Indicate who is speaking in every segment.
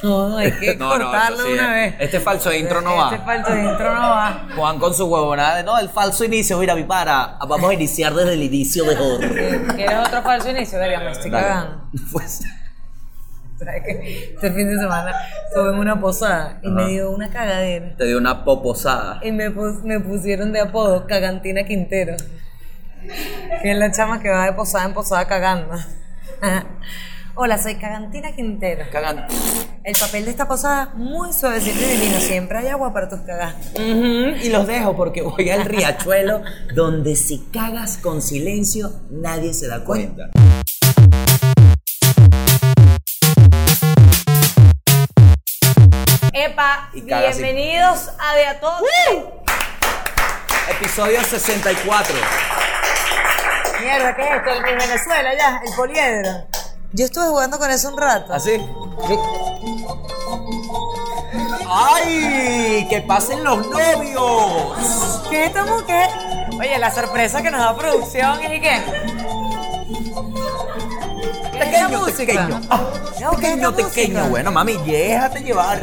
Speaker 1: todo, hay que
Speaker 2: No, no,
Speaker 1: cortarlo
Speaker 2: esto sí
Speaker 1: una
Speaker 2: es-
Speaker 1: vez.
Speaker 3: Este falso intro no
Speaker 1: Este
Speaker 3: va.
Speaker 1: falso intro no va.
Speaker 3: Juan con su huevonada de no, el falso inicio. Mira, mi para, vamos a iniciar desde el inicio mejor.
Speaker 1: Eh, ¿Quieres otro falso inicio? Verga, me estoy
Speaker 3: Dale.
Speaker 1: cagando.
Speaker 3: Pues,
Speaker 1: ¿Sabes qué? Este fin de semana estuve en una posada y me dio una cagadera.
Speaker 3: te dio una poposada.
Speaker 1: Y me, pus- me pusieron de apodo Cagantina Quintero. Que es la chama que va de posada en posada cagando. Hola, soy Cagantina Quintero.
Speaker 3: Cagan.
Speaker 1: El papel de esta posada muy suavecito y divino. Siempre hay agua para tus cagadas.
Speaker 3: Mm. Y los dejo porque voy al riachuelo donde si cagas con silencio nadie se da cuenta.
Speaker 1: Epa,
Speaker 3: Y caga así.
Speaker 1: bienvenidos a De A Todo.
Speaker 3: Episodio 64.
Speaker 1: Mierda, ¿qué es esto? El Miss Venezuela ya, el poliedro. Yo estuve jugando con eso un rato.
Speaker 3: ¿Así? ¡Ay! ¡Que pasen los novios!
Speaker 1: ¿Qué estamos qué? Oye, la sorpresa que nos da producción es y qué. ¿Qué es esta
Speaker 3: Pequeño,
Speaker 1: música?
Speaker 3: pequeño. Ah,
Speaker 1: No, ¿qué es esta
Speaker 3: pequeño, pequeño.
Speaker 1: música?
Speaker 3: Bueno, mami, déjate llevar.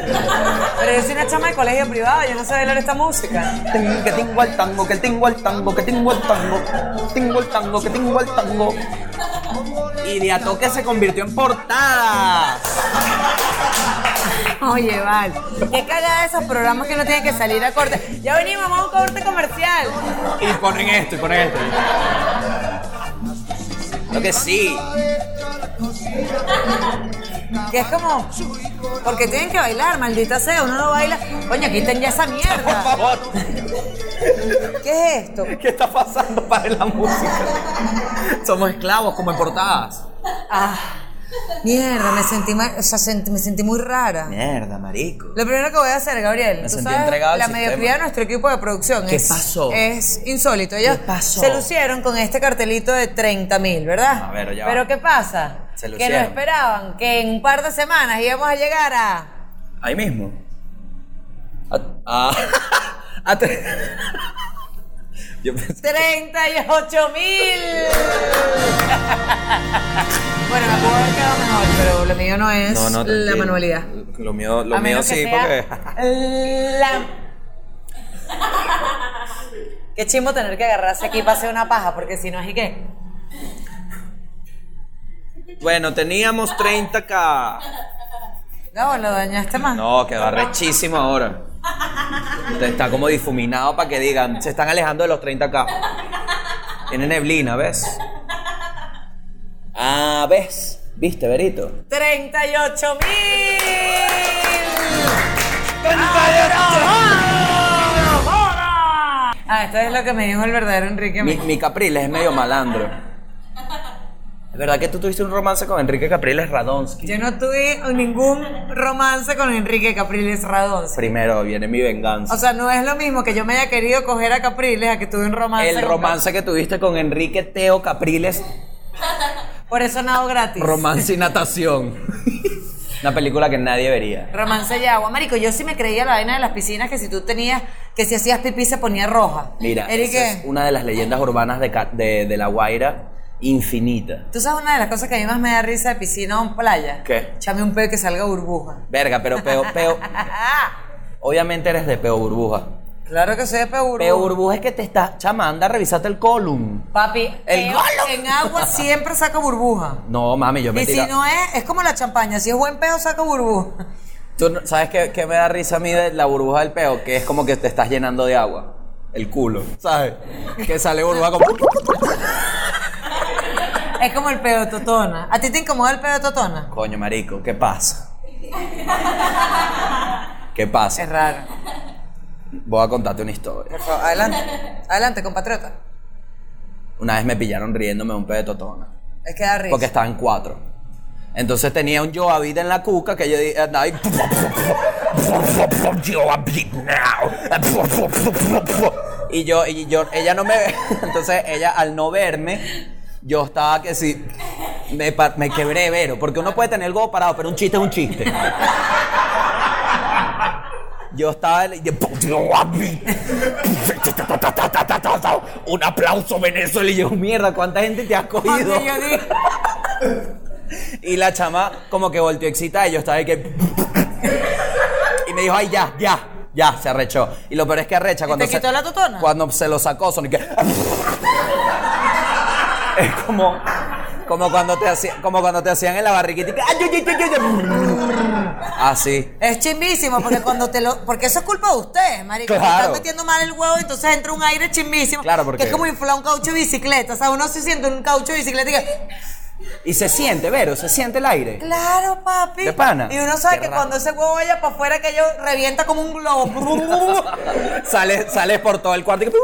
Speaker 1: Pero yo soy una chama de colegio privado, yo no sé bailar esta música.
Speaker 3: Ting, que tingo al tango, que tingo al tango, que tingo al tango, tingo al tango, que tingo al tango. Y de a toque se convirtió en portada.
Speaker 1: Oye, Val, qué cagada esos programas que no tienen que salir a corte. Ya venimos, vamos a un corte comercial.
Speaker 2: Y ponen esto, y ponen esto.
Speaker 3: Lo que sí.
Speaker 1: Que es como, porque tienen que bailar, maldita sea, uno no baila. Coño, quiten ya esa mierda.
Speaker 3: favor,
Speaker 1: ¿Qué es esto?
Speaker 3: ¿qué está pasando para la música? Somos esclavos como en portadas.
Speaker 1: Ah, mierda, me sentí, ma- o sea, sent- me sentí muy rara.
Speaker 3: Mierda, marico.
Speaker 1: Lo primero que voy a hacer, Gabriel, tú
Speaker 3: sentí
Speaker 1: sabes,
Speaker 3: entregado al
Speaker 1: la
Speaker 3: sistema.
Speaker 1: mediocridad de nuestro equipo de producción
Speaker 3: ¿Qué
Speaker 1: es,
Speaker 3: pasó?
Speaker 1: es insólito. Ellos
Speaker 3: ¿Qué pasó?
Speaker 1: se lucieron con este cartelito de 30 mil, ¿verdad?
Speaker 3: A ver, ya va.
Speaker 1: Pero ¿qué pasa?
Speaker 3: Se
Speaker 1: que no
Speaker 3: lucieron.
Speaker 1: esperaban que en un par de semanas íbamos a llegar a...
Speaker 3: Ahí mismo. Ah. A, a- a tre- Yo pensé-
Speaker 1: ¡38 mil! bueno, me puedo haber quedado mejor, pero lo mío no es
Speaker 2: No, no,
Speaker 1: la
Speaker 2: tranquilo.
Speaker 1: manualidad.
Speaker 2: Lo mío, lo
Speaker 1: A
Speaker 2: mío
Speaker 1: menos que
Speaker 2: sí,
Speaker 1: sea
Speaker 2: porque.
Speaker 1: La... Qué chimbo tener que agarrarse aquí para hacer una paja, porque si no es y qué.
Speaker 2: Bueno, teníamos 30k.
Speaker 1: No, lo dañaste más.
Speaker 2: No, quedó rechísimo ahora. Está como difuminado para que digan, se están alejando de los 30k. Tiene neblina, ¿ves?
Speaker 3: Ah, ¿ves? ¿Viste, Berito?
Speaker 1: 38 mil. Ah, esto es lo que me dijo el verdadero Enrique. a mí.
Speaker 3: Mi, mi Capriles es medio malandro. ¿Es verdad que tú tuviste un romance con Enrique Capriles Radonsky?
Speaker 1: Yo no tuve ningún romance con Enrique Capriles Radonce.
Speaker 3: Primero viene mi venganza.
Speaker 1: O sea, no es lo mismo que yo me haya querido coger a Capriles a que tuve un romance.
Speaker 3: El
Speaker 1: con-
Speaker 3: romance que tuviste con Enrique Teo Capriles,
Speaker 1: Por eso nado gratis.
Speaker 3: Romance y Natación. Una película que nadie vería.
Speaker 1: Romance de agua. Marico, yo sí me creía la vaina de las piscinas que si tú tenías, que si hacías pipí se ponía roja.
Speaker 3: Mira,
Speaker 1: Eric,
Speaker 3: esa es una de las leyendas urbanas de, Ca- de- de La Guaira infinita.
Speaker 1: ¿tú sabes una de las cosas que a mí más me da risa de piscina o en playa?
Speaker 3: ¿Qué?
Speaker 1: Echame un peo que salga burbuja.
Speaker 3: Verga, pero Peo, Peo,
Speaker 1: Ah,
Speaker 3: obviamente eres de Peo Burbuja.
Speaker 1: claro que soy de peo burbuja.
Speaker 3: Peo Burbuja es que te está, chama, anda, revisate el column.
Speaker 1: Papi,
Speaker 3: El
Speaker 1: peo
Speaker 3: golo.
Speaker 1: en agua siempre saca burbuja.
Speaker 3: No, mami, yo me
Speaker 1: Y si
Speaker 3: tira-
Speaker 1: no es, es como la champaña. Si es buen peo, saca burbuja.
Speaker 3: ¿Tú no- sabes qué, qué me da risa a mí de la burbuja del peo? Que es como que te estás llenando de agua. El culo, ¿sabes? Que sale burbuja como...
Speaker 1: Es como el peo de totona. ¿A ti te incomoda el peo de totona?
Speaker 3: Coño, marico, ¿qué pasa? ¿Qué pasa?
Speaker 1: Es raro.
Speaker 3: Voy a contarte una historia.
Speaker 1: Por favor, adelante. Adelante, compatriota.
Speaker 3: Una vez me pillaron riéndome de un pedo de totona.
Speaker 1: Es que da risa.
Speaker 3: Porque estaban cuatro. Entonces tenía un yo vida en la cuca que yo di- andaba ahí. Y yo, y yo, ella no me ve. Entonces ella al no verme, yo estaba que sí. Me, pa- me quebré, Vero. Porque uno puede tener el gobo parado, pero un chiste es un chiste. Yo estaba. y yo-
Speaker 4: Un aplauso
Speaker 3: Y yo, mierda, ¿cuánta gente te has cogido?
Speaker 1: Cuando yo dije-
Speaker 3: Y la chama como que volteó excitada y yo estaba de que... me dijo, ay, ya, ya, ya, se arrechó. Y lo peor es que arrecha
Speaker 1: ¿Y
Speaker 3: cuando
Speaker 1: te
Speaker 3: se-
Speaker 1: quitó la totona?
Speaker 3: Cuando se lo sacó, son y que... es como... Como cuando, te hacían, como cuando te hacían en la barriquita y que... ay, ay, ay, ay, ay. Así.
Speaker 1: Es chimbísimo, porque cuando te lo. Porque eso es culpa de ustedes, marico. que
Speaker 3: Claro.
Speaker 1: Están metiendo mal el huevo, entonces entra un aire chimbísimo.
Speaker 3: Claro, porque-
Speaker 1: Que es como inflar un caucho de bicicleta. O sea, uno se siente un caucho de bicicleta y que.
Speaker 3: Y se siente, Vero, se siente el aire.
Speaker 1: Claro, papi.
Speaker 3: De pana.
Speaker 1: Y uno sabe
Speaker 3: Qué
Speaker 1: que
Speaker 3: raro.
Speaker 1: cuando ese huevo vaya para afuera, que ello revienta como un globo.
Speaker 3: Sales, sales por todo el cuarto y que...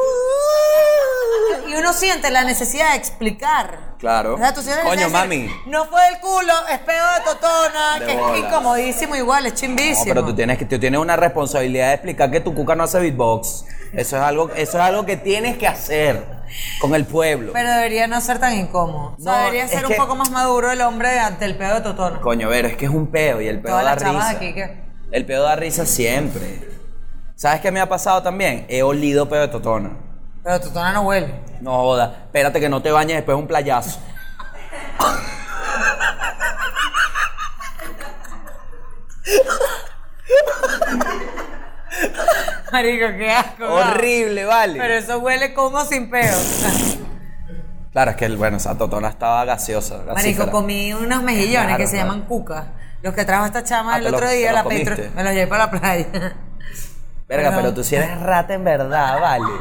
Speaker 1: y uno siente la necesidad de explicar.
Speaker 3: Claro.
Speaker 1: O sea, tú sientes la
Speaker 3: Coño,
Speaker 1: necesidad de decir,
Speaker 3: mami.
Speaker 1: No fue el culo, es pedo de totona,
Speaker 3: De
Speaker 1: que
Speaker 3: bola.
Speaker 1: es incomodísimo igual, es
Speaker 3: No,
Speaker 1: chimbísimo.
Speaker 3: pero tú tienes, que, tú tienes una responsabilidad de explicar que tu cuca no hace beatbox. Eso es algo, eso es algo que tienes que hacer con el pueblo.
Speaker 1: Pero debería no ser tan incómodo. O sea,
Speaker 3: No,
Speaker 1: debería
Speaker 3: es
Speaker 1: ser un
Speaker 3: que-
Speaker 1: poco más maduro el hombre ante el pedo de Totona.
Speaker 3: Coño, pero es que es un peo y el peo
Speaker 1: Todas
Speaker 3: da
Speaker 1: las chavas
Speaker 3: risa.
Speaker 1: aquí que.
Speaker 3: El peo da risa siempre. ¿Sabes qué me ha pasado también? He olido peo de totona.
Speaker 1: Pero Totona no huele.
Speaker 3: No joda, espérate que no te bañes después de un playazo.
Speaker 1: Marico, qué asco. ¿verdad?
Speaker 3: Horrible, vale.
Speaker 1: Pero eso huele como sin peo.
Speaker 3: Claro, es que el- bueno, esa totona estaba gaseosa. gasífera.
Speaker 1: Marico, comí unos mejillones
Speaker 3: Claro,
Speaker 1: que se
Speaker 3: claro.
Speaker 1: llaman cuca. Los que trajo esta chama
Speaker 3: Ah,
Speaker 1: el
Speaker 3: te lo-
Speaker 1: otro día,
Speaker 3: te
Speaker 1: la
Speaker 3: lo
Speaker 1: Petro.
Speaker 3: comiste.
Speaker 1: Me los llevé para la playa.
Speaker 3: Verga,
Speaker 1: Perdón.
Speaker 3: pero tú sí eres rata en verdad, vale.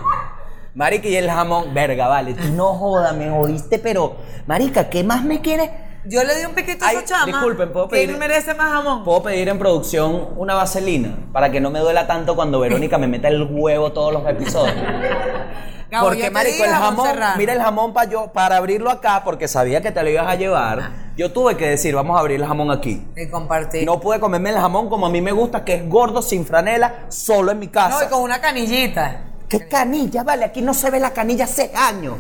Speaker 3: Marica, y el jamón, verga, vale. Tú no jodas, me jodiste, pero, marica, ¿qué más me quieres?
Speaker 1: Yo le di un piquito a
Speaker 3: Ay,
Speaker 1: esa chama.
Speaker 3: disculpen, ¿puedo
Speaker 1: ¿Quién
Speaker 3: pedir-
Speaker 1: merece más jamón?
Speaker 3: ¿Puedo pedir en producción una vaselina para que no me duela tanto cuando Verónica me meta el huevo todos los episodios?
Speaker 1: Gabo, yo
Speaker 3: Porque,
Speaker 1: te
Speaker 3: marico,
Speaker 1: digo,
Speaker 3: el jamón,
Speaker 1: serrano.
Speaker 3: mira el jamón para yo, para abrirlo acá, porque sabía que te lo ibas a llevar, yo tuve que decir, vamos a abrir el jamón aquí.
Speaker 1: Y compartí.
Speaker 3: No pude comerme el jamón como a mí me gusta, que es gordo, sin franela, solo en mi casa.
Speaker 1: No, y con una canillita.
Speaker 3: ¿Qué canilla? Vale, aquí no se ve la canilla hace años.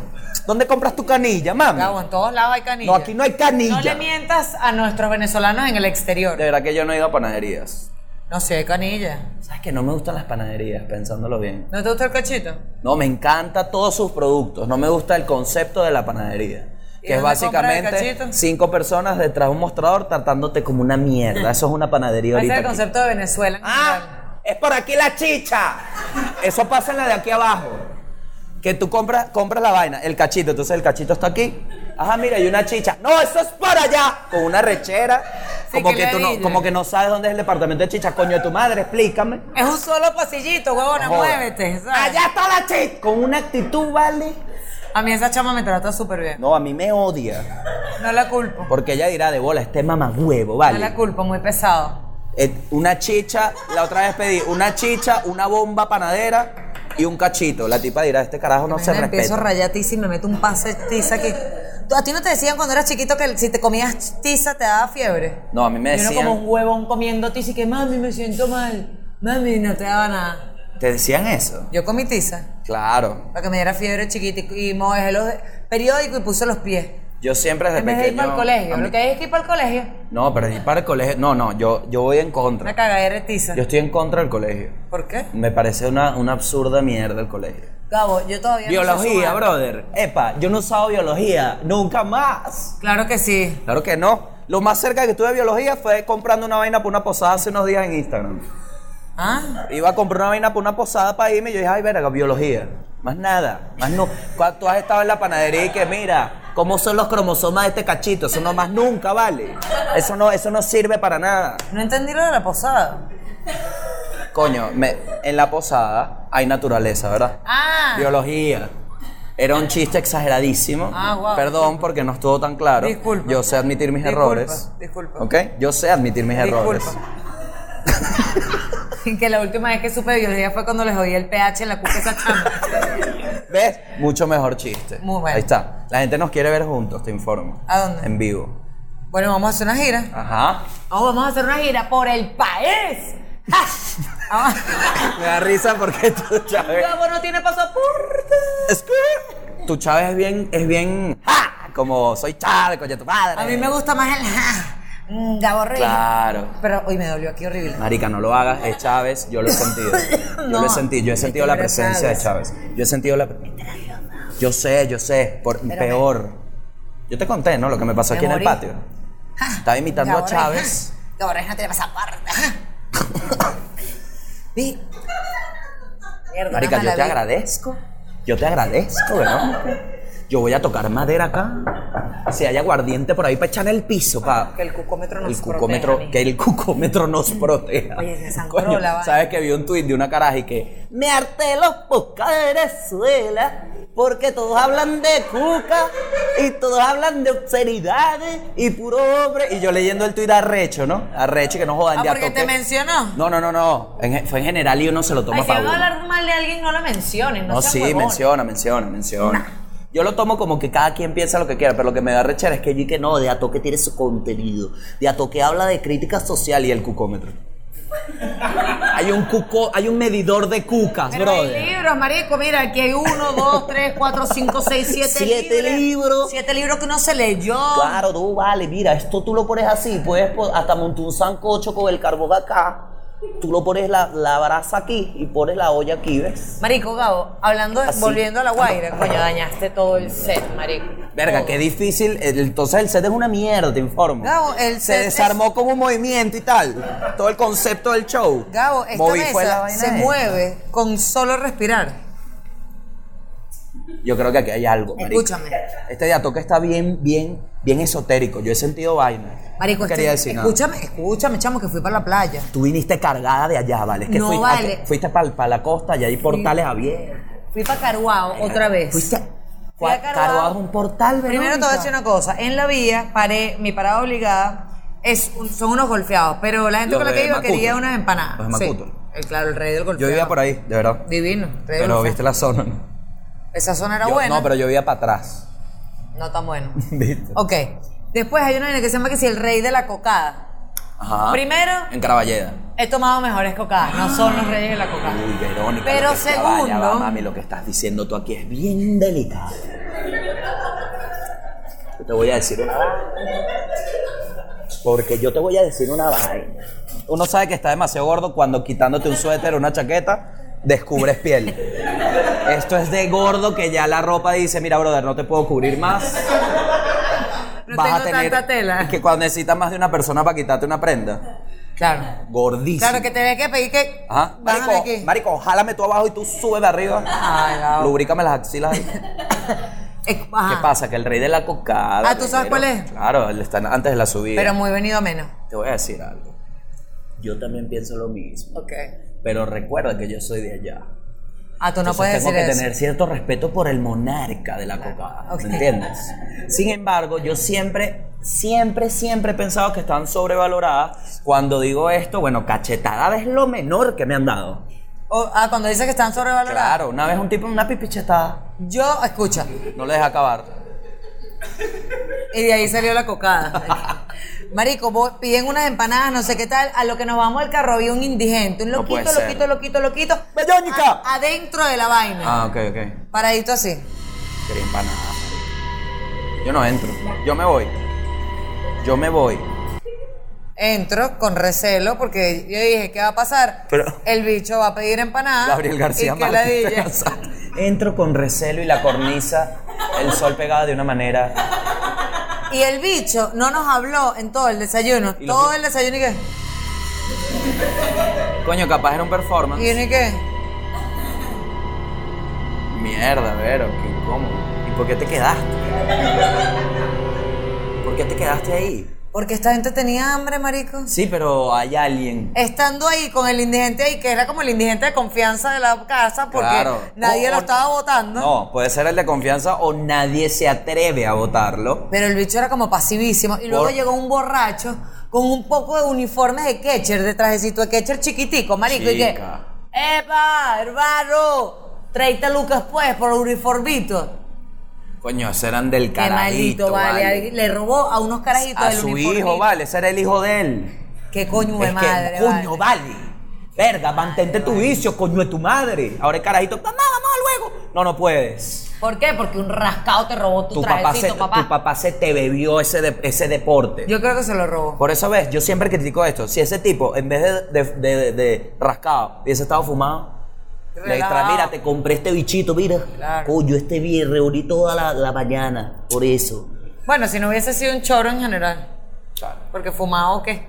Speaker 3: ¿Dónde compras tu canilla, mami?
Speaker 1: Gabo, en todos lados hay canilla.
Speaker 3: Mm. No, aquí no hay canilla.
Speaker 1: No le mientas a nuestros venezolanos en el exterior.
Speaker 3: De verdad que yo no he ido a panaderías.
Speaker 1: No, sí hay canilla.
Speaker 3: ¿Sabes que no me gustan las panaderías, pensándolo bien?
Speaker 1: ¿No te gusta el cachito?
Speaker 3: No, me encanta todos sus productos. No me gusta el concepto de la panadería.
Speaker 1: ¿Y
Speaker 3: Que es
Speaker 1: dónde compras el
Speaker 3: básicamente
Speaker 1: cachito?
Speaker 3: cinco personas detrás de un mostrador tratándote como una mierda. Eso es una
Speaker 1: Ese
Speaker 3: panadería ahorita.
Speaker 1: es el
Speaker 3: aquí.
Speaker 1: concepto de Venezuela. en general.
Speaker 3: ¡Ah! Es por aquí la chicha. Eso pasa en la de aquí abajo. Que tú compras, compras la vaina, el cachito, entonces el cachito está aquí. Ajá, mira, hay una chicha. No, eso es para allá. Con una rechera.
Speaker 1: Sí,
Speaker 3: como,
Speaker 1: que
Speaker 3: que tú no,
Speaker 1: ladilla.
Speaker 3: como que no sabes dónde es el departamento de chicha. Coño, de tu madre, explícame.
Speaker 1: Es un solo pasillito, huevona,
Speaker 3: Joda.
Speaker 1: muévete. ¿sabes?
Speaker 3: Allá está la chicha. Con una actitud, vale.
Speaker 1: A mí esa chama me trata súper bien.
Speaker 3: No, a mí me odia.
Speaker 1: No la culpo.
Speaker 3: Porque ella dirá de bola, este mamagüevo,
Speaker 1: No la
Speaker 3: vale.
Speaker 1: culpo, muy pesado.
Speaker 3: Eh, Una chicha, la otra vez pedí una chicha, una bomba panadera y un cachito. La tipa dirá, este carajo no se
Speaker 1: Mañana empiezo a
Speaker 3: respeta.
Speaker 1: rayar tiza y me meto un pase de tiza aquí. ¿Tú- ¿A ti no te decían cuando eras chiquito que si te comías tiza te daba fiebre?
Speaker 3: No, a mí me
Speaker 1: Y uno como
Speaker 3: decían,
Speaker 1: un huevón comiendo tiza y que, mami, me siento mal. Mami, no te daba nada.
Speaker 3: ¿te decían eso?
Speaker 1: Yo comí tiza
Speaker 3: Claro.
Speaker 1: para que me diera fiebre chiquita y, y me dejé los periódicos y puse los pies.
Speaker 3: Yo siempre desde
Speaker 1: En vez de ir
Speaker 3: pequeño-
Speaker 1: para el colegio.
Speaker 3: a mí-
Speaker 1: Lo que hay es que ir para el colegio.
Speaker 3: No, pero ir para el colegio. No, no, yo, yo voy en
Speaker 1: Una
Speaker 3: contra.
Speaker 1: cagadera de tiza.
Speaker 3: Yo estoy en contra del colegio.
Speaker 1: ¿Por qué?
Speaker 3: Me parece una, una absurda mierda el colegio.
Speaker 1: Gabo, yo todavía no sé
Speaker 3: Biología,
Speaker 1: sumar.
Speaker 3: brother. Epa, yo no usaba biología. Nunca más.
Speaker 1: Claro que sí.
Speaker 3: Claro que no. Lo más cerca que estuve de biología fue comprando una vaina para una posada hace unos días en Instagram.
Speaker 1: Ah,
Speaker 3: Iba a comprar una vaina para una posada para irme y yo dije, ay, verga, biología. Más nada, más no. Cuando tú has estado en la panadería y que mira, ¿cómo son los cromosomas de este cachito? Eso no más nunca vale. Eso no, eso no sirve para nada.
Speaker 1: no entendí lo de la posada.
Speaker 3: Coño, me- en la posada hay naturaleza, ¿verdad?
Speaker 1: Ah.
Speaker 3: Biología. Era un chiste exageradísimo.
Speaker 1: Ah, guau.
Speaker 3: Perdón porque no estuvo tan claro.
Speaker 1: Disculpa.
Speaker 3: Yo sé admitir mis
Speaker 1: Disculpa,
Speaker 3: errores.
Speaker 1: disculpa.
Speaker 3: ¿Ok? Yo sé admitir mis errores.
Speaker 1: que la última vez que supe de biología fue cuando les oí el pH en la cuca a esa chama.
Speaker 3: ¿Ves? Mucho mejor chiste.
Speaker 1: Muy bueno.
Speaker 3: Ahí está. La gente nos quiere ver juntos, te informo.
Speaker 1: ¿A dónde?
Speaker 3: En vivo.
Speaker 1: bueno, vamos a hacer una gira.
Speaker 3: Ajá.
Speaker 1: Oh, vamos a hacer una gira por el país. ¡Ja! Vamos.
Speaker 3: Me da risa porque tú, Chávez.
Speaker 1: Gabo no tiene pasaporte.
Speaker 3: Es que Tu Chávez es bien, es bien. ¡Ja! Como soy Chávez, coño tu padre.
Speaker 1: A mí me gusta más el ja. Mm, Gabo Reyes.
Speaker 3: Claro.
Speaker 1: Pero hoy me dolió aquí horrible.
Speaker 3: Marica, no lo hagas, es Chávez, yo lo he sentido. Yo
Speaker 1: No.
Speaker 3: lo he sentido, yo he
Speaker 1: Es
Speaker 3: sentido
Speaker 1: que
Speaker 3: la
Speaker 1: era
Speaker 3: presencia de Chávez. Yo he sentido la. Yo sé, yo sé, por, peor. Yo te conté, ¿no? Lo que me pasó
Speaker 1: Me
Speaker 3: aquí
Speaker 1: morí.
Speaker 3: en el patio. Estaba imitando
Speaker 1: Gabo
Speaker 3: a
Speaker 1: Reyes,
Speaker 3: Chávez.
Speaker 1: ja. Gabo Reyes no tiene pasaporte. ja.
Speaker 3: ¿Ves?
Speaker 1: Mierda,
Speaker 3: Marica,
Speaker 1: una
Speaker 3: yo te
Speaker 1: maravilla.
Speaker 3: agradezco. Yo te agradezco, ¿verdad? Yo voy a tocar madera acá. Si hay aguardiente por ahí para echar en el piso, pa.
Speaker 1: Que el cucómetro nos
Speaker 3: el cucómetro,
Speaker 1: proteja,
Speaker 3: que el cucómetro nos proteja.
Speaker 1: Oye, que sangró
Speaker 3: Coño,
Speaker 1: la vaina.
Speaker 3: ¿Sabes que vi un tuit de una caraja y que me harté los pocas de Venezuela porque todos hablan de cuca y todos hablan de obscenidades y puro hombre. Y yo leyendo el tuit arrecho, ¿no? Arrecho que no jodan
Speaker 1: Ah,
Speaker 3: ya
Speaker 1: porque te
Speaker 3: toqué.
Speaker 1: mencionó.
Speaker 3: No, no, no, no. En gen- fue en general y uno se lo toma
Speaker 1: Ay, si
Speaker 3: pa'
Speaker 1: van a
Speaker 3: uno.
Speaker 1: hablar mal de alguien, no lo mencionen. No,
Speaker 3: No,
Speaker 1: sean
Speaker 3: sí,
Speaker 1: huevones.
Speaker 3: menciona, menciona, menciona. Yo lo tomo como que cada quien piensa lo que quiera, pero lo que me da rechera es que yo y que no, de a toque tiene su contenido, de a toque habla de crítica social y el cucómetro. hay un cuco, hay un medidor de cucas,
Speaker 1: Pero hay
Speaker 3: brother.
Speaker 1: libros, marico, mira, aquí hay uno, dos, tres, cuatro, cinco, seis, siete,
Speaker 3: Siete libros.
Speaker 1: Siete libros que uno se leyó.
Speaker 3: Claro, tú vale, mira, esto tú lo pones así, puedes po- hasta montar un sancocho con el carbón acá, tú lo pones la, la brasa aquí y pones la olla aquí, ¿ves?
Speaker 1: Marico, Gabo, hablando, de-
Speaker 3: Así. Ah,
Speaker 1: volviendo a la guaira, coño, dañaste todo el set, marico. Oh.
Speaker 3: Verga,
Speaker 1: Todo.
Speaker 3: qué difícil. El- Entonces el set es una mierda, te informo.
Speaker 1: Gabo, el
Speaker 3: se
Speaker 1: set es-
Speaker 3: desarmó con un movimiento y tal. Todo el concepto del show.
Speaker 1: Gabo, esta
Speaker 3: Moví fue
Speaker 1: mesa
Speaker 3: la vaina
Speaker 1: se
Speaker 3: esta.
Speaker 1: mueve con solo respirar.
Speaker 3: Yo creo que aquí hay algo, marico.
Speaker 1: Escúchame.
Speaker 3: Este día toca está bien, bien, bien esotérico. Yo he sentido vaina.
Speaker 1: Marico,
Speaker 3: no quería
Speaker 1: este-
Speaker 3: decir nada.
Speaker 1: escúchame, escúchame, chamo, que fui para la playa.
Speaker 3: Tú viniste cargada de allá, ¿vale? Es que
Speaker 1: No
Speaker 3: fuiste,
Speaker 1: vale.
Speaker 3: fuiste para la costa y hay portales abiertos.
Speaker 1: Fui para Caruao otra vez.
Speaker 3: Fuiste.
Speaker 1: Fui a Carvajal.
Speaker 3: Carvajal es un portal, ¿verdad?
Speaker 1: Primero te voy a decir una cosa. En la vía, paré, mi parada obligada es un- son unos golfeados, pero la gente
Speaker 3: Los
Speaker 1: con la
Speaker 3: de
Speaker 1: que iba
Speaker 3: Macuto.
Speaker 1: quería unas empanadas.
Speaker 3: Los de
Speaker 1: Sí.
Speaker 3: Macuto.
Speaker 1: El, claro, el rey del golfeado.
Speaker 3: Yo vivía por ahí, de verdad.
Speaker 1: Divino, rey del
Speaker 3: Pero
Speaker 1: golfeado.
Speaker 3: viste la zona, ¿no?
Speaker 1: Esa zona era
Speaker 3: Yo-
Speaker 1: buena.
Speaker 3: No, pero yo vivía para atrás.
Speaker 1: no tan buena.
Speaker 3: ¿Viste?
Speaker 1: ok. Después hay una vaina que se llama que si el rey de la cocada.
Speaker 3: Ajá.
Speaker 1: Primero,
Speaker 3: En Caballeda.
Speaker 1: he tomado mejores cocadas, no son los reyes de la cocada.
Speaker 3: Uy, Verónica.
Speaker 1: Pero
Speaker 3: lo que- ya va, ya va,
Speaker 1: segundo-
Speaker 3: mami, lo que estás diciendo tú aquí es bien delicado. Yo te voy a decir una vaina. Porque yo te voy a decir una vaina. Uno sabe que está demasiado gordo cuando quitándote un suéter o una chaqueta, descubres piel. Esto es de gordo que ya la ropa dice, mira, brother, no te puedo cubrir más.
Speaker 1: No tengo tanta tela.
Speaker 3: Que cuando necesitas más de una persona para quitarte una prenda.
Speaker 1: Claro.
Speaker 3: Gordísimo.
Speaker 1: Claro que tenés que pedir que.
Speaker 3: Ajá.
Speaker 1: Bájame
Speaker 3: Ah, Marico,
Speaker 1: aquí.
Speaker 3: marico, jálame tú abajo y tú súbeme arriba.
Speaker 1: Ay, Gabo.
Speaker 3: Lubrícame las axilas. ahí.
Speaker 1: Eh, ajá.
Speaker 3: ¿Qué pasa? Que el rey de la cocada.
Speaker 1: Ah, ¿tú sabes
Speaker 3: pero-
Speaker 1: cuál es?
Speaker 3: Claro, él está antes de la subida.
Speaker 1: Pero muy venido a menos.
Speaker 3: Te voy a decir algo. Yo también pienso lo mismo.
Speaker 1: Ok.
Speaker 3: Pero recuerda que yo soy de allá.
Speaker 1: Ah, tú no
Speaker 3: Entonces
Speaker 1: puedes
Speaker 3: tengo
Speaker 1: decir
Speaker 3: que
Speaker 1: eso.
Speaker 3: tener cierto respeto por el monarca de la cocada, ¿me
Speaker 1: Ok.
Speaker 3: entiendes? Sin embargo, yo siempre, siempre, siempre he pensado que están sobrevaloradas. Cuando digo esto, bueno, cachetada es lo menor que me han dado.
Speaker 1: O- ah, cuando dices que están sobrevaloradas.
Speaker 3: Claro, una vez un tipo en una pipichetada
Speaker 1: Yo, escucha,
Speaker 3: no le deja acabar.
Speaker 1: y de ahí salió la cocada. Marico, vos piden unas empanadas, no sé qué tal, a lo que nos vamos al carro había un indigente, un
Speaker 3: No
Speaker 1: loquito,
Speaker 3: puede ser.
Speaker 1: loquito, loquito, loquito,
Speaker 3: ¡Bellónica!
Speaker 1: a- adentro de la vaina,
Speaker 3: Ah, ok, ok.
Speaker 1: paradito así.
Speaker 3: Quería empanada. Yo no entro. Yo me voy. Yo me voy.
Speaker 1: Entro con recelo porque yo dije, ¿qué va a pasar?
Speaker 3: Pero-
Speaker 1: El bicho va a pedir empanadas.
Speaker 3: Gabriel García
Speaker 1: y que la
Speaker 3: Márquez.
Speaker 1: dije,
Speaker 3: Entro con recelo y la cornisa, el sol pegado de una manera.
Speaker 1: Y el bicho no nos habló en todo el desayuno.
Speaker 3: Y los-
Speaker 1: Todo el desayuno y qué.
Speaker 3: Coño, capaz era un performance.
Speaker 1: Y uno y qué.
Speaker 3: Mierda, Vero, qué incómodo. ¿Y por qué te quedaste? ¿Por qué te quedaste ahí?
Speaker 1: Porque esta gente tenía hambre, marico.
Speaker 3: Sí, pero hay alguien.
Speaker 1: estando ahí con el indigente ahí, que era como el indigente de confianza de la casa, porque
Speaker 3: Claro.
Speaker 1: nadie
Speaker 3: O-
Speaker 1: lo
Speaker 3: o-
Speaker 1: estaba votando.
Speaker 3: No, puede ser el de confianza o nadie se atreve a votarlo.
Speaker 1: Pero el bicho era como pasivísimo. Y luego
Speaker 3: Por-
Speaker 1: llegó un borracho con un poco de uniforme de catcher, de trajecito de catcher chiquitico, marico. Y que,
Speaker 3: Chica.
Speaker 1: ¡epa, hermano! 30 lucas pues por uniformito.
Speaker 3: Coño, ese eran del
Speaker 1: Qué maldito,
Speaker 3: carajito,
Speaker 1: vale.
Speaker 3: vale.
Speaker 1: Le robó a unos carajitos
Speaker 3: A
Speaker 1: del
Speaker 3: su
Speaker 1: uniformito.
Speaker 3: hijo, vale, ese era el hijo de él.
Speaker 1: Qué coño de
Speaker 3: es
Speaker 1: madre.
Speaker 3: que, coño,
Speaker 1: vale.
Speaker 3: vale. Verga, mantente tu vicio, coño de tu madre. Ahora el carajito, mamá, vamos luego. No, no puedes.
Speaker 1: ¿Por qué? Porque un rascado te robó tu,
Speaker 3: Tu papá, se,
Speaker 1: trajecito, papá.
Speaker 3: tu papá se te bebió ese, de- ese deporte.
Speaker 1: Yo creo que se lo robó.
Speaker 3: Por eso ves, yo siempre critico esto. Si ese tipo, en vez de, de, de- de rascado, hubiese estado fumado, le
Speaker 1: Relajado.
Speaker 3: tra, mira, te compré este bichito, mira.
Speaker 1: Claro.
Speaker 3: Coño, este bien, reuní toda la, la mañana, por eso.
Speaker 1: Bueno, si no hubiese sido un choro en general. Porque fumado o qué.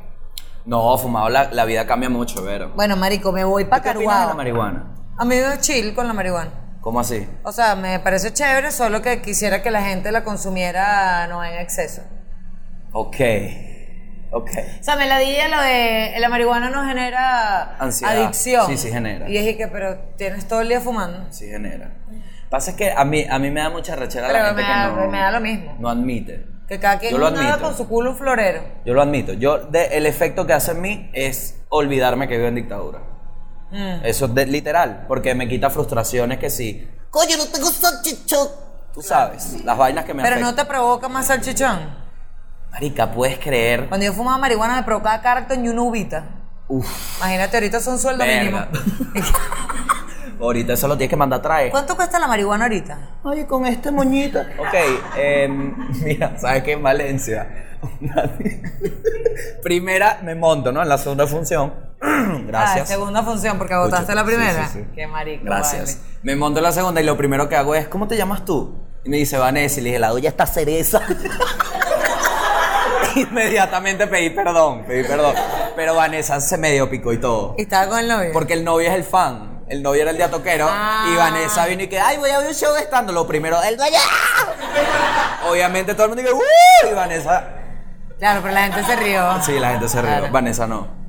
Speaker 3: No, fumado la, la vida cambia mucho, Vero.
Speaker 1: Bueno, marico, me voy para
Speaker 3: ¿Qué opinas de la
Speaker 1: Caruado.
Speaker 3: marihuana?
Speaker 1: A mí me veo chill con la marihuana.
Speaker 3: ¿Cómo así?
Speaker 1: O sea, me parece chévere, solo que quisiera que la gente la consumiera no en exceso.
Speaker 3: Ok. Ok.
Speaker 1: O sea, me la di lo de eh, la marihuana no genera
Speaker 3: Ansiedad.
Speaker 1: adicción.
Speaker 3: Sí, sí genera.
Speaker 1: Y dije que, pero tienes todo el día fumando.
Speaker 3: Sí genera. Pasa es que a mí, a mí me da mucha rechera la
Speaker 1: Pero
Speaker 3: gente
Speaker 1: me da,
Speaker 3: que no,
Speaker 1: me da lo mismo.
Speaker 3: no admite.
Speaker 1: Que cada quien
Speaker 3: Yo lo
Speaker 1: nada
Speaker 3: admito.
Speaker 1: con su culo un florero.
Speaker 3: Yo lo admito. Yo, de- el efecto que hace en mí es olvidarme que vivo en dictadura.
Speaker 1: Mm.
Speaker 3: Eso es de- literal, porque me quita frustraciones que sí. Coño, no tengo salchichón. Tú sabes, las vainas que me
Speaker 1: Pero no
Speaker 3: afectan.
Speaker 1: te provoca más salchichón.
Speaker 3: Marica, ¿puedes creer?
Speaker 1: Cuando yo fumaba marihuana me provocaba cartón y una ubita.
Speaker 3: Uf,
Speaker 1: Imagínate, ahorita son sueldo
Speaker 3: verga.
Speaker 1: mínimo.
Speaker 3: Ahorita eso lo tienes que mandar a traer.
Speaker 1: ¿Cuánto cuesta la marihuana ahorita?
Speaker 3: Oye, con este moñito. Ok, em, mira, ¿sabes qué? En Valencia. una- Primera, me monto, ¿no? En la segunda función.
Speaker 1: Ah,
Speaker 3: Gracias.
Speaker 1: segunda función, porque agotaste la
Speaker 3: Escucha,
Speaker 1: primera.
Speaker 3: sí, sí, sí.
Speaker 1: Qué marico.
Speaker 3: Gracias.
Speaker 1: vale.
Speaker 3: Me monto en la segunda y lo primero que hago es, ¿cómo te llamas tú? Y me dice Vanessa y le dije, la doña está cereza. Inmediatamente pedí perdón, pedí perdón. Pero Vanessa se medio picó y todo.
Speaker 1: ¿Y estaba con el novio?
Speaker 3: Porque el novio es el fan. El novio era el de Atoquero.
Speaker 1: Ah.
Speaker 3: Y Vanessa vino y que, ay, voy a ver un show estando. Lo primero, el dueño. ¡ah! Obviamente todo el mundo dice, ¡uh! Y Vanessa.
Speaker 1: Claro, pero la gente se rió.
Speaker 3: Sí, la gente se rió.
Speaker 1: Claro.
Speaker 3: Vanessa no.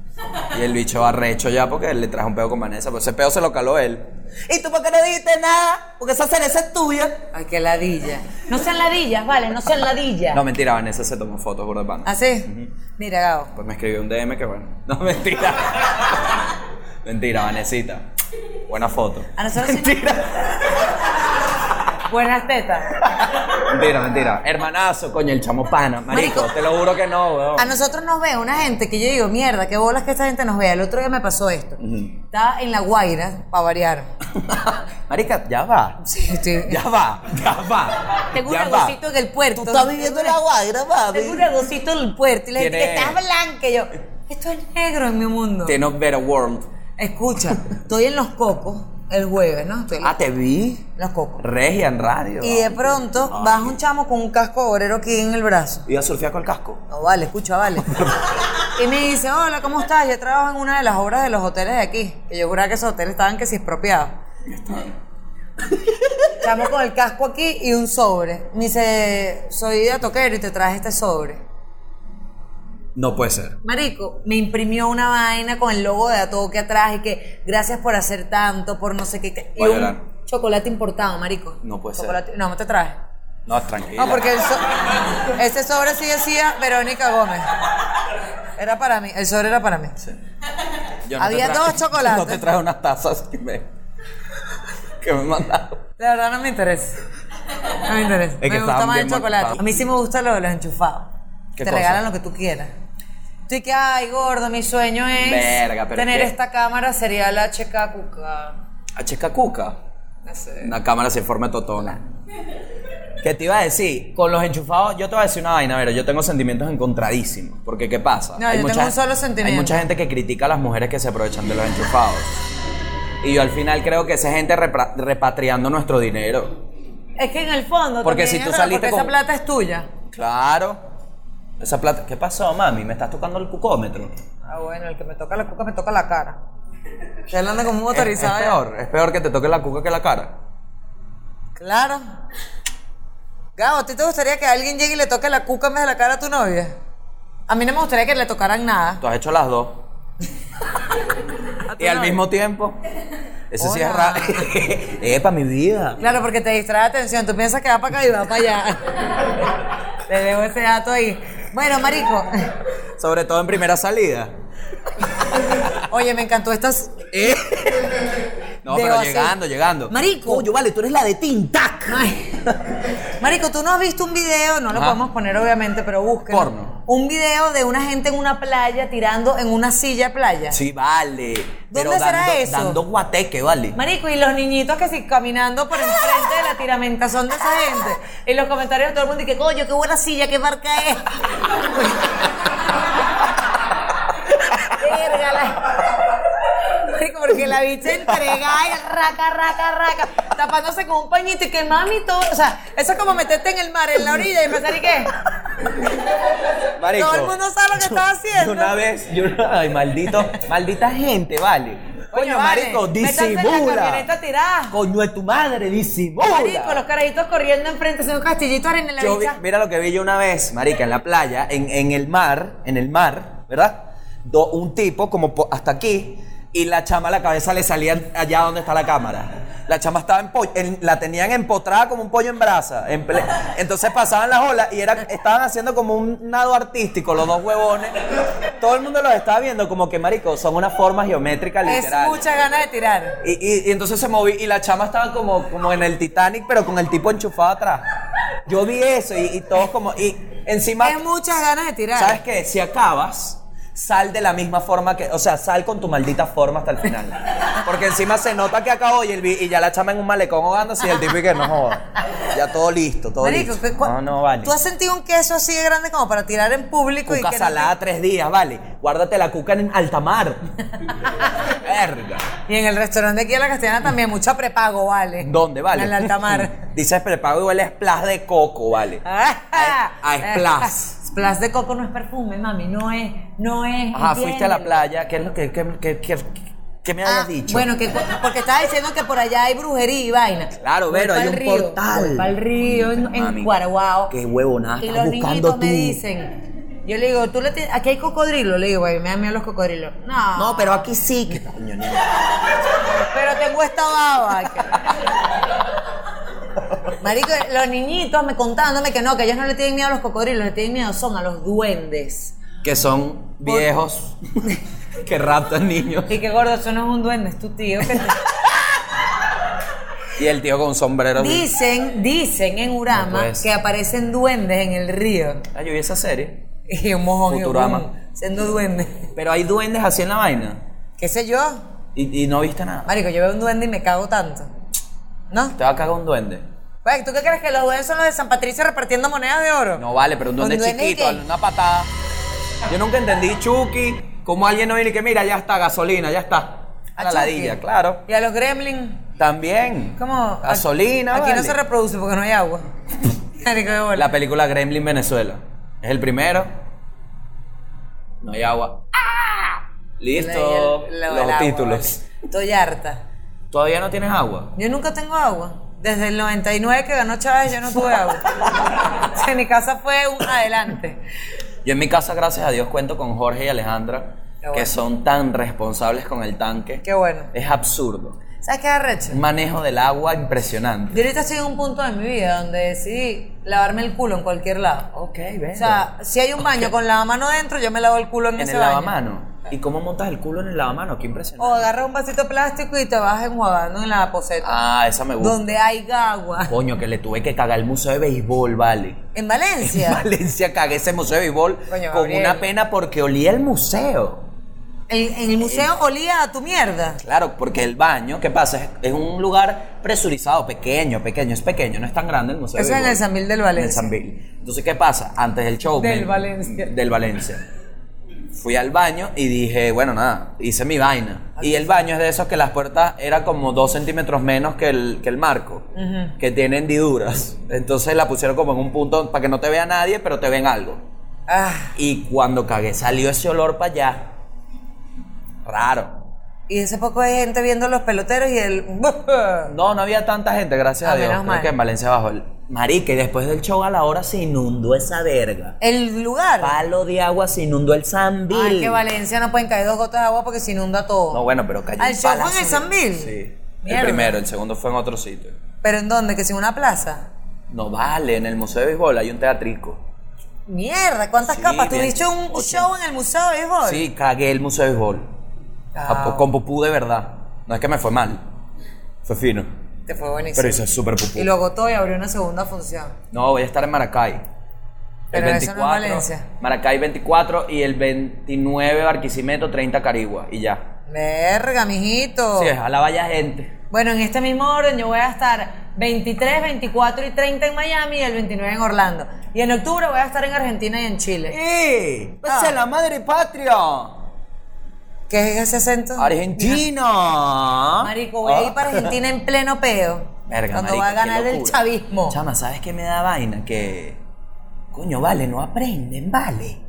Speaker 3: Y el bicho arrecho ya porque le trajo un pedo con Vanessa. Pero ese pedo se lo caló él. ¿Y tú por qué no dijiste nada? Porque esa cereza es tuya.
Speaker 1: Ay, qué ladilla. No sean ladillas, vale, no sean ladillas.
Speaker 3: No, mentira, Vanessa se tomó fotos por el pan.
Speaker 1: ¿Ah, sí? Mira, Gabo.
Speaker 3: Pues me escribió un DM que bueno. No, mentira. mentira, Vanesita. Buena foto.
Speaker 1: A nosotros sí nos- Buenas tetas.
Speaker 3: Mentira, mentira. Hermanazo, coño, el chamo pana. Marico,
Speaker 1: Marico.
Speaker 3: te lo juro que no, weón.
Speaker 1: A nosotros nos ve una gente que yo digo, mierda, qué bolas que esta gente nos vea. El otro día me pasó esto. Estaba en La Guaira, para variar.
Speaker 3: Marica, ya va.
Speaker 1: Sí, estoy-
Speaker 3: Ya va, ya va.
Speaker 1: Tengo un
Speaker 3: ya va.
Speaker 1: negocito en el puerto.
Speaker 3: guaira,
Speaker 1: Tengo un negocito en el puerto. Y la gente que
Speaker 3: Tiene-
Speaker 1: estás blanca. Y yo, esto es negro en mi mundo.
Speaker 3: Tiene un better world.
Speaker 1: Escucha, estoy en Los Cocos el jueves, ¿no? Estoy en
Speaker 3: Ah, te vi.
Speaker 1: Los Cocos.
Speaker 3: Regia en radio.
Speaker 1: Y de pronto baja un chamo con un casco obrero aquí en el brazo.
Speaker 3: Iba a surfear con el casco.
Speaker 1: No, vale, escucha, vale. y me dice, hola, ¿cómo estás? Yo trabajo en una de las obras de los hoteles de aquí. Que yo juraba que esos hoteles estaban que si expropiados. Chamo con el casco aquí y un sobre. Me dice, soy de toquero y te traje este sobre.
Speaker 3: No puede ser.
Speaker 1: Marico, me imprimió una vaina con el logo de Atoque atrás y que gracias por hacer tanto, por no sé qué. qué". Y
Speaker 3: Voy a llorar.
Speaker 1: un chocolate importado, marico.
Speaker 3: No puede ser.
Speaker 1: Chocolate- No, me te traje.
Speaker 3: No, tranquilo.
Speaker 1: No, porque el so- ese sobre sí decía Verónica Gómez. Era para mí, el sobre era para mí.
Speaker 3: Yo no te
Speaker 1: había
Speaker 3: traje-
Speaker 1: dos chocolates.
Speaker 3: No te traje unas tazas que me, que me mandaron.
Speaker 1: La verdad no me interesa. No me interesa.
Speaker 3: que
Speaker 1: me gusta
Speaker 3: estaban
Speaker 1: más el
Speaker 3: bien
Speaker 1: chocolate.
Speaker 3: montados.
Speaker 1: A mí sí me gusta lo de los enchufados.
Speaker 3: ¿Qué
Speaker 1: Te
Speaker 3: cosa?
Speaker 1: regalan lo que tú quieras. Tú y que, ay, gordo, mi sueño es
Speaker 3: Verga, pero
Speaker 1: tener
Speaker 3: ¿qué?
Speaker 1: esta cámara, sería la checa cuca.
Speaker 3: A Checacuca.
Speaker 1: No sé.
Speaker 3: Una cámara sin forma de totona. ¿Qué te iba a decir? Con los enchufados, yo te voy a decir una vaina, pero yo tengo sentimientos encontradísimos. Porque, ¿qué pasa?
Speaker 1: No, yo tengo un solo
Speaker 3: Hay
Speaker 1: sentimiento.
Speaker 3: mucha gente que critica a las mujeres que se aprovechan de los enchufados. Y yo al final creo que esa gente repra- repatriando nuestro dinero.
Speaker 1: Es que en el fondo.
Speaker 3: Porque
Speaker 1: también
Speaker 3: si
Speaker 1: es
Speaker 3: tú
Speaker 1: raro,
Speaker 3: saliste
Speaker 1: porque esa
Speaker 3: con-
Speaker 1: plata es tuya.
Speaker 3: Claro. Esa plata. ¿Qué pasó, mami? ¿Me estás tocando el cucómetro?
Speaker 1: Ah, bueno, el que me toca la cuca me toca la cara. Estoy hablando como un
Speaker 3: Es, este es
Speaker 1: motorizado. ya.
Speaker 3: peor. Es peor que te toque la cuca que la cara.
Speaker 1: Claro. Gabo, ¿a ti te gustaría que alguien llegue y le toque la cuca en vez de la cara a tu novia? A mí no me gustaría que le tocaran nada.
Speaker 3: Tú has hecho las dos.
Speaker 1: A tu
Speaker 3: Y al
Speaker 1: novia.
Speaker 3: mismo tiempo. Eso sí es
Speaker 1: Hola.
Speaker 3: raro. Epa, mi vida.
Speaker 1: Claro, porque te distrae la atención. Tú piensas que va para acá y va para allá. Te dejo ese dato ahí. Bueno, marico.
Speaker 3: Sobre todo en primera salida.
Speaker 1: Oye, me encantó estas...
Speaker 3: Eh. No,
Speaker 1: Debo
Speaker 3: pero
Speaker 1: hacer-
Speaker 3: llegando, llegando.
Speaker 1: Marico.
Speaker 5: Coño, vale, tú eres la de Tintac.
Speaker 1: Ay. Marico, tú no has visto un video, no lo
Speaker 3: Ajá.
Speaker 1: podemos poner obviamente, pero busquen.
Speaker 3: Porno.
Speaker 1: Un video de una gente en una playa tirando en una silla de playa.
Speaker 3: Sí, vale. pero
Speaker 1: será
Speaker 3: dando,
Speaker 1: eso?
Speaker 3: Dando guateque, vale.
Speaker 1: Marico, y los niñitos que sí caminando por enfrente de la tiramentazón de esa gente. Y los comentarios de todo el mundo y que, coño, qué buena silla, qué marca es. Verga, la- Marico, porque la bicha entregada y raca, raca, raca, tapándose con un pañito y que mami todo. O sea, eso es como meterte en el mar, en la orilla y empezar y qué.
Speaker 3: Marico.
Speaker 1: Todo el mundo sabe lo que estaba haciendo.
Speaker 3: Una vez, yo, ay, maldito, maldita gente, vale. Coño,
Speaker 1: vale,
Speaker 3: marico,
Speaker 1: métanse en la camioneta
Speaker 3: disimula.
Speaker 1: tirada.
Speaker 3: Coño de tu madre, disimula.
Speaker 1: Marico, los carajitos corriendo enfrente, haciendo castillito de arena en la
Speaker 3: Yo vi-
Speaker 1: bicha.
Speaker 3: mira lo que vi yo una vez, marica, en la playa, en, en el mar, en el mar, ¿verdad? Do- un tipo como po- hasta aquí y la chama la cabeza le salía allá donde está la cámara. La chama estaba en pollo, en- la tenían empotrada como un pollo en brasa. en ple- entonces pasaban las olas y era, estaban haciendo como un nado artístico los dos huevones. Todo el mundo los estaba viendo como que, marico, son una forma geométrica
Speaker 1: Es
Speaker 3: literal.
Speaker 1: mucha ganas de tirar.
Speaker 3: Y, y- y entonces se moví y la chama estaba como, como en el Titanic, pero con el tipo enchufado atrás. Yo vi eso y, y todos como. Y encima.
Speaker 1: Es muchas ganas de tirar.
Speaker 3: ¿Sabes qué? Si acabas, sal de la misma forma que. O sea, sal con tu maldita forma hasta el final. Porque encima se nota que acabó y, el, vi- y ya la chama en un malecón ahogándose y el tipo y que no joda. Ya todo listo, todo
Speaker 1: Marico,
Speaker 3: listo.
Speaker 1: ¿cu- cu-
Speaker 3: No, no, vale.
Speaker 1: ¿tú has sentido un queso así de grande como para tirar en público? y
Speaker 3: Cuca
Speaker 1: que no te-
Speaker 3: salada tres días, vale. Guárdate la cuca en alta mar. Verga.
Speaker 1: Y en el restaurante aquí en la Castellana también, mucho prepago, vale.
Speaker 3: ¿Dónde, vale?
Speaker 1: En el alta mar. Ah.
Speaker 3: Dices prepago igual es splash de coco, vale. a Splash.
Speaker 1: Splash de coco no es perfume, mami, no es, no es.
Speaker 3: Ajá, fuiste a la
Speaker 1: entiéndelo.
Speaker 3: playa. ¿Qué es lo que, que, que- que- que me habías
Speaker 1: Ah,
Speaker 3: dicho?
Speaker 1: Bueno, que, cu- porque estaba diciendo que por allá hay brujería y vaina.
Speaker 3: Claro,
Speaker 1: Voy
Speaker 3: Vero,
Speaker 1: pa'l
Speaker 3: hay un
Speaker 1: río,
Speaker 3: portal.
Speaker 1: Para el río, en, en
Speaker 3: Mami,
Speaker 1: Guaraguao.
Speaker 3: qué huevonada
Speaker 1: Y
Speaker 3: estás
Speaker 1: los
Speaker 3: buscando
Speaker 1: niñitos me
Speaker 3: tú.
Speaker 1: dicen, yo le digo, tú le tienes- aquí hay cocodrilo, le digo, güey, me da miedo los cocodrilos. No,
Speaker 3: No, pero aquí sí. que- Coño, niña.
Speaker 1: pero tengo esta baba. Marico, los niñitos me contándome que no, que ellos no le tienen miedo a los cocodrilos, le tienen miedo son a los duendes.
Speaker 3: Que son viejos que raptan niños.
Speaker 1: Y que gordo, eso no es un duende, es tu tío que te-
Speaker 3: Y el tío con sombrero. así.
Speaker 1: Dicen, dicen en
Speaker 3: No
Speaker 1: Urama
Speaker 3: puede ser.
Speaker 1: que aparecen duendes en el río.
Speaker 3: Ah, yo vi esa serie.
Speaker 1: Y un mojón. y un
Speaker 3: Futurama.
Speaker 1: mojón, Siendo duende.
Speaker 3: Pero hay duendes así en la vaina.
Speaker 1: ¿Qué sé yo?
Speaker 3: Y, y no viste nada.
Speaker 1: Marico, yo veo un duende y me cago tanto. ¿No?
Speaker 3: Te va a cagar un duende.
Speaker 1: Güey, ¿tú qué crees que los duendes son los de San Patricio repartiendo monedas de oro?
Speaker 3: No vale, pero un duende,
Speaker 1: ¿Un duende
Speaker 3: chiquito,
Speaker 1: qué?
Speaker 3: una patada. Yo nunca entendí Chucky. Como alguien no viene y que mira, ya está, gasolina, ya está. A la
Speaker 1: Ah, Chucky.
Speaker 3: ladilla, claro.
Speaker 1: Y a los gremlins,
Speaker 3: También.
Speaker 1: ¿cómo?
Speaker 3: Gasolina.
Speaker 1: Aquí no
Speaker 3: vale.
Speaker 1: se reproduce porque no hay agua. Marico, de bola.
Speaker 3: La película Gremlin Venezuela. Es el primero. No hay agua. ¡Ah! Listo.
Speaker 1: La- el- lo- el
Speaker 3: los
Speaker 1: agua,
Speaker 3: títulos.
Speaker 1: vale. Estoy harta.
Speaker 3: Todavía no tienes agua.
Speaker 1: Yo nunca tengo agua. Desde el 99 que ganó Chávez yo no tuve agua. O sea, mi casa fue un adelante.
Speaker 3: Yo en mi casa, gracias a Dios, cuento con Jorge y Alejandra,
Speaker 1: Qué bueno.
Speaker 3: que son tan responsables con el tanque.
Speaker 1: Qué bueno.
Speaker 3: Es absurdo.
Speaker 1: ¿Sabes qué arrecho?
Speaker 3: Un manejo del agua impresionante.
Speaker 1: Yo ahorita estoy en un punto de mi vida donde decidí lavarme el culo en cualquier lado.
Speaker 3: Ok,
Speaker 1: O
Speaker 3: ves.
Speaker 1: sea, si hay un baño con lavamano dentro, yo me lavo el culo en,
Speaker 3: en
Speaker 1: ese
Speaker 3: el
Speaker 1: baño.
Speaker 3: lavamano. ¿Y cómo montas el culo en el lavamano? Qué impresionante.
Speaker 1: O agarras un vasito plástico y te vas enjuagando en la poseta.
Speaker 3: Ah, esa me gusta.
Speaker 1: donde hay agua.
Speaker 3: Coño, que le tuve que cagar el museo de béisbol, vale.
Speaker 1: En
Speaker 3: En
Speaker 1: Valencia.
Speaker 3: Valencia cagué ese museo de béisbol
Speaker 1: Coño,
Speaker 3: con
Speaker 1: Gabriel.
Speaker 3: una pena porque olía el museo.
Speaker 1: En, en el museo olía a tu mierda.
Speaker 3: Claro, porque el baño, ¿qué pasa? Es, es un lugar presurizado, pequeño, pequeño, es pequeño, no es tan grande el museo. de
Speaker 1: Eso es en
Speaker 3: béisbol.
Speaker 1: el San Miguel del Valencia.
Speaker 3: En el San Miguel. Entonces, ¿qué pasa? Antes del show.
Speaker 1: Del
Speaker 3: me-
Speaker 1: Valencia.
Speaker 3: Del Valencia. Fui al baño y dije, bueno, nada, hice mi vaina. Y el baño es de esos que las puertas eran como dos centímetros menos que el, que el marco, que tiene hendiduras. Entonces la pusieron como en un punto para que no te vea nadie, pero te ven algo.
Speaker 1: Ah,
Speaker 3: Y cuando cagué salió ese olor para allá. Raro.
Speaker 1: y ese poco de gente viendo los peloteros y el.
Speaker 3: No, no había tanta gente, gracias
Speaker 1: Ah,
Speaker 3: a Dios.
Speaker 1: menos
Speaker 3: Creo
Speaker 1: mal.
Speaker 3: que en Valencia bajó el... Marica, y después del show a la hora se inundó esa verga.
Speaker 1: El lugar.
Speaker 3: Palo de agua se inundó el Sambil.
Speaker 1: Ay, que Valencia no pueden caer dos gotas de agua porque se inunda todo.
Speaker 3: No, bueno, pero cayó
Speaker 1: ¿Al
Speaker 3: un
Speaker 1: show fue en
Speaker 3: palazo
Speaker 1: el
Speaker 3: de-
Speaker 1: Sambil?
Speaker 3: Sí.
Speaker 1: Mierda.
Speaker 3: El primero, el segundo fue en otro sitio.
Speaker 1: ¿Pero en dónde? ¿Que si en una plaza?
Speaker 3: No vale, en el Museo de Béisbol hay un teatrico.
Speaker 1: Mierda, ¿cuántas
Speaker 3: Sí,
Speaker 1: capas?
Speaker 3: bien.
Speaker 1: ¿Tuviste un
Speaker 3: Ochenta.
Speaker 1: show en el museo de béisbol?
Speaker 3: Sí, cagué el Museo de Béisbol.
Speaker 1: Ah.
Speaker 3: A- Con pupú de verdad. No es que me fue mal. Fue fino.
Speaker 1: Te fue buenísimo.
Speaker 3: Pero hice súper pupú.
Speaker 1: Y lo agotó y abrió una segunda función.
Speaker 3: No, voy a estar en Maracay.
Speaker 1: Pero
Speaker 3: el
Speaker 1: eso no es
Speaker 3: 24.
Speaker 1: Valencia.
Speaker 3: Maracay 24 y el 29 Barquisimeto, 30 Carigua y ya.
Speaker 1: Verga, mijito.
Speaker 3: Sí, ojalá vaya gente.
Speaker 1: Bueno, en este mismo orden yo voy a estar 23, 24 y 30 en Miami y el 29 en Orlando. Y en octubre voy a estar en Argentina y en Chile.
Speaker 3: ¡Eh!
Speaker 1: ¡Pese a la
Speaker 3: madre patria!
Speaker 1: ¿Qué es ese acento?
Speaker 3: ¡Argentina!
Speaker 1: Marico, voy a ir para Argentina en pleno peo.
Speaker 3: Ah. Verga,
Speaker 1: cuando
Speaker 3: marica,
Speaker 1: va a
Speaker 3: qué
Speaker 1: ganar el
Speaker 3: locura.
Speaker 1: chavismo.
Speaker 3: Chama, ¿sabes qué me da vaina? Que
Speaker 5: Coño, vale, no aprenden, vale.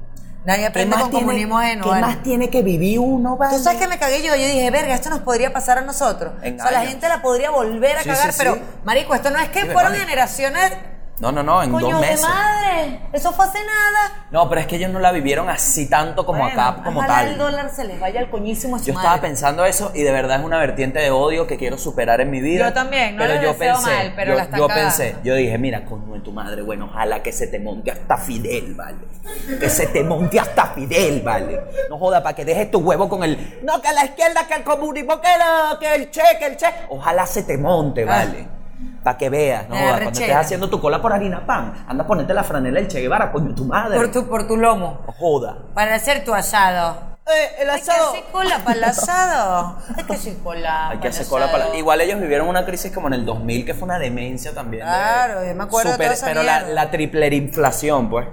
Speaker 1: Nadie aprende con
Speaker 5: tiene,
Speaker 1: comunismo ajeno,
Speaker 5: ¿Qué
Speaker 1: vale.
Speaker 5: más tiene que vivir uno, vale?
Speaker 1: Tú sabes que me cagué yo, yo dije, verga, esto nos podría pasar a nosotros. O sea, la
Speaker 3: Engaño.
Speaker 1: gente la podría volver a
Speaker 3: Sí,
Speaker 1: cagar,
Speaker 3: sí,
Speaker 1: pero,
Speaker 3: sí.
Speaker 1: marico, esto no es que
Speaker 3: Sí,
Speaker 1: fueron
Speaker 3: vale.
Speaker 1: generaciones,
Speaker 3: No, no, no, en
Speaker 1: coño
Speaker 3: dos
Speaker 1: de
Speaker 3: meses.
Speaker 1: madre, eso fue hace nada.
Speaker 3: No, pero es que ellos no la vivieron así tanto como
Speaker 1: Bueno,
Speaker 3: acá, como
Speaker 1: ojalá
Speaker 3: tal.
Speaker 1: el dólar se les vaya al coñísimo a su
Speaker 3: Yo
Speaker 1: madre.
Speaker 3: estaba pensando eso y de verdad es una vertiente de odio que quiero superar en mi vida.
Speaker 1: Yo también, no les deseo mal, pero
Speaker 3: yo,
Speaker 1: la están
Speaker 3: yo
Speaker 1: cagando.
Speaker 3: pensé, yo dije, mira, coño de tu madre, bueno, ojalá que se te monte hasta Fidel, vale. Que se te monte hasta Fidel, vale. No joda, para que dejes tu huevo con el, no, que la izquierda, que el comunismo, que, la- que el che, que el che. Ojalá se te monte, vale. Para que veas, no
Speaker 1: Ah. Me da
Speaker 3: joda, cuando
Speaker 1: rechera.
Speaker 3: estés haciendo tu cola por harina pan, anda a ponerte la franela del Che Guevara, coño de tu madre.
Speaker 1: Por tu, por tu lomo,
Speaker 3: No joda.
Speaker 1: para hacer tu asado.
Speaker 3: Eh, el
Speaker 1: Hay que
Speaker 3: asado.
Speaker 1: hacer cola para el asado. Hay que hacer cola
Speaker 3: Hay que
Speaker 1: pa'l
Speaker 3: hacer cola para...
Speaker 1: asado.
Speaker 3: Igual ellos vivieron una crisis como en el 2000, que fue una demencia también. de-
Speaker 1: Claro, yo me acuerdo de
Speaker 3: Super-
Speaker 1: toda esa
Speaker 3: Pero la,
Speaker 1: mierda.
Speaker 3: la triplerinflación, pues.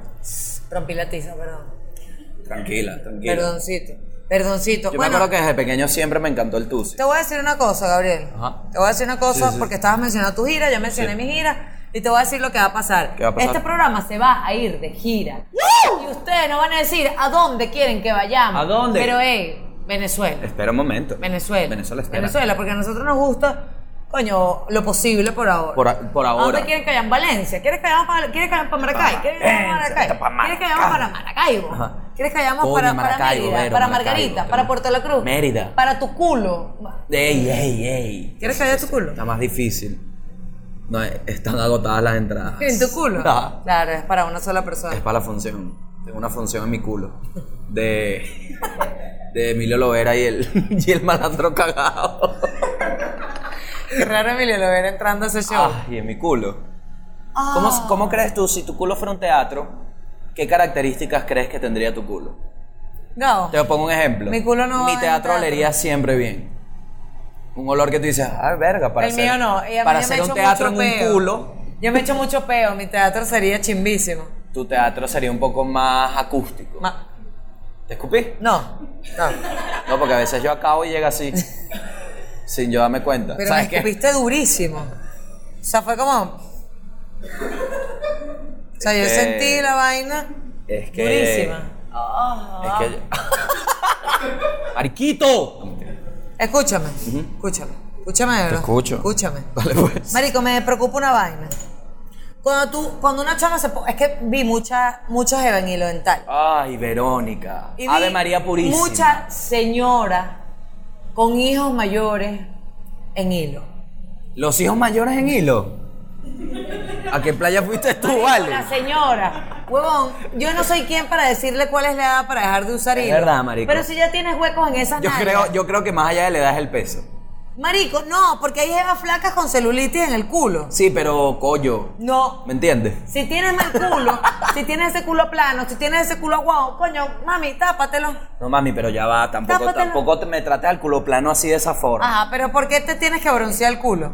Speaker 1: Rompí la tiza, perdón.
Speaker 3: Tranquila, tranquila.
Speaker 1: Perdoncito, perdoncito.
Speaker 3: Yo
Speaker 1: bueno,
Speaker 3: me acuerdo que desde pequeño siempre me encantó el tusi.
Speaker 1: Te voy a decir una cosa, Gabriel.
Speaker 3: Ajá.
Speaker 1: Te voy a decir una cosa
Speaker 3: Sí, sí.
Speaker 1: porque estabas mencionando tu gira, yo mencioné
Speaker 3: Sí.
Speaker 1: mi gira y te voy a decir lo que va a pasar.
Speaker 3: ¿Qué va a pasar?
Speaker 1: Este programa se va a ir de gira. Y ustedes nos van a decir a dónde quieren que vayamos.
Speaker 3: ¿A dónde?
Speaker 1: Pero, hey, Venezuela.
Speaker 3: Espera un momento.
Speaker 1: Venezuela.
Speaker 3: Venezuela espera.
Speaker 1: Venezuela, porque a nosotros nos gusta, coño, lo posible por ahora.
Speaker 3: Por a- por
Speaker 1: ¿A dónde
Speaker 3: ahora.
Speaker 1: quieren que vayan? ¿Valencia? ¿Quieres que vayamos para, ¿quieres que vayamos para Maracay? ¿Quieres que vayamos para
Speaker 3: Valencia,
Speaker 1: Maracay? ¿Quieres que vayamos para Maracaibo?
Speaker 3: Ajá.
Speaker 1: ¿Quieres que vayamos
Speaker 3: Coño,
Speaker 1: para, para
Speaker 3: Maracaibo,
Speaker 1: Mérida?
Speaker 3: Vero,
Speaker 1: para
Speaker 3: Maracaibo,
Speaker 1: Margarita,
Speaker 3: qué
Speaker 1: para
Speaker 3: bueno.
Speaker 1: Puerto La Cruz.
Speaker 3: Mérida.
Speaker 1: Para tu culo.
Speaker 3: Ey, ey, ey.
Speaker 1: ¿Quieres que vaya a tu culo?
Speaker 3: Está más difícil. No, eh, están agotadas las entradas.
Speaker 1: ¿En tu culo?
Speaker 3: Ajá.
Speaker 1: Claro, es para una sola persona.
Speaker 3: Es para la función. Tengo una función en mi culo. De. De Emilio Lovera y el, y el malandro cagado.
Speaker 1: Qué raro Emilio lo ver entrando a ese show.
Speaker 3: Ah, y en mi culo.
Speaker 1: Ah.
Speaker 3: ¿Cómo, cómo crees tú, si tu culo fuera un teatro, qué características crees que tendría tu culo?
Speaker 1: No.
Speaker 3: Te pongo un ejemplo.
Speaker 1: Mi culo no es
Speaker 3: Mi
Speaker 1: un
Speaker 3: teatro
Speaker 1: teatro.
Speaker 3: olería siempre bien. Un olor que tú dices, ah, verga, para
Speaker 1: el
Speaker 3: hacer-
Speaker 1: mío no. Y a mí
Speaker 3: para
Speaker 1: yo me
Speaker 3: hacer un
Speaker 1: echo
Speaker 3: teatro en
Speaker 1: mucho
Speaker 3: un
Speaker 1: peo.
Speaker 3: culo,
Speaker 1: Yo me echo mucho peo, mi teatro sería chimbísimo.
Speaker 3: tu teatro sería un poco más acústico.
Speaker 1: Ma-
Speaker 3: ¿Te escupí?
Speaker 1: no, no.
Speaker 3: No, porque a veces yo acabo y llega así, sin yo darme cuenta.
Speaker 1: Pero me
Speaker 3: ¿Sabes qué?
Speaker 1: escupiste durísimo. O sea, fue como. O sea, yo
Speaker 3: que-
Speaker 1: sentí la vaina
Speaker 3: Es que.
Speaker 1: durísima.
Speaker 3: Es que. ¡Mariquito!
Speaker 1: Escúchame, escúchame, escúchame, de verdad.
Speaker 3: escucho.
Speaker 1: Escúchame.
Speaker 3: Dale, pues.
Speaker 1: Marico, me preocupa una vaina. Cuando tú, cuando una chama se po- es que vi mucha, muchas jeva en hilo dental.
Speaker 3: Ay, Verónica.
Speaker 1: Y vi
Speaker 3: Ave María Purísima.
Speaker 1: Mucha señora con hijos mayores en hilo.
Speaker 3: Los hijos mayores en hilo. ¿A qué playa fuiste tú,
Speaker 1: La
Speaker 3: vale?
Speaker 1: señora. Huevón, yo no soy quien para decirle cuál es la edad para dejar de usar
Speaker 3: Es
Speaker 1: hilo.
Speaker 3: verdad, marico.
Speaker 1: Pero si ya tienes huecos en esas
Speaker 3: Yo
Speaker 1: nalgas.
Speaker 3: creo, yo creo que más allá de la edad es el peso.
Speaker 1: Marico, no, porque hay jevas flacas con celulitis en el culo.
Speaker 3: Sí, pero coño.
Speaker 1: No.
Speaker 3: ¿Me entiendes?
Speaker 1: Si tienes mal culo, si tienes ese culo plano, si tienes ese culo aguado, coño, mami, tápatelo.
Speaker 3: No mami, pero ya va, tampoco,
Speaker 1: Tápatelo.
Speaker 3: tampoco te- me trates al culo plano así de esa forma.
Speaker 1: Ajá, pero ¿por qué te tienes que broncear el culo?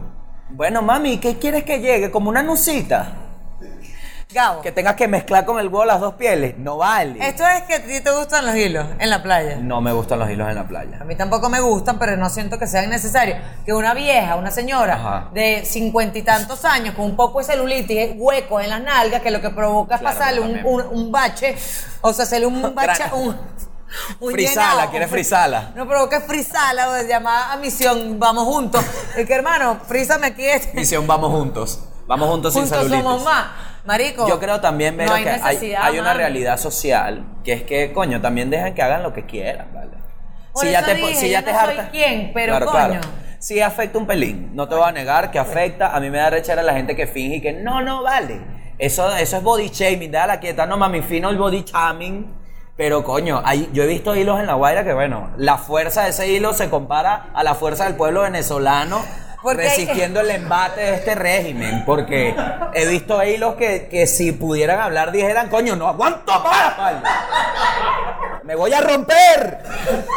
Speaker 3: Bueno, mami, ¿qué quieres que llegue? ¿Como una nucita?
Speaker 1: Gabo,
Speaker 3: ¿Que tengas que mezclar con el huevo las dos pieles? No vale.
Speaker 1: esto es que a ti te gustan los hilos en la playa.
Speaker 3: No me gustan los hilos en la playa.
Speaker 1: A mí tampoco me gustan, pero no siento que sean necesarios. Que una vieja, una señora
Speaker 3: Ajá.
Speaker 1: de cincuenta y tantos años con un poco de celulitis, huecos en las nalgas, que lo que provoca es
Speaker 3: Claro,
Speaker 1: pasarle
Speaker 3: yo
Speaker 1: un,
Speaker 3: también.
Speaker 1: un- un bache, o sea, hacerle un bache,
Speaker 3: Gran-
Speaker 1: un... un
Speaker 3: Frisala,
Speaker 1: llenado,
Speaker 3: ¿quieres
Speaker 1: un fri-
Speaker 3: frisala?
Speaker 1: No provoca frisala, o llamada a misión, vamos juntos. Es que hermano, frízame aquí este.
Speaker 3: Misión, vamos juntos. Vamos juntos sin
Speaker 1: Juntos
Speaker 3: celulitis.
Speaker 1: somos más. Marico.
Speaker 3: Yo creo también, Vero,
Speaker 1: no hay
Speaker 3: que hay- hay,
Speaker 1: necesidad,
Speaker 3: una
Speaker 1: mami.
Speaker 3: realidad social que es que, coño, también dejan que hagan lo que quieran, ¿vale?
Speaker 1: Por eso
Speaker 3: po-
Speaker 1: dije, yo no soy quien, pero coño.
Speaker 3: Sí afecta un pelín. No te voy a negar que afecta. A mí me da rechera la gente que finge y que no, no vale. Eso, eso es body shaming, da la quieta, no mami, fino el body shaming. Pero coño, hay- yo he visto hilos en la guaira que bueno, la fuerza de ese hilo se compara a la fuerza del pueblo venezolano
Speaker 1: Porque hay-
Speaker 3: resistiendo el embate de este régimen. Porque he visto hilos que, que si pudieran hablar dijeran, coño, no aguanto más, vale. Me voy a romper.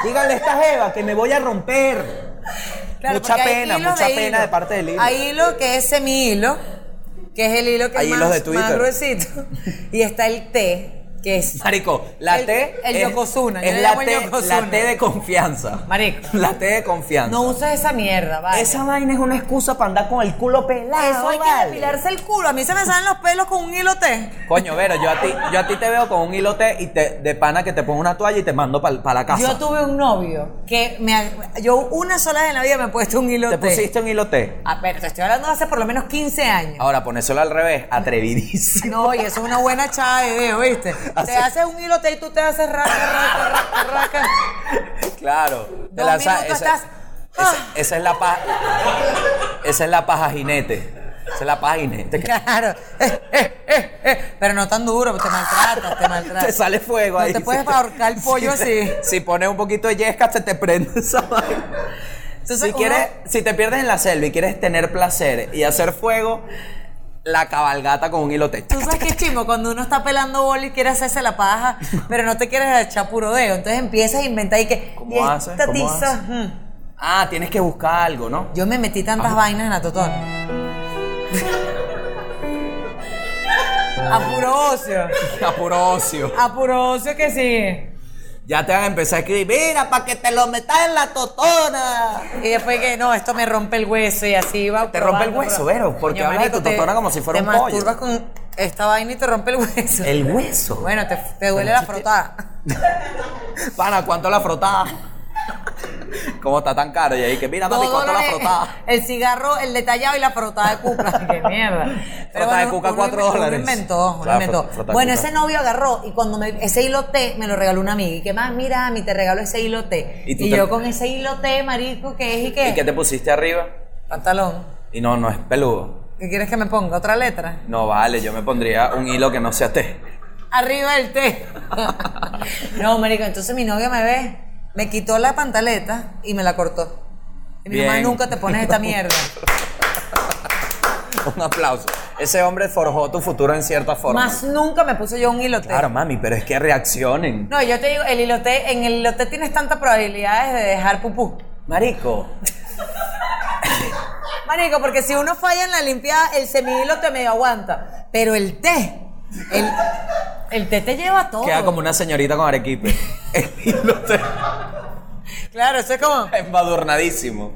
Speaker 3: Díganle a esta jeva que me voy a romper. Mucha
Speaker 1: porque hay
Speaker 3: pena,
Speaker 1: hilos
Speaker 3: mucha pena
Speaker 1: hilo.
Speaker 3: de parte del hilo.
Speaker 1: Hay hilo que es semi hilo, que es el hilo que
Speaker 3: Hay
Speaker 1: es más,
Speaker 3: hilos de Twitter.
Speaker 1: más gruesito. Y está el T, ¿Qué es?
Speaker 3: Marico, la
Speaker 1: El-
Speaker 3: T
Speaker 1: el
Speaker 3: es,
Speaker 1: Yokozuna, yo
Speaker 3: es
Speaker 1: le
Speaker 3: la,
Speaker 1: llamo el
Speaker 3: T,
Speaker 1: Yokozuna.
Speaker 3: la T de confianza.
Speaker 1: Marico.
Speaker 3: La T de confianza.
Speaker 1: No uses esa mierda, vale.
Speaker 3: Esa vaina es una excusa para andar con el culo pelado.
Speaker 1: Eso hay que
Speaker 3: vale.
Speaker 1: depilarse el culo. A mí se me salen los pelos con un hilo T.
Speaker 3: Coño, Vero, yo a ti, yo a ti te veo con un hilote y te, de pana que te pongo una toalla y te mando para la casa.
Speaker 1: Yo tuve un novio que me. ag- Yo una sola vez en la vida me he puesto un hilo
Speaker 3: te
Speaker 1: T.
Speaker 3: pusiste Ah. un hilote.
Speaker 1: A ver, te estoy hablando de hace por lo menos 15 años.
Speaker 3: Ahora, ponéselo al revés, atrevidísimo.
Speaker 1: No, y eso es una buena chava de dedo, ¿viste? Te haces un hilo T y tú te haces raca, raca, raca, raca.
Speaker 3: Claro.
Speaker 1: Dos minutos estás-
Speaker 3: esa,
Speaker 1: Ah.
Speaker 3: esa es la paja. Esa es la paja jinete. Esa es la paja jinete. que
Speaker 1: Claro. Eh, eh, eh, eh. Pero no tan duro, te maltratas, te maltratas.
Speaker 3: te sale fuego
Speaker 1: No
Speaker 3: ahí.
Speaker 1: te puedes ahorcar el pollo
Speaker 3: si te-
Speaker 1: así.
Speaker 3: Si pones un poquito de yesca, se te prende esa vaina.
Speaker 1: Entonces,
Speaker 3: Si,
Speaker 1: uno-
Speaker 3: quieres, si te pierdes en la selva y quieres tener placer y hacer fuego, la cabalgata con un hilote.
Speaker 1: Tú sabes que es chimo cuando uno está pelando bola y quiere hacerse la paja, pero no te quieres echar puro dedo. Entonces empiezas a inventar y que.
Speaker 3: ¿Cómo
Speaker 1: y esta
Speaker 3: haces? ¿Cómo
Speaker 1: tiza,
Speaker 3: haces?
Speaker 1: mm.
Speaker 3: Ah, tienes que buscar algo, ¿no?
Speaker 1: Yo me metí tantas
Speaker 3: Ah.
Speaker 1: vainas en la totona. a puro ocio.
Speaker 3: A puro ocio.
Speaker 1: A puro ocio que sigue.
Speaker 3: Ya te van a empezar a escribir, mira, para que te lo metas en la totona.
Speaker 1: Y después que no, esto me rompe el hueso y así va.
Speaker 3: Te rompe el hueso, Vero, porque hablas de tu totona como si fuera un pollo.
Speaker 1: Te masturbas con esta vaina y te rompe el hueso.
Speaker 3: El hueso.
Speaker 1: Bueno, te, te duele la frotada.
Speaker 3: Pana, ¿cuánto la frotada? ¿Cómo está tan caro? Y ahí que, mira, mami,
Speaker 1: Todo
Speaker 3: ¿cuánto Ah, la
Speaker 1: lo de-
Speaker 3: frotada?
Speaker 1: El cigarro, el detallado y la frotada de cuca. ¡Qué mierda!
Speaker 3: Frotada de cuca, cuatro
Speaker 1: uno
Speaker 3: dólares.
Speaker 1: inventó, uno
Speaker 3: Claro,
Speaker 1: inventó.
Speaker 3: frota- frotada de
Speaker 1: bueno,
Speaker 3: cuca.
Speaker 1: ese novio agarró y cuando me- ese hilo T me lo regaló una amiga. Y que más, mira, a mí te regaló ese hilo T.
Speaker 3: Y
Speaker 1: Y,
Speaker 3: tú te-
Speaker 1: yo con ese hilo T, marico, que es y que...
Speaker 3: ¿Y qué te pusiste arriba?
Speaker 1: Pantalón.
Speaker 3: Y no, no es peludo.
Speaker 1: ¿Qué quieres que me ponga? ¿Otra letra?
Speaker 3: No vale, yo me pondría un hilo que no sea té.
Speaker 1: Arriba el té. no, marico, entonces mi novia me ve, me quitó la pantaleta y me la cortó. Y mi mamá
Speaker 3: Bien.
Speaker 1: nunca te pones esta mierda.
Speaker 3: Un aplauso. Ese hombre forjó tu futuro en cierta forma.
Speaker 1: Más nunca me puse yo un hilote.
Speaker 3: Claro, mami, pero es que reaccionen.
Speaker 1: No, yo te digo, el hilote, en el hilote tienes tantas probabilidades de dejar pupú.
Speaker 3: Marico,
Speaker 1: Marico, porque si uno falla en la limpiada, el semihilo te medio aguanta. Pero el té, el, el té te lleva todo.
Speaker 3: queda como una señorita con arequipe. El hilo té.
Speaker 1: Claro, eso es como.
Speaker 3: embadurnadísimo.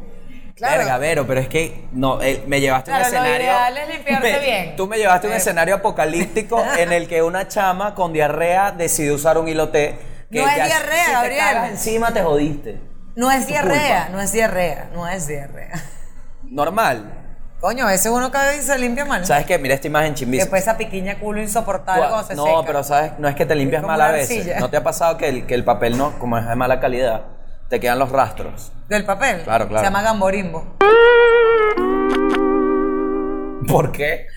Speaker 1: Claro.
Speaker 3: Verga, Vero, pero es que no, eh, me llevaste a un
Speaker 1: Claro, lo
Speaker 3: escenario.
Speaker 1: ideal es limpiarse
Speaker 3: me-
Speaker 1: bien.
Speaker 3: Tú me llevaste a un
Speaker 1: Eh.
Speaker 3: escenario apocalíptico en el que una chama con diarrea decidió usar un hilote. Que
Speaker 1: No es
Speaker 3: ya-
Speaker 1: diarrea,
Speaker 3: si te
Speaker 1: Gabriel.
Speaker 3: cagas encima te jodiste.
Speaker 1: No es
Speaker 3: tu
Speaker 1: diarrea, no es diarrea, no es diarrea.
Speaker 3: Normal.
Speaker 1: Coño, a veces uno cae y se limpia mal.
Speaker 3: ¿Sabes qué? Mira esta imagen
Speaker 1: Que
Speaker 3: chimbísima.
Speaker 1: Después esa piquiña culo insoportable
Speaker 3: Cua-
Speaker 1: cuando se
Speaker 3: no,
Speaker 1: seca.
Speaker 3: pero sabes, no es que te limpias
Speaker 1: como
Speaker 3: mal a
Speaker 1: una
Speaker 3: veces.
Speaker 1: arcilla.
Speaker 3: ¿No te ha pasado que el, que el papel no, como es de mala calidad, te quedan los rastros?
Speaker 1: Del papel.
Speaker 3: Claro, claro.
Speaker 1: Se llama gamborimbo.
Speaker 3: ¿Por qué?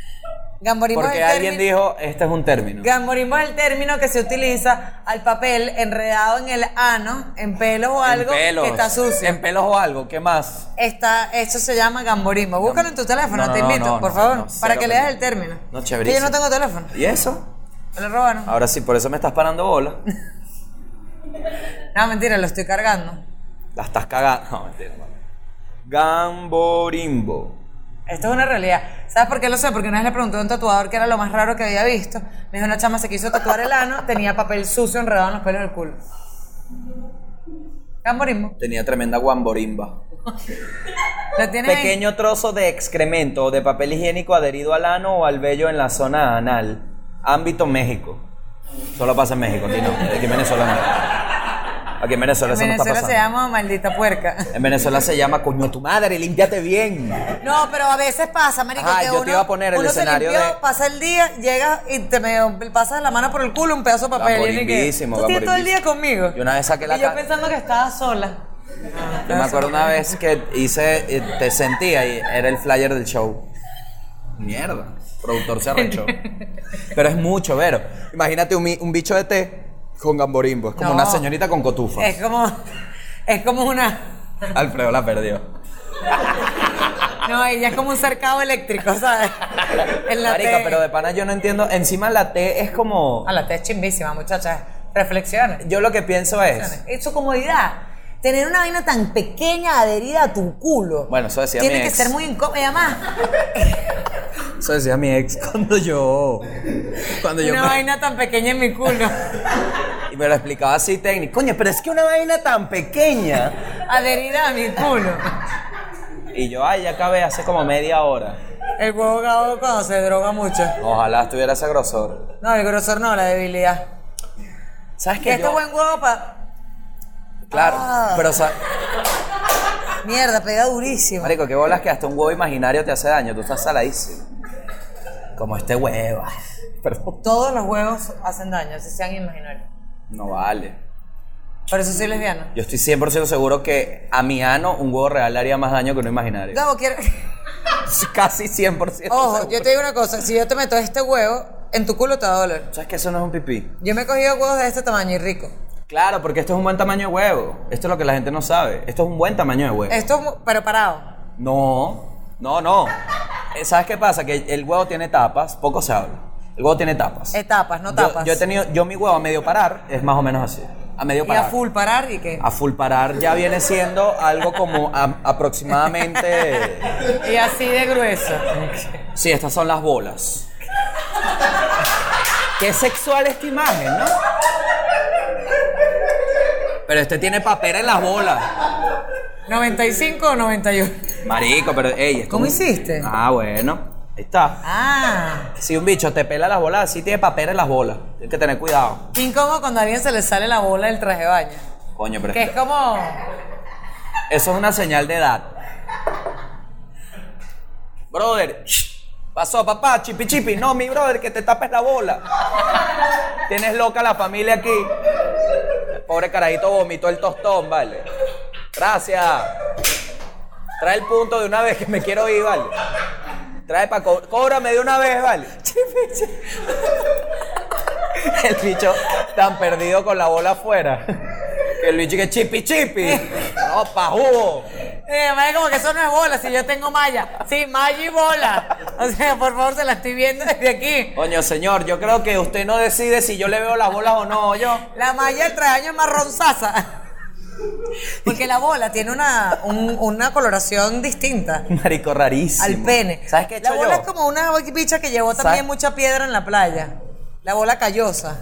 Speaker 1: Gamborimbo
Speaker 3: Porque
Speaker 1: es el
Speaker 3: alguien
Speaker 1: término-
Speaker 3: dijo, este es un término.
Speaker 1: Gamborimbo es el término que se utiliza al papel enredado en el ano, en pelos o algo
Speaker 3: en pelos,
Speaker 1: que está sucio.
Speaker 3: En pelos o algo, ¿qué más?
Speaker 1: Está, eso se llama gamborimbo. Búscalo en tu teléfono,
Speaker 3: No, no,
Speaker 1: te
Speaker 3: no,
Speaker 1: invito,
Speaker 3: no,
Speaker 1: por
Speaker 3: no,
Speaker 1: favor,
Speaker 3: no, cero
Speaker 1: para que leas
Speaker 3: pendiente.
Speaker 1: el término. Que
Speaker 3: No,
Speaker 1: yo
Speaker 3: chéverísimo. Ah.
Speaker 1: no tengo teléfono.
Speaker 3: ¿Y eso?
Speaker 1: Me lo robaron.
Speaker 3: Ahora sí, por eso me estás parando bola.
Speaker 1: No, mentira, lo estoy cargando.
Speaker 3: La estás cagando. No, mentira, no. Gamborimbo.
Speaker 1: Esto es una realidad. ¿Sabes por qué lo sé? Porque una vez le pregunté a un tatuador que era lo más raro que había visto. Me dijo una chama se quiso tatuar el ano, tenía papel sucio enredado en los pelos del culo. Gamborismo.
Speaker 3: Tenía tremenda guamborimba.
Speaker 1: Lo tiene ahí.
Speaker 3: Pequeño trozo de excremento o de papel higiénico adherido al ano o al vello en la zona anal. Ámbito México. Solo pasa en México, aquí no. Aquí en Venezuela no. Aquí en Venezuela
Speaker 1: En
Speaker 3: eso no
Speaker 1: Venezuela
Speaker 3: está
Speaker 1: se
Speaker 3: pasando.
Speaker 1: llama maldita puerca.
Speaker 3: En Venezuela se llama coño tu madre, límpiate bien.
Speaker 1: No, pero a veces pasa, marico,
Speaker 3: Ajá,
Speaker 1: que
Speaker 3: yo te
Speaker 1: uno,
Speaker 3: iba a poner el
Speaker 1: uno se
Speaker 3: escenario
Speaker 1: limpió,
Speaker 3: de-
Speaker 1: pasa el día, llegas y te medio pasas la mano por el culo un pedazo de papel. Y yo dije,
Speaker 3: Gamborimbiísimo,
Speaker 1: Tú tienes todo el día conmigo.
Speaker 3: Yo una vez saqué la
Speaker 1: y yo
Speaker 3: ca-
Speaker 1: pensando que estaba sola.
Speaker 3: Yo me acuerdo una vez que hice, eh, te sentía y era el flyer del show. Mierda. Productor se arrechó. Pero es mucho, Vero. Imagínate un, mi- un bicho de té con gamborimbo. Es como
Speaker 1: No.
Speaker 3: una señorita con cotufa.
Speaker 1: Es como, es como una...
Speaker 3: Alfredo la perdió.
Speaker 1: No, ella es como un cercado eléctrico, ¿sabes? En la
Speaker 3: Marica,
Speaker 1: T.
Speaker 3: pero de pana yo no entiendo. Encima la té es como.
Speaker 1: A la T es chimbísima, muchachas. Reflexiones.
Speaker 3: Yo lo que pienso es.
Speaker 1: Es su comodidad. Tener una vaina tan pequeña adherida a tu culo.
Speaker 3: Bueno, eso decía
Speaker 1: Tiene
Speaker 3: mi
Speaker 1: que
Speaker 3: ex.
Speaker 1: ser muy incómodo. Además,
Speaker 3: Eso decía mi ex cuando yo. Cuando yo.
Speaker 1: Una
Speaker 3: me-
Speaker 1: vaina tan pequeña en mi culo.
Speaker 3: y me lo explicaba así técnico. Coño, pero es que una vaina tan pequeña.
Speaker 1: Adherida a mi culo.
Speaker 3: Y yo, ay, ya acabé hace como media hora.
Speaker 1: El huevo gado cuando se droga mucho.
Speaker 3: Ojalá estuviera ese grosor.
Speaker 1: No, el grosor no, la debilidad.
Speaker 3: ¿Sabes
Speaker 1: Que
Speaker 3: qué?
Speaker 1: este
Speaker 3: Yo-
Speaker 1: buen huevo pa...
Speaker 3: Claro,
Speaker 1: Ah.
Speaker 3: pero sa-
Speaker 1: Mierda, pega durísimo.
Speaker 3: Marico, qué bolas que hasta un huevo imaginario te hace daño. Tú estás saladísimo. Como este huevo. Perdón.
Speaker 1: Todos los huevos hacen daño, si sean imaginarios.
Speaker 3: No vale.
Speaker 1: Por eso soy lesbiana.
Speaker 3: Yo estoy 100% seguro que a mi ano un huevo real le haría más daño que uno imaginario.
Speaker 1: Gabo, quiero...
Speaker 3: Casi 100%.
Speaker 1: Ojo,
Speaker 3: seguro.
Speaker 1: yo te digo una cosa. Si yo te meto este huevo, en tu culo te va a doler.
Speaker 3: ¿Sabes que eso no es un pipí?
Speaker 1: Yo me he cogido huevos de este tamaño y rico.
Speaker 3: Claro, porque esto es un buen tamaño de huevo. Esto es lo que la gente no sabe. Esto es un buen tamaño de huevo.
Speaker 1: Esto, es mu- pero parado.
Speaker 3: No, no, no. Eh, ¿Sabes qué pasa? Que el huevo tiene tapas, poco se habla. El huevo tiene tapas.
Speaker 1: Etapas, Eh, no
Speaker 3: Yo-
Speaker 1: tapas.
Speaker 3: Yo, he tenido, yo mi huevo a medio parar es más o menos así. A medio
Speaker 1: Y a
Speaker 3: parar.
Speaker 1: full parar y qué.
Speaker 3: A full parar ya viene siendo algo como a- aproximadamente.
Speaker 1: Y así de grueso.
Speaker 3: Sí, estas son las bolas. Qué sexual esta imagen, ¿no? Pero este tiene papel en las bolas.
Speaker 1: 95 o 91.
Speaker 3: Marico, pero ey, esto
Speaker 1: ¿Cómo
Speaker 3: es un-
Speaker 1: hiciste?
Speaker 3: Ah, bueno. Ahí está.
Speaker 1: Ah.
Speaker 3: Si un bicho te pela las bolas, sí tiene papel en las bolas. Tienes que tener cuidado.
Speaker 1: Qué incómodo cuando a alguien se le sale la bola del traje de baño.
Speaker 3: Coño, pero
Speaker 1: Que es como.
Speaker 3: eso es una señal de edad. Brother, pasó papá, chipi chipi. No, mi brother, que te tapes la bola. Tienes loca la familia aquí. El pobre carajito vomitó el tostón, vale. Gracias. Trae el punto de una vez que me quiero ir, vale. Trae para cóbrame de una vez, vale. El bicho tan perdido con la bola afuera. Que el bicho que chipi chipi. No, pa' jugo.
Speaker 1: Eh, madre, como que eso no es bola, si yo tengo malla. Sí, malla y bola. O sea, por favor, se la estoy viendo desde aquí.
Speaker 3: Coño, señor, yo creo que usted no decide si yo le veo las bolas o no, yo.
Speaker 1: La malla del traje de baño es marrón sasa. Porque la bola tiene una, un- una coloración distinta
Speaker 3: Marico, rarísimo.
Speaker 1: al pene.
Speaker 3: ¿Sabes qué he hecho
Speaker 1: La bola
Speaker 3: yo?
Speaker 1: es como una bicha que llevó también
Speaker 3: ¿Sabes?
Speaker 1: mucha piedra en la playa. La bola callosa.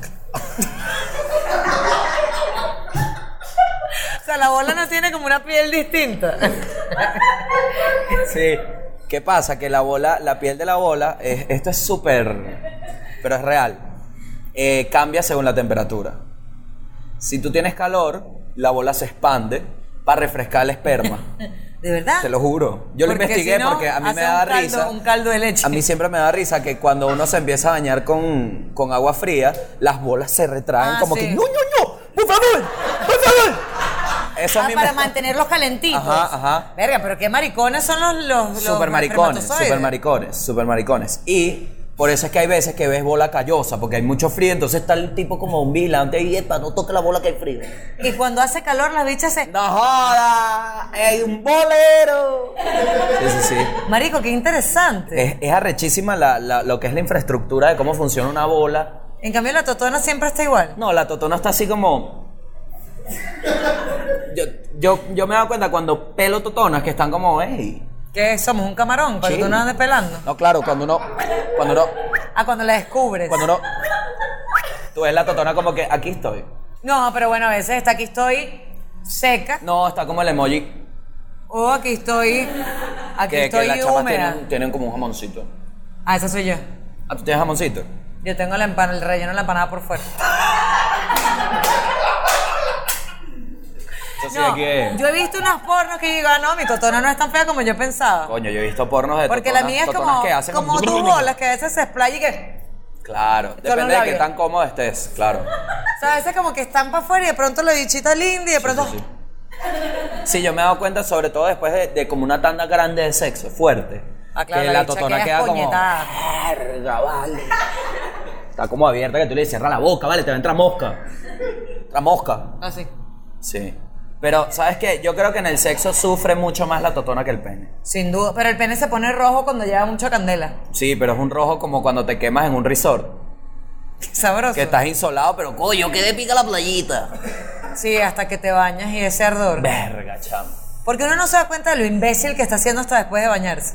Speaker 1: o sea, la bola no tiene como una piel distinta.
Speaker 3: Sí. ¿Qué pasa? Que la bola, la piel de la bola, es- esto es súper, pero es real. Eh, cambia según la temperatura. Si tú tienes calor, la bola se expande para refrescar el esperma.
Speaker 1: ¿De verdad?
Speaker 3: Te lo juro. Yo lo
Speaker 1: Porque
Speaker 3: investigué
Speaker 1: si no,
Speaker 3: porque a mí
Speaker 1: hace
Speaker 3: me da
Speaker 1: un caldo-
Speaker 3: risa.
Speaker 1: un caldo de leche.
Speaker 3: A mí siempre me da risa que cuando uno se empieza a bañar con, con agua fría, las bolas se retraen
Speaker 1: Ah,
Speaker 3: como
Speaker 1: sí.
Speaker 3: que ¡No, no, no! ¡Por favor! ¡Por favor! Eso a
Speaker 1: Ah,
Speaker 3: mí
Speaker 1: para
Speaker 3: me...
Speaker 1: mantenerlos calentitos.
Speaker 3: Ajá, ajá.
Speaker 1: Verga, pero qué maricones son los. los, los
Speaker 3: Super maricones,
Speaker 1: espermatozoides.
Speaker 3: super maricones, super maricones. Y por eso es que hay veces que ves bola callosa, porque hay mucho frío, entonces está el tipo como un vigilante y epa, no toca la bola que hay frío.
Speaker 1: Y cuando hace calor, las bichas se.
Speaker 3: ¡No joda! ¡Hay un bolero! Sí, sí, sí.
Speaker 1: Marico, qué interesante.
Speaker 3: Es, es arrechísima la- la- lo que es la infraestructura de cómo funciona una bola.
Speaker 1: En cambio, la totona siempre está igual.
Speaker 3: No, la totona está así como. Yo, yo, yo me he dado cuenta cuando pelo totonas que están como, ey.
Speaker 1: Que somos un camarón, cuando
Speaker 3: Chill.
Speaker 1: tú no andes pelando.
Speaker 3: No, claro, cuando uno. Cuando uno.
Speaker 1: Ah, cuando la descubres.
Speaker 3: Cuando uno. Tú ves la totona como que aquí estoy.
Speaker 1: No, pero bueno, a veces está aquí estoy seca.
Speaker 3: No, está como el emoji.
Speaker 1: O aquí estoy. Aquí
Speaker 3: Que, que
Speaker 1: estoy
Speaker 3: las chapas
Speaker 1: húmeda.
Speaker 3: tienen, tienen como un jamoncito.
Speaker 1: Ah, esa soy yo.
Speaker 3: Ah, tú tienes jamoncito.
Speaker 1: Yo tengo la empana, el relleno de la empanada por fuera.
Speaker 3: Entonces,
Speaker 1: No,
Speaker 3: aquí es-
Speaker 1: yo he visto unas pornos que digo, ah, no, mi totona no es tan fea como yo pensaba.
Speaker 3: Coño, yo he visto pornos de
Speaker 1: Porque
Speaker 3: totonas,
Speaker 1: la mía es
Speaker 3: totonas
Speaker 1: como,
Speaker 3: que hacen
Speaker 1: como tus bolas, que a veces se explaya y que.
Speaker 3: Claro, depende de
Speaker 1: labios.
Speaker 3: qué tan cómodo estés, claro.
Speaker 1: O sea, a veces como que están para afuera y de pronto la bichita linda y de pronto.
Speaker 3: Sí, sí. Sí, yo me he dado cuenta, sobre todo después de, de como una tanda grande de sexo, fuerte.
Speaker 1: Ah, claro,
Speaker 3: que
Speaker 1: la
Speaker 3: la,
Speaker 1: bicha
Speaker 3: totona
Speaker 1: queda
Speaker 3: queda, como.
Speaker 1: escoñetada.
Speaker 3: "Verga, vale". Está como abierta que tú le dices, cierra la boca, vale, te va a entrar mosca. Entra mosca.
Speaker 1: Así.
Speaker 3: Sí. Pero, ¿sabes qué? Yo creo que en el sexo sufre mucho más la totona que el pene.
Speaker 1: Sin duda. Pero el pene se pone rojo cuando lleva mucha candela.
Speaker 3: Sí, pero es un rojo como cuando te quemas en un resort.
Speaker 1: Qué sabroso.
Speaker 3: Que estás insolado, pero coño, qué de pica la playita.
Speaker 1: Sí, hasta que te bañas y ese ardor.
Speaker 3: Verga, chamo.
Speaker 1: Porque uno no se da cuenta de lo imbécil que está haciendo hasta después de bañarse.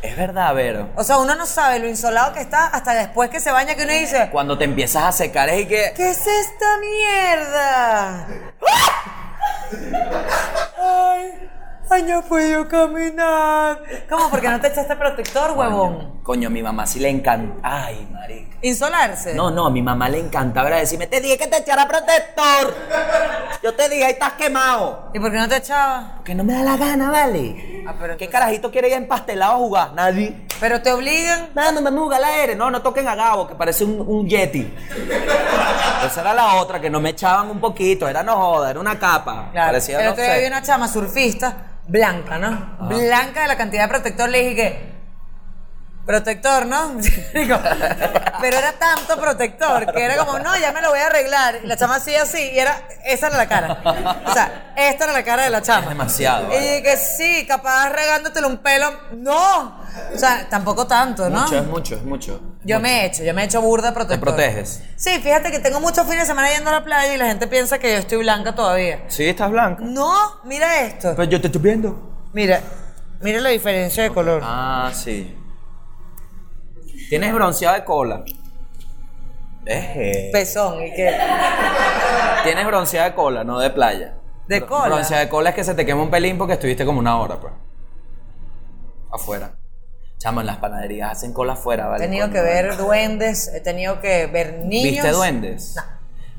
Speaker 3: Es verdad, Vero.
Speaker 1: O sea, uno no sabe lo insolado que está hasta después que se baña que uno dice,
Speaker 3: Cuando te empiezas a secar es y que...
Speaker 1: ¿qué es esta mierda? Ay, ay, no puedo caminar. ¿Cómo? Porque no te echaste protector, huevón.
Speaker 3: Coño, coño, mi mamá sí le encanta... Ay, marica.
Speaker 1: Insolarse.
Speaker 3: No, no, a mi mamá le encanta ver decirme, te dije que te echara protector. Yo te dije, ahí estás quemado.
Speaker 1: ¿Y por qué no te echaba?
Speaker 3: Que no me da la gana, vale.
Speaker 1: Ah, pero
Speaker 3: ¿Qué
Speaker 1: entonces-
Speaker 3: carajito quiere ir empastelado a jugar? Nadie.
Speaker 1: Pero te obligan.
Speaker 3: No, no me muga la aire. No, no toquen a Gabo, que parece un, un yeti. Esa era la otra, que no me echaban un poquito. Era no joda, era una capa.
Speaker 1: Claro.
Speaker 3: Parecía,
Speaker 1: el
Speaker 3: no
Speaker 1: otro día
Speaker 3: sé.
Speaker 1: vi una chama surfista, blanca, ¿no? Blanca de la cantidad de protector. Le dije que. Protector, ¿no? Digo, pero era tanto protector que era como, no, ya me lo voy a arreglar. Y la chama así, así, y era, esa era la cara. O sea, esta era la cara de la chama.
Speaker 3: Es demasiado,
Speaker 1: Y
Speaker 3: vale.
Speaker 1: dije que sí, capaz regándotelo un pelo. No. O sea, tampoco tanto, ¿no?
Speaker 3: Mucho, es mucho, es mucho.
Speaker 1: Yo me he hecho, yo me he hecho burda protector.
Speaker 3: proteges?
Speaker 1: Sí, fíjate que tengo muchos fines de semana yendo a la playa y la gente piensa que yo estoy blanca todavía.
Speaker 3: Sí, estás blanca.
Speaker 1: No, mira esto.
Speaker 3: Pero yo te estoy viendo.
Speaker 1: Mira, mira la diferencia de color.
Speaker 3: Ah, sí. Tienes bronceado de cola. Eje.
Speaker 1: Pezón y que
Speaker 3: Tienes bronceado de cola, no de playa.
Speaker 1: de
Speaker 3: Bro-
Speaker 1: cola.
Speaker 3: Bronceado de cola es que se te quema un pelín porque estuviste como una hora, pues. Afuera. Chamo, en las panaderías hacen cola afuera,
Speaker 1: He
Speaker 3: ¿vale?
Speaker 1: tenido
Speaker 3: Coño,
Speaker 1: que
Speaker 3: vale.
Speaker 1: ver duendes, he tenido que ver niños.
Speaker 3: ¿Viste duendes?
Speaker 1: No.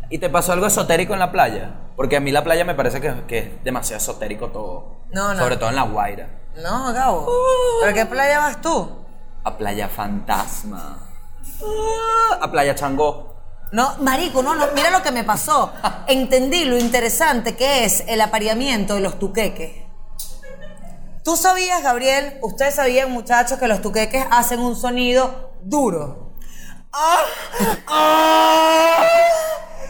Speaker 3: ¿Y te pasó algo esotérico en la playa? Porque a mí la playa me parece que, que es demasiado esotérico todo.
Speaker 1: No, no.
Speaker 3: Sobre todo en La Guaira.
Speaker 1: No, Gabo. ¿Pero qué playa vas tú?
Speaker 3: A Playa Fantasma. Ah, A Playa Changó.
Speaker 1: No, marico, no, no, mira lo que me pasó. Entendí lo interesante que es el apareamiento de los tuqueques. Tú sabías, Gabriel, ustedes sabían, muchachos, que los tuqueques hacen un sonido duro.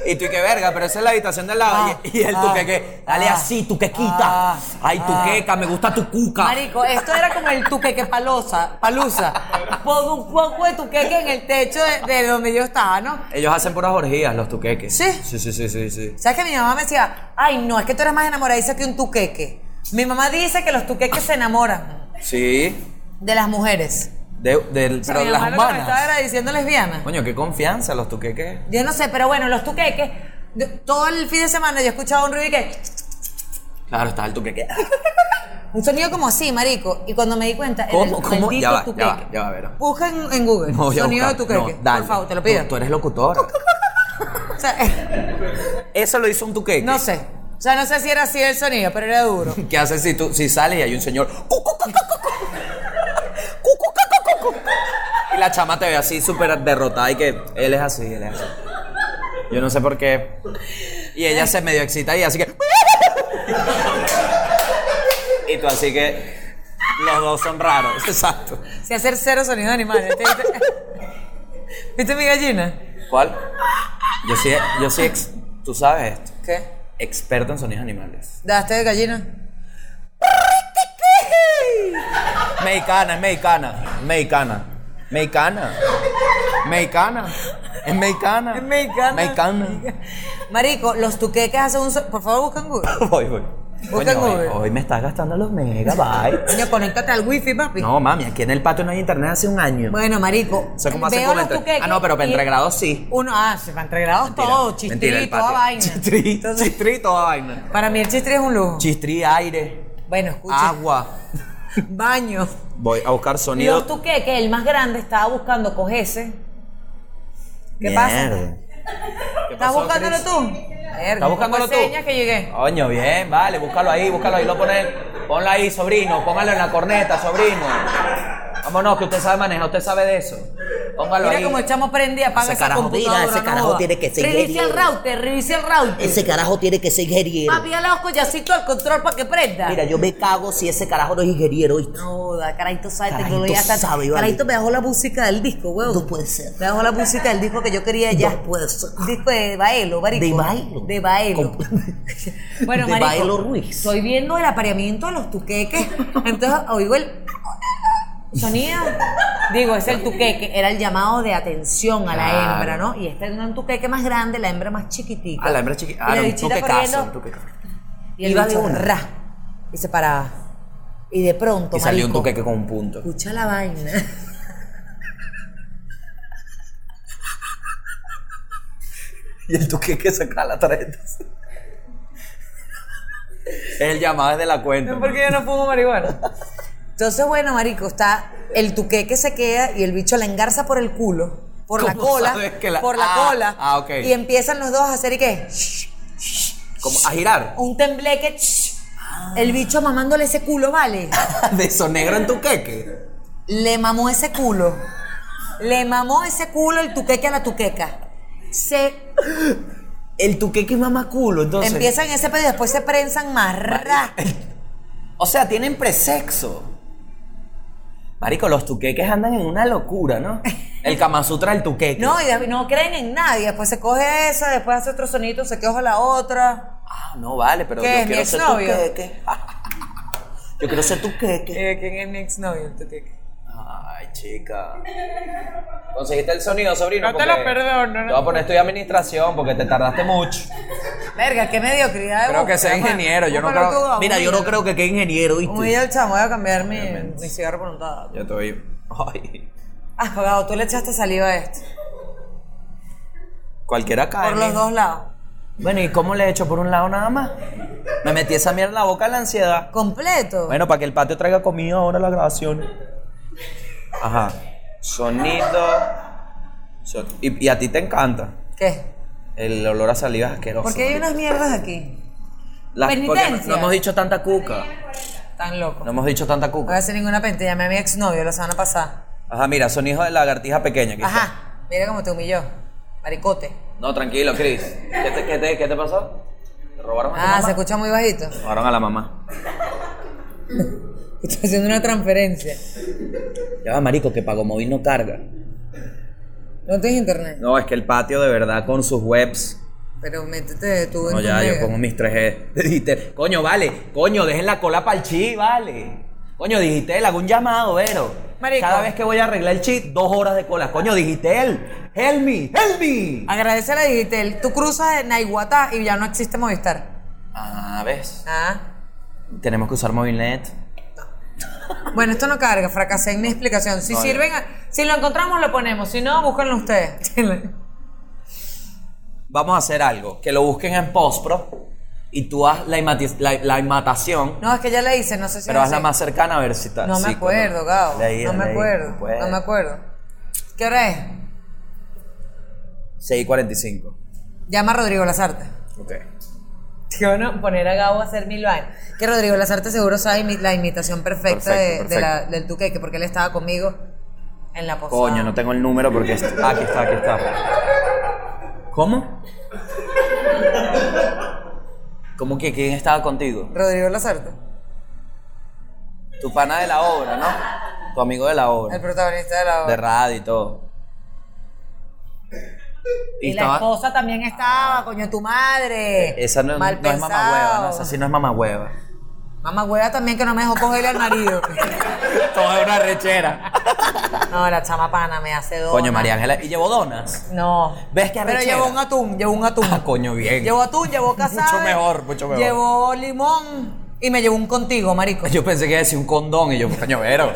Speaker 3: Y tú, y qué verga, pero esa es la habitación del lado.
Speaker 1: Ah,
Speaker 3: y, y el
Speaker 1: ah,
Speaker 3: tuqueque, dale
Speaker 1: ah,
Speaker 3: así, tuquequita.
Speaker 1: ah,
Speaker 3: Ay, tuqueca, me gusta tu cuca.
Speaker 1: Marico, esto era como el tuqueque palosa, palusa. Pon un poco de tuqueque en el techo de, de donde yo estaba, ¿no?
Speaker 3: Ellos hacen puras orgías, los tuqueques.
Speaker 1: Sí.
Speaker 3: Sí, sí, sí, sí, sí.
Speaker 1: ¿Sabes que mi mamá me decía, ay, no, es que tú eres más enamoradiza que un tuqueque? Mi mamá dice que los tuqueques se enamoran
Speaker 3: Sí.
Speaker 1: de las mujeres.
Speaker 3: De, del- pero
Speaker 1: mi
Speaker 3: las
Speaker 1: mamá lo que me estaba
Speaker 3: manas.
Speaker 1: era diciendo lesbiana.
Speaker 3: Coño, qué confianza los tuqueques.
Speaker 1: Yo no sé, pero bueno, los tuqueques, de- todo el fin de semana yo escuchaba un ruido y que,
Speaker 3: Claro, está el tuqueque.
Speaker 1: un sonido como así, marico. Y cuando me di cuenta, era
Speaker 3: ¿Cómo?
Speaker 1: el
Speaker 3: ¿Cómo?
Speaker 1: maldito
Speaker 3: Ya va,
Speaker 1: tuqueque.
Speaker 3: ya va, ya va, Vero.
Speaker 1: Busca en, en Google,
Speaker 3: No voy a
Speaker 1: sonido de
Speaker 3: buscar.
Speaker 1: tuqueque.
Speaker 3: No, dale.
Speaker 1: Por favor, te lo pido.
Speaker 3: Tú, tú eres locutora.
Speaker 1: O sea,
Speaker 3: Eso lo hizo un tuqueque.
Speaker 1: no sé. O sea, no sé si era así el sonido, pero era duro.
Speaker 3: ¿Qué haces si, tú, si sales y hay un señor? "Cu, cu, cu, cu, cu, cu". Cu, cu, cu, cu, cu, cu. Y la chama te ve así súper derrotada y que él es así, él es así. Yo no sé por qué. Y ella se medio excita y así que. Y tú así que. Los dos son raros. Exacto.
Speaker 1: Si hacer cero sonido de animales. ¿te ¿Viste, ¿Viste mi gallina?
Speaker 3: ¿Cuál? Yo sí, yo sí, ex- tú sabes esto.
Speaker 1: ¿Qué?
Speaker 3: Experto en sonidos animales.
Speaker 1: ¿Daste de gallina?
Speaker 3: Mexicana, es mexicana, mexicana, mexicana, mexicana, es mexicana.
Speaker 1: Es mexicana.
Speaker 3: Mexicana.
Speaker 1: Marico, los tuqueques hacen un... so- Por favor, busca en Google.
Speaker 3: Voy, voy.
Speaker 1: Busca en
Speaker 3: Coño, hoy,
Speaker 1: Google.
Speaker 3: hoy me estás gastando los megabytes.
Speaker 1: Coño, conéctate al wifi, papi.
Speaker 3: No, mami, aquí en el patio no hay internet hace un año.
Speaker 1: Bueno, marico.
Speaker 3: O sea, ¿cómo hacen
Speaker 1: veo
Speaker 3: con
Speaker 1: los
Speaker 3: entre-
Speaker 1: tuqueques
Speaker 3: Ah, no, pero para
Speaker 1: y-
Speaker 3: entregrados sí.
Speaker 1: Uno, ah, sí, para entregrados
Speaker 3: Mentira,
Speaker 1: todo,
Speaker 3: mentira,
Speaker 1: chistri,
Speaker 3: el
Speaker 1: toda
Speaker 3: patio.
Speaker 1: vaina.
Speaker 3: Chistri,
Speaker 1: Entonces,
Speaker 3: chistri, toda vaina.
Speaker 1: Para mí el chistri es un lujo.
Speaker 3: Chistri, aire,
Speaker 1: bueno, escucha.
Speaker 3: agua.
Speaker 1: Baño.
Speaker 3: Voy a buscar
Speaker 1: Los
Speaker 3: ah. sonido.
Speaker 1: tuqueques, el más grande, estaba buscando cojese. ¿Qué pasa?
Speaker 3: Mierda. ¿Qué
Speaker 1: ¿Estás
Speaker 3: pasó,
Speaker 1: buscándolo
Speaker 3: Chris?
Speaker 1: tú?
Speaker 3: ¿Estás buscándolo tú?
Speaker 1: señas que llegué.
Speaker 3: Coño, bien, vale, búscalo ahí, búscalo ahí, lo pones, ponlo ahí, sobrino, póngalo en la corneta, sobrino. Vámonos, que usted sabe manejar, usted sabe de eso. Póngalo
Speaker 1: Mira
Speaker 3: ahí.
Speaker 1: cómo el chamo prende y apaga
Speaker 6: Ese
Speaker 1: esa
Speaker 6: carajo,
Speaker 1: computadora.
Speaker 6: mira, ese
Speaker 1: no
Speaker 6: carajo
Speaker 1: joda.
Speaker 6: tiene que ser
Speaker 1: Revise el
Speaker 6: ingeniero.
Speaker 1: router, revise el router.
Speaker 6: Ese carajo tiene que ser ingeniero.
Speaker 1: Papi, dale los collacitos al control para que prenda.
Speaker 6: Mira, yo me cago si ese carajo no es ingeniero. ¿oíste?
Speaker 1: No, joda, carajito sabe
Speaker 6: Carajito
Speaker 1: tecnología hasta-
Speaker 6: sabe, vale.
Speaker 1: Carajito me dejó la música del disco, huevón.
Speaker 6: No puede ser.
Speaker 1: Me dejó la música del disco que yo quería ya.
Speaker 6: No puede ser.
Speaker 1: Disco de Baelo, marico.
Speaker 6: De Baelo.
Speaker 1: De Baelo.
Speaker 6: Con-
Speaker 1: Bueno,
Speaker 6: De
Speaker 1: marico,
Speaker 6: Baelo Ruiz.
Speaker 1: Estoy viendo el apareamiento de los tuqueques. Entonces oigo el sonido. Digo, es el tuqueque. Era el llamado de atención a la
Speaker 3: Claro.
Speaker 1: hembra, ¿no? Y este es un tuqueque más grande, la hembra más chiquitica.
Speaker 3: Ah, la hembra chiquita.
Speaker 1: Y
Speaker 3: Ah,
Speaker 1: la
Speaker 3: no, un
Speaker 1: bichita
Speaker 3: tuquecazo,
Speaker 1: corriendo.
Speaker 3: un tuquecazo.
Speaker 1: Y el
Speaker 6: Iba de
Speaker 1: bicho,
Speaker 6: una.
Speaker 1: ra. Y se paraba. Y de pronto,
Speaker 3: Y salió un
Speaker 1: marico,
Speaker 3: tuqueque con un punto.
Speaker 1: escucha la vaina.
Speaker 3: Y el tuqueque saca la tarjeta. Es el llamado desde la cuenta.
Speaker 1: porque yo no fumo marihuana. Entonces, bueno, marico, está el tuqué que se queda y el bicho la engarza por el culo, por la
Speaker 3: ¿Cómo
Speaker 1: cola,
Speaker 3: sabes que la-
Speaker 1: por la
Speaker 3: Ah,
Speaker 1: cola.
Speaker 3: ah, ok.
Speaker 1: Y empiezan los dos a hacer y qué?
Speaker 3: Como a girar.
Speaker 1: Un tembleque. El bicho mamándole ese culo, ¿vale?
Speaker 3: De eso negro en tuqueque.
Speaker 1: Le mamó ese culo. Le mamó ese culo el tuqueque a la tuqueca. Se
Speaker 3: El tuqueque es mamá culo, entonces.
Speaker 1: empiezan ese pedo y después se prensan más. ra.
Speaker 3: O sea, tienen presexo. Marico, los tuqueques andan en una locura, ¿no? El Kama Sutra del tuqueque.
Speaker 1: No, y de- no creen en nadie. Después se coge esa, después hace otro sonito, se coge la otra.
Speaker 3: Ah, no vale, pero
Speaker 1: ¿Qué
Speaker 3: yo
Speaker 1: es, mi
Speaker 3: quiero ser
Speaker 1: exnovio?
Speaker 3: tuqueque. Yo quiero ser tuqueque.
Speaker 1: ¿Quién es mi exnovio, el tuqueque?
Speaker 3: Ay, chica. Conseguiste el sonido, sobrino.
Speaker 1: No te lo
Speaker 3: Porque
Speaker 1: perdono, no.
Speaker 3: Te voy a poner estudio de administración porque te tardaste mucho.
Speaker 1: Verga, qué mediocridad de
Speaker 3: Creo que
Speaker 1: búsqueda,
Speaker 3: sea ingeniero,
Speaker 1: man.
Speaker 3: yo no
Speaker 1: Un pelotudo,
Speaker 3: creo-
Speaker 6: Mira, yo no creo que quede ingeniero,
Speaker 1: humilla.
Speaker 6: ¿viste?
Speaker 1: Humilla el chamo, voy a cambiar mi, mi cigarro por un tabaco.
Speaker 3: Ya te oí. Ay.
Speaker 1: Ah, cagado, tú le echaste saliva a esto.
Speaker 3: Cualquiera cae.
Speaker 1: Por los
Speaker 3: mijo.
Speaker 1: dos lados.
Speaker 3: Bueno, ¿y cómo le he hecho por un lado nada más? Me metí esa mierda en la boca la ansiedad.
Speaker 1: Completo.
Speaker 3: Bueno, para que el patio traiga comida ahora la grabación. Ajá. Sonido. Son- Y, y a ti te encanta.
Speaker 1: ¿Qué?
Speaker 3: El olor a saliva es asqueroso.
Speaker 1: Porque hay unas mierdas aquí.
Speaker 3: Las- porque no-
Speaker 1: penitencia.
Speaker 3: no hemos dicho tanta cuca.
Speaker 1: Tan loco.
Speaker 3: No
Speaker 1: No
Speaker 3: hemos dicho tanta
Speaker 1: voy a
Speaker 3: cuca.
Speaker 1: hacer ninguna pente. Llamé a mi exnovio la semana pasada.
Speaker 3: Ajá, mira, son hijos de lagartija pequeña. aquí está.
Speaker 1: Ajá. Mira cómo te humilló. Maricote.
Speaker 3: No, tranquilo, Chris. ¿Qué te, qué te- qué te pasó? ¿Te robaron a tu
Speaker 1: Ah,
Speaker 3: mamá?
Speaker 1: se escucha muy bajito.
Speaker 3: Robaron a la mamá.
Speaker 1: Estoy haciendo una transferencia.
Speaker 3: Ya va, marico, que pago móvil no carga.
Speaker 1: No tienes internet.
Speaker 3: No, es que el patio de verdad con sus webs.
Speaker 1: Pero métete tú en
Speaker 3: No,
Speaker 1: tu
Speaker 3: ya, yo
Speaker 1: mega.
Speaker 3: pongo mis 3G de Digitel. Coño, vale. Coño, dejen la cola para el chi, vale. Coño, Digitel, hago un llamado, Vero.
Speaker 1: Marico.
Speaker 3: Cada vez que voy a arreglar el chi, dos horas de cola. Coño, Digitel. Help me, help me.
Speaker 1: Agradece a la Digitel. Tú cruzas de Naiguatá y ya no existe Movistar.
Speaker 3: Ah, ¿ves?
Speaker 1: Ah.
Speaker 3: Tenemos que usar Movilnet.
Speaker 1: Bueno, esto no carga, fracasé en mi explicación. Si
Speaker 3: No, ya.
Speaker 1: sirven, a- si lo encontramos, lo ponemos. Si no, búsquenlo ustedes.
Speaker 3: Vamos a hacer algo, que lo busquen en Postpro y tú haz la, imati- la, la imatación,
Speaker 1: No, es que ya le hice, no sé si.
Speaker 3: pero
Speaker 1: es
Speaker 3: hazla
Speaker 1: así.
Speaker 3: más cercana a ver si está.
Speaker 1: No me
Speaker 3: sí,
Speaker 1: acuerdo,
Speaker 3: coño.
Speaker 1: Gabo.
Speaker 3: Leí,
Speaker 1: no me
Speaker 3: leí,
Speaker 1: acuerdo.
Speaker 3: pues.
Speaker 1: No me acuerdo. ¿Qué hora es?
Speaker 3: 6.45.
Speaker 1: Llama a Rodrigo Lazarte.
Speaker 3: Ok.
Speaker 1: Te van a poner a Gabo a hacer mil vainas. Que Rodrigo Lazarte seguro sabe imi- la imitación perfecta de-
Speaker 3: Perfecto,
Speaker 1: de la-
Speaker 3: perfecto.
Speaker 1: del tuqueque, porque él estaba conmigo en la posada.
Speaker 3: Coño, no tengo el número porque... es- ah, aquí está, aquí está. ¿Cómo? ¿Cómo que quién estaba contigo?
Speaker 1: Rodrigo Lazarte,
Speaker 3: Tu pana de la obra, ¿no? Tu amigo de la obra.
Speaker 1: el protagonista de la obra.
Speaker 3: De radio y todo.
Speaker 1: Y, la esposa también estaba, coño, tu madre.
Speaker 3: Ah. Eh, Esa no,
Speaker 1: Mal
Speaker 3: no es mamahueva,
Speaker 1: pensado.
Speaker 3: ¿no? Esa sí no es mamahueva.
Speaker 1: Mamá hueva también que no me dejó cogerle al marido.
Speaker 3: Toda una rechera.
Speaker 1: no, la chama pana me hace dos.
Speaker 3: Coño, María Ángela. ¿Y llevó donas?
Speaker 1: No.
Speaker 3: ¿Ves qué
Speaker 1: Pero
Speaker 3: arrechera?
Speaker 1: llevó un atún, llevó un atún.
Speaker 3: Ah, coño, bien.
Speaker 1: Llevó atún, llevó casabe.
Speaker 3: Mucho mejor, mucho mejor.
Speaker 1: Llevó limón y me llevó un contigo, marico.
Speaker 3: Yo pensé que iba a decir un condón y yo, coño, vero.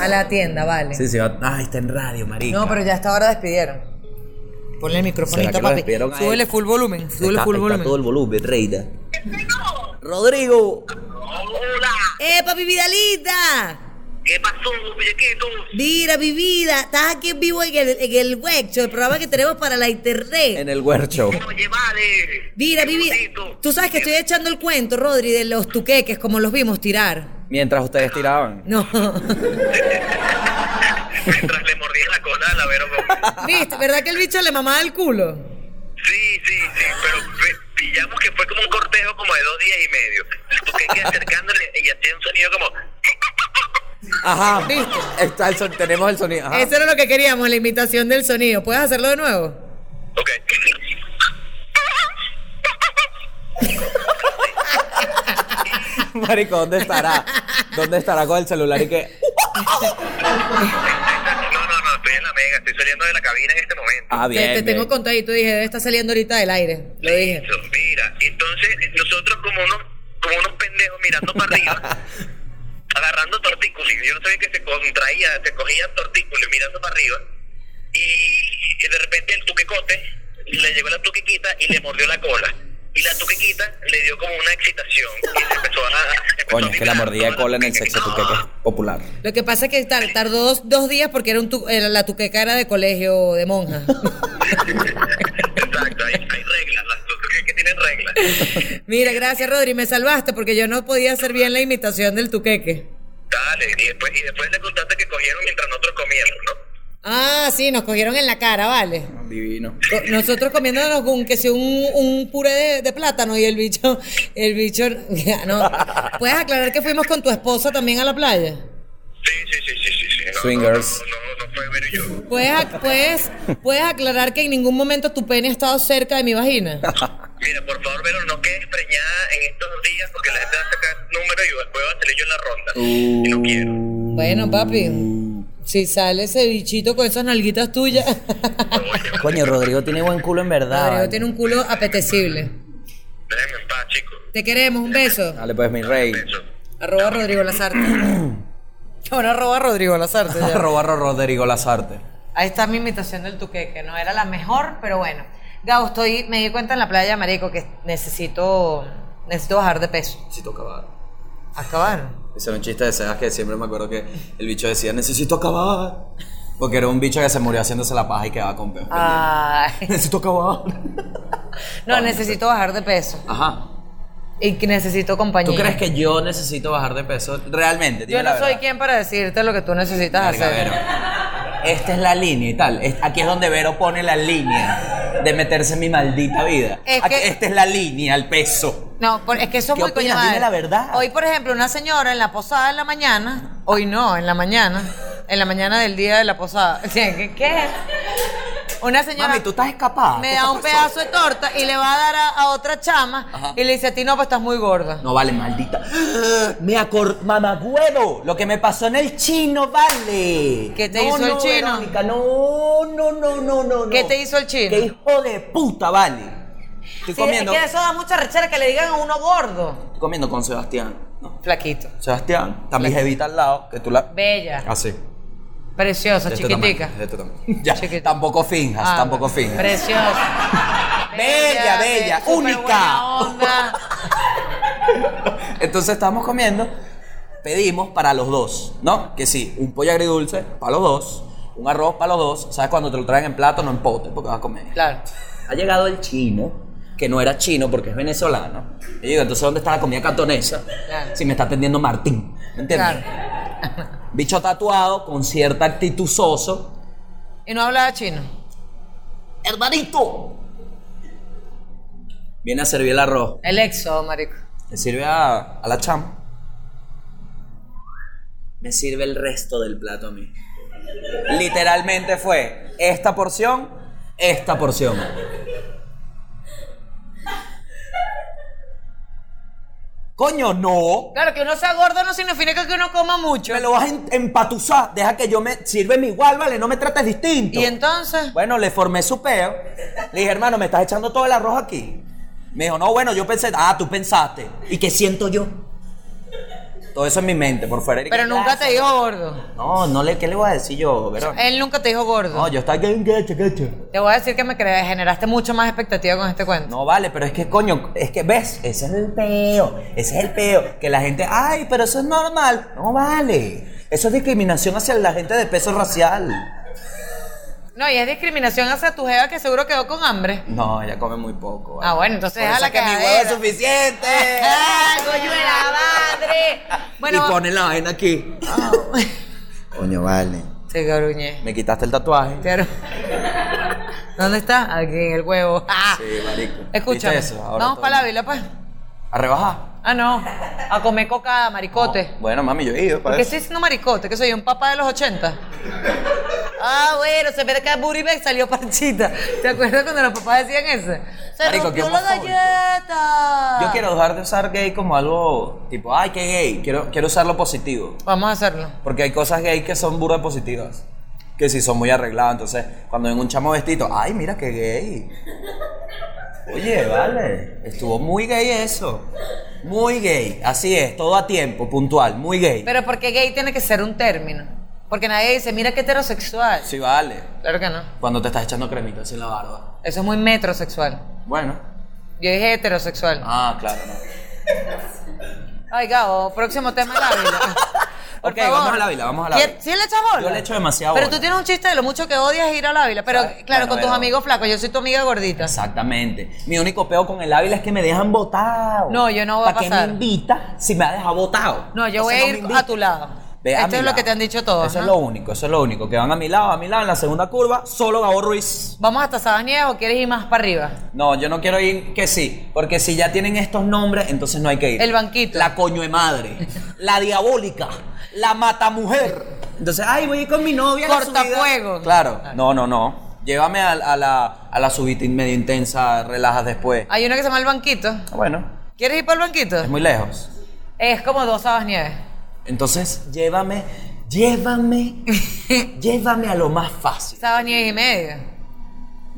Speaker 1: A la tienda, vale.
Speaker 3: Sí, sí. va- Ay, está en radio, marica.
Speaker 1: No, pero ya hasta ahora despidieron. Ponle el
Speaker 3: ¿Será que
Speaker 1: microfonito,
Speaker 3: lo
Speaker 1: papi.
Speaker 3: despidieron a él?
Speaker 1: Súbele full volumen, súbele
Speaker 3: Está-
Speaker 1: full
Speaker 3: está
Speaker 1: volumen.
Speaker 3: todo el volumen, reina. Rodrigo.
Speaker 1: ¡Eh, papi Vidalita!
Speaker 7: ¿Qué pasó, muñequito?
Speaker 1: Mira, mi vida, estás aquí en vivo en el, en el web show, el programa que tenemos para la internet.
Speaker 3: En el huercho.
Speaker 7: Oye, vale.
Speaker 1: Mira, mi vida,
Speaker 7: bonito.
Speaker 1: tú sabes que estoy echando el cuento, Rodri, de los tuqueques, como los vimos tirar.
Speaker 3: Mientras ustedes tiraban.
Speaker 1: No,
Speaker 7: Mientras le mordía la cola a la Vero Gómez.
Speaker 1: ¿viste? ¿Verdad que el bicho le mamaba el culo?
Speaker 7: Sí, sí, sí, pero pe- pillamos que fue como un cortejo como de dos días y medio. Porque que acercándole y hacía un sonido como...
Speaker 3: Ajá.
Speaker 1: ¿Viste?
Speaker 3: Está el son- tenemos el sonido. Ajá.
Speaker 1: Eso era lo que queríamos, la imitación del sonido. ¿Puedes hacerlo de nuevo?
Speaker 7: Ok.
Speaker 3: Marico, ¿dónde estará? ¿Dónde estará con el celular y qué?
Speaker 7: No, no, no, estoy en la mega, estoy saliendo de la cabina en este momento.
Speaker 3: Ah,
Speaker 1: Te-
Speaker 3: bien.
Speaker 1: te tengo
Speaker 3: bien.
Speaker 1: contadito, dije, debe estar saliendo ahorita del aire. Lo dije.
Speaker 7: Eso, mira, entonces nosotros como unos, como unos pendejos mirando para arriba, yo no sabía que se contraía, se cogía el tortículo y mirando para arriba. Y, y de repente el tuquecote le llegó la tuquequita y le mordió la cola. Y la tuquequita le dio como una excitación y se empezó a. empezó
Speaker 3: Coño,
Speaker 7: a
Speaker 3: es que la
Speaker 7: vibrar
Speaker 3: mordida de
Speaker 7: toda
Speaker 3: cola
Speaker 7: la
Speaker 3: en el
Speaker 7: tuquequita.
Speaker 3: sexo tuqueque es popular.
Speaker 1: Lo que pasa es que tar- tardó dos, dos días porque era un tu- era la tuqueca era de colegio de monja.
Speaker 7: Exacto, hay, hay reglas, las tuqueques que tienen reglas.
Speaker 1: Mira, gracias Rodri, me salvaste porque yo no podía hacer bien la imitación del tuqueque.
Speaker 7: Dale, y después, y después le contaste que cogieron mientras nosotros comíamos, ¿no?
Speaker 1: Ah, sí, nos cogieron en la cara, vale.
Speaker 3: Divino.
Speaker 1: Co- Nosotros comiéndonos un, que sea un, un puré de, de plátano y el bicho, el bicho, no. ¿Puedes aclarar que fuimos con tu esposa también a la playa?
Speaker 7: Sí, sí, sí, sí, sí. sí. No,
Speaker 3: Swingers.
Speaker 7: No, no, no, no fue ver y yo.
Speaker 1: ¿Puedes, ac- puedes, puedes aclarar que en ningún momento tu pene ha estado cerca de mi vagina?
Speaker 7: Mira, por favor, Vero, no quedes preñada en estos días porque la gente va a sacar número y después va a salir yo en la ronda. Y
Speaker 3: Uh.
Speaker 7: no quiero.
Speaker 1: Bueno, papi, si sale ese bichito con esas nalguitas tuyas,
Speaker 5: Coño, Rodrigo tiene buen culo en verdad.
Speaker 1: Rodrigo
Speaker 5: vale.
Speaker 1: tiene un culo apetecible.
Speaker 7: Déjenme en paz, chicos.
Speaker 1: Te queremos, un beso.
Speaker 3: Dale, pues, mi rey.
Speaker 7: Eso.
Speaker 1: Arroba Rodrigo Lazarte. Ahora arroba Rodrigo Lazarte. ya.
Speaker 3: Robar a Rodrigo Lazarte.
Speaker 1: Ahí está mi imitación del tuqueque, no era la mejor, pero bueno. Gabo, estoy, me di cuenta en la playa, marico, que necesito, necesito bajar de peso.
Speaker 3: Necesito acabar.
Speaker 1: Acabaron.
Speaker 3: Ese era un chiste de Sebas que siempre me acuerdo que el bicho decía, necesito acabar. Porque era un bicho que se murió haciéndose la paja y quedaba con
Speaker 1: Ah.
Speaker 3: peor.
Speaker 1: Ay.
Speaker 3: Necesito acabar.
Speaker 1: No,
Speaker 5: pues.
Speaker 1: necesito bajar de peso
Speaker 3: Ajá.
Speaker 1: y que necesito compañía.
Speaker 3: ¿Tú crees que yo necesito bajar de peso? Realmente, dime
Speaker 1: Yo
Speaker 3: la
Speaker 1: no
Speaker 3: verdad.
Speaker 1: soy quien para decirte lo que tú necesitas
Speaker 3: Verga,
Speaker 1: hacer.
Speaker 3: Vero. Esta es la línea y tal. Es- Aquí es donde Vero pone la línea de meterse en mi maldita vida.
Speaker 1: Es
Speaker 3: Aquí-
Speaker 1: que-
Speaker 3: Esta es la línea, el peso.
Speaker 1: No, por- es que eso es
Speaker 5: ¿Qué
Speaker 1: muy
Speaker 5: opinas?
Speaker 1: coño
Speaker 5: Dime
Speaker 1: madre.
Speaker 5: la verdad.
Speaker 1: Hoy, por ejemplo, una señora en la posada en la mañana, hoy no, en la mañana, en la mañana del día de la posada. ¿Qué? qué? Una señora
Speaker 5: Mami, tú estás escapada.
Speaker 1: me
Speaker 5: ¿Qué
Speaker 1: da
Speaker 5: te
Speaker 1: un
Speaker 5: pasó?
Speaker 1: pedazo de torta y le va a dar a, a otra chama
Speaker 3: Ajá.
Speaker 1: y le dice a ti, no, pues estás muy gorda.
Speaker 5: No vale, maldita. Me acordé. Mamagüevo, lo que me pasó en el chino, vale.
Speaker 1: ¿Qué te
Speaker 5: No,
Speaker 1: hizo el
Speaker 5: no,
Speaker 1: chino?
Speaker 5: Verónica, no, no, no, no, no.
Speaker 1: ¿Qué
Speaker 5: no.
Speaker 1: te hizo el chino?
Speaker 5: Qué hijo de puta, vale. Estoy
Speaker 1: Sí,
Speaker 5: comiendo.
Speaker 1: Es que eso da mucha rechera que le digan a uno gordo.
Speaker 3: Estoy comiendo con Sebastián. No.
Speaker 1: Flaquito.
Speaker 3: Sebastián, está mi jevita al lado, que tú la...
Speaker 1: Bella.
Speaker 5: Ah.
Speaker 3: Así.
Speaker 1: Preciosa,
Speaker 3: de este
Speaker 1: chiquitica.
Speaker 3: tamaño, de este tamaño. Ya,
Speaker 1: Chiquitica.
Speaker 3: Tampoco finjas,
Speaker 1: Ah,
Speaker 3: tampoco finjas.
Speaker 1: Preciosa.
Speaker 5: Bella, bella,
Speaker 1: súper
Speaker 5: única.
Speaker 1: buena onda.
Speaker 3: Entonces estábamos comiendo, pedimos para los dos, ¿no? Que sí, un pollo agridulce para los dos, un arroz para los dos. ¿Sabes cuando te lo traen en plato, no en pote, porque vas a comer?
Speaker 1: Claro.
Speaker 3: Ha llegado el chino, que no era chino porque es venezolano. Y yo digo, entonces, ¿dónde está la comida cantonesa?
Speaker 1: Claro.
Speaker 3: Si me está atendiendo Martín, ¿me entiendes?
Speaker 1: Claro.
Speaker 3: Bicho tatuado, con cierta actitud soso.
Speaker 1: Y no hablaba chino.
Speaker 5: Hermanito.
Speaker 3: Viene a servir el arroz.
Speaker 1: El exo, marico.
Speaker 3: Le sirve a, a la chama.
Speaker 5: Me sirve el resto del plato a mí.
Speaker 3: Literalmente fue esta porción, esta porción.
Speaker 5: Coño, no.
Speaker 1: Claro, que uno sea gordo no significa que uno coma mucho.
Speaker 5: Me lo vas a em- empatuzar. Deja que yo me. Sírveme igual, vale. No me trates distinto.
Speaker 1: Y entonces,
Speaker 5: Bueno, le formé su peo. Le dije, hermano, me estás echando todo el arroz aquí. Me dijo, no, bueno, yo pensé, ah, tú pensaste.
Speaker 6: ¿Y qué siento yo?
Speaker 5: Todo eso en mi mente, por fuera.
Speaker 1: pero nunca te dijo gordo.
Speaker 5: No, no le, ¿qué le voy a decir yo, Verón?
Speaker 1: Él nunca te dijo gordo.
Speaker 5: No, yo estaba que gacha, gacha.
Speaker 1: Te voy a decir que me cre- generaste mucho más expectativa con este cuento.
Speaker 5: No vale, pero es que coño, es que ves, ese es el peo, ese es el peo, que la gente, ay, pero eso es normal, no vale, eso es discriminación hacia la gente de peso racial.
Speaker 1: No, y es discriminación hacia tu jeva que seguro quedó con hambre.
Speaker 3: No, ella come muy poco.
Speaker 1: Ah, bueno, entonces
Speaker 5: Por
Speaker 1: deja
Speaker 5: eso
Speaker 1: la
Speaker 5: es que mi huevo
Speaker 1: quedadera.
Speaker 5: es suficiente.
Speaker 1: ¡Ah, coño de la madre! Bueno,
Speaker 3: Eh. y pone la vaina aquí.
Speaker 5: Coño, vale.
Speaker 1: te garuñé.
Speaker 3: Me quitaste el tatuaje.
Speaker 1: Te garu- ¿Dónde está? Aquí en el huevo. ¡Ah!
Speaker 3: Sí, marico.
Speaker 1: Escúchame.
Speaker 3: ¿Viste eso? Ahora
Speaker 1: Vamos
Speaker 3: todo-
Speaker 1: para la vila, pues.
Speaker 3: A rebajar.
Speaker 1: Ah, no. A comer coca, maricote.
Speaker 3: Bueno, mami, yo he ido pues. para
Speaker 1: Porque
Speaker 3: eso.
Speaker 1: estoy diciendo maricote, que soy un papá de los 80. Ah, bueno, se ve que a Buribek salió parchita. ¿Te acuerdas cuando los papás decían eso? Se
Speaker 3: Marico,
Speaker 1: rompió
Speaker 3: qué
Speaker 1: la
Speaker 3: homofóbico.
Speaker 1: galleta.
Speaker 3: Yo quiero dejar de usar gay como algo tipo, ay, qué gay. Quiero, quiero usarlo positivo.
Speaker 1: Vamos a hacerlo.
Speaker 3: Porque hay cosas gay que son burda positivas. Que si son muy arregladas. Entonces, cuando ven un chamo vestido, ay, mira qué gay. Oye, vale. Estuvo muy gay eso. Muy gay. Así es, todo a tiempo, puntual, muy gay.
Speaker 1: Pero porque gay tiene que ser un término. Porque nadie dice, mira qué heterosexual.
Speaker 3: Sí, vale.
Speaker 1: Claro que no.
Speaker 3: Cuando te estás echando cremita así en la barba.
Speaker 1: Eso es muy metrosexual.
Speaker 3: Bueno.
Speaker 1: Yo dije heterosexual.
Speaker 3: Ah, claro, no.
Speaker 1: Ay, Gabo, próximo tema la Ávila. Por
Speaker 3: Ok, vamos al Ávila, vamos al Ávila.
Speaker 1: ¿Quién- ¿Sí le echas bola?
Speaker 3: Yo le echo demasiado
Speaker 1: Pero
Speaker 3: bola.
Speaker 1: tú tienes un chiste de lo mucho que odias ir al Ávila. Pero
Speaker 3: ¿Sabes?
Speaker 1: claro,
Speaker 3: Bueno,
Speaker 1: con tus
Speaker 3: pero-
Speaker 1: amigos flacos. Yo soy tu amiga gordita.
Speaker 3: Exactamente. Mi único peo con el Ávila es que me dejan botado.
Speaker 1: No, yo no voy a
Speaker 3: ¿Para
Speaker 1: pasar.
Speaker 3: qué me invita si me ha dejado botado?
Speaker 1: No, yo voy
Speaker 3: Entonces
Speaker 1: a
Speaker 3: no me
Speaker 1: ir
Speaker 3: invita.
Speaker 1: a tu lado.
Speaker 3: Ve a
Speaker 1: Esto
Speaker 3: mi
Speaker 1: es lo
Speaker 3: lado.
Speaker 1: que te han dicho todos.
Speaker 3: Eso es
Speaker 1: ¿no?
Speaker 3: lo único, eso es lo único. Que van a mi lado, a mi lado, en la segunda curva, solo Gabo Ruiz.
Speaker 1: ¿Vamos hasta Sabanía o quieres ir más para arriba?
Speaker 3: No, yo no quiero ir que sí, porque si ya tienen estos nombres, entonces no hay que ir.
Speaker 1: El banquito.
Speaker 3: La coño de madre, la diabólica, la matamujer. Entonces, ay, voy a ir con mi novia. a la subida. Ah.
Speaker 1: Cortafuego.
Speaker 3: Claro, no, no, no. Llévame a, a la, a la subida medio intensa, relajas después.
Speaker 1: Hay una que se llama El Banquito.
Speaker 3: Bueno,
Speaker 1: ¿Quieres ir para el Banquito?
Speaker 3: es muy lejos.
Speaker 1: Es como dos Sabanieves.
Speaker 3: Entonces, llévame, llévame, llévame a lo más fácil.
Speaker 1: Sabanieves y medio.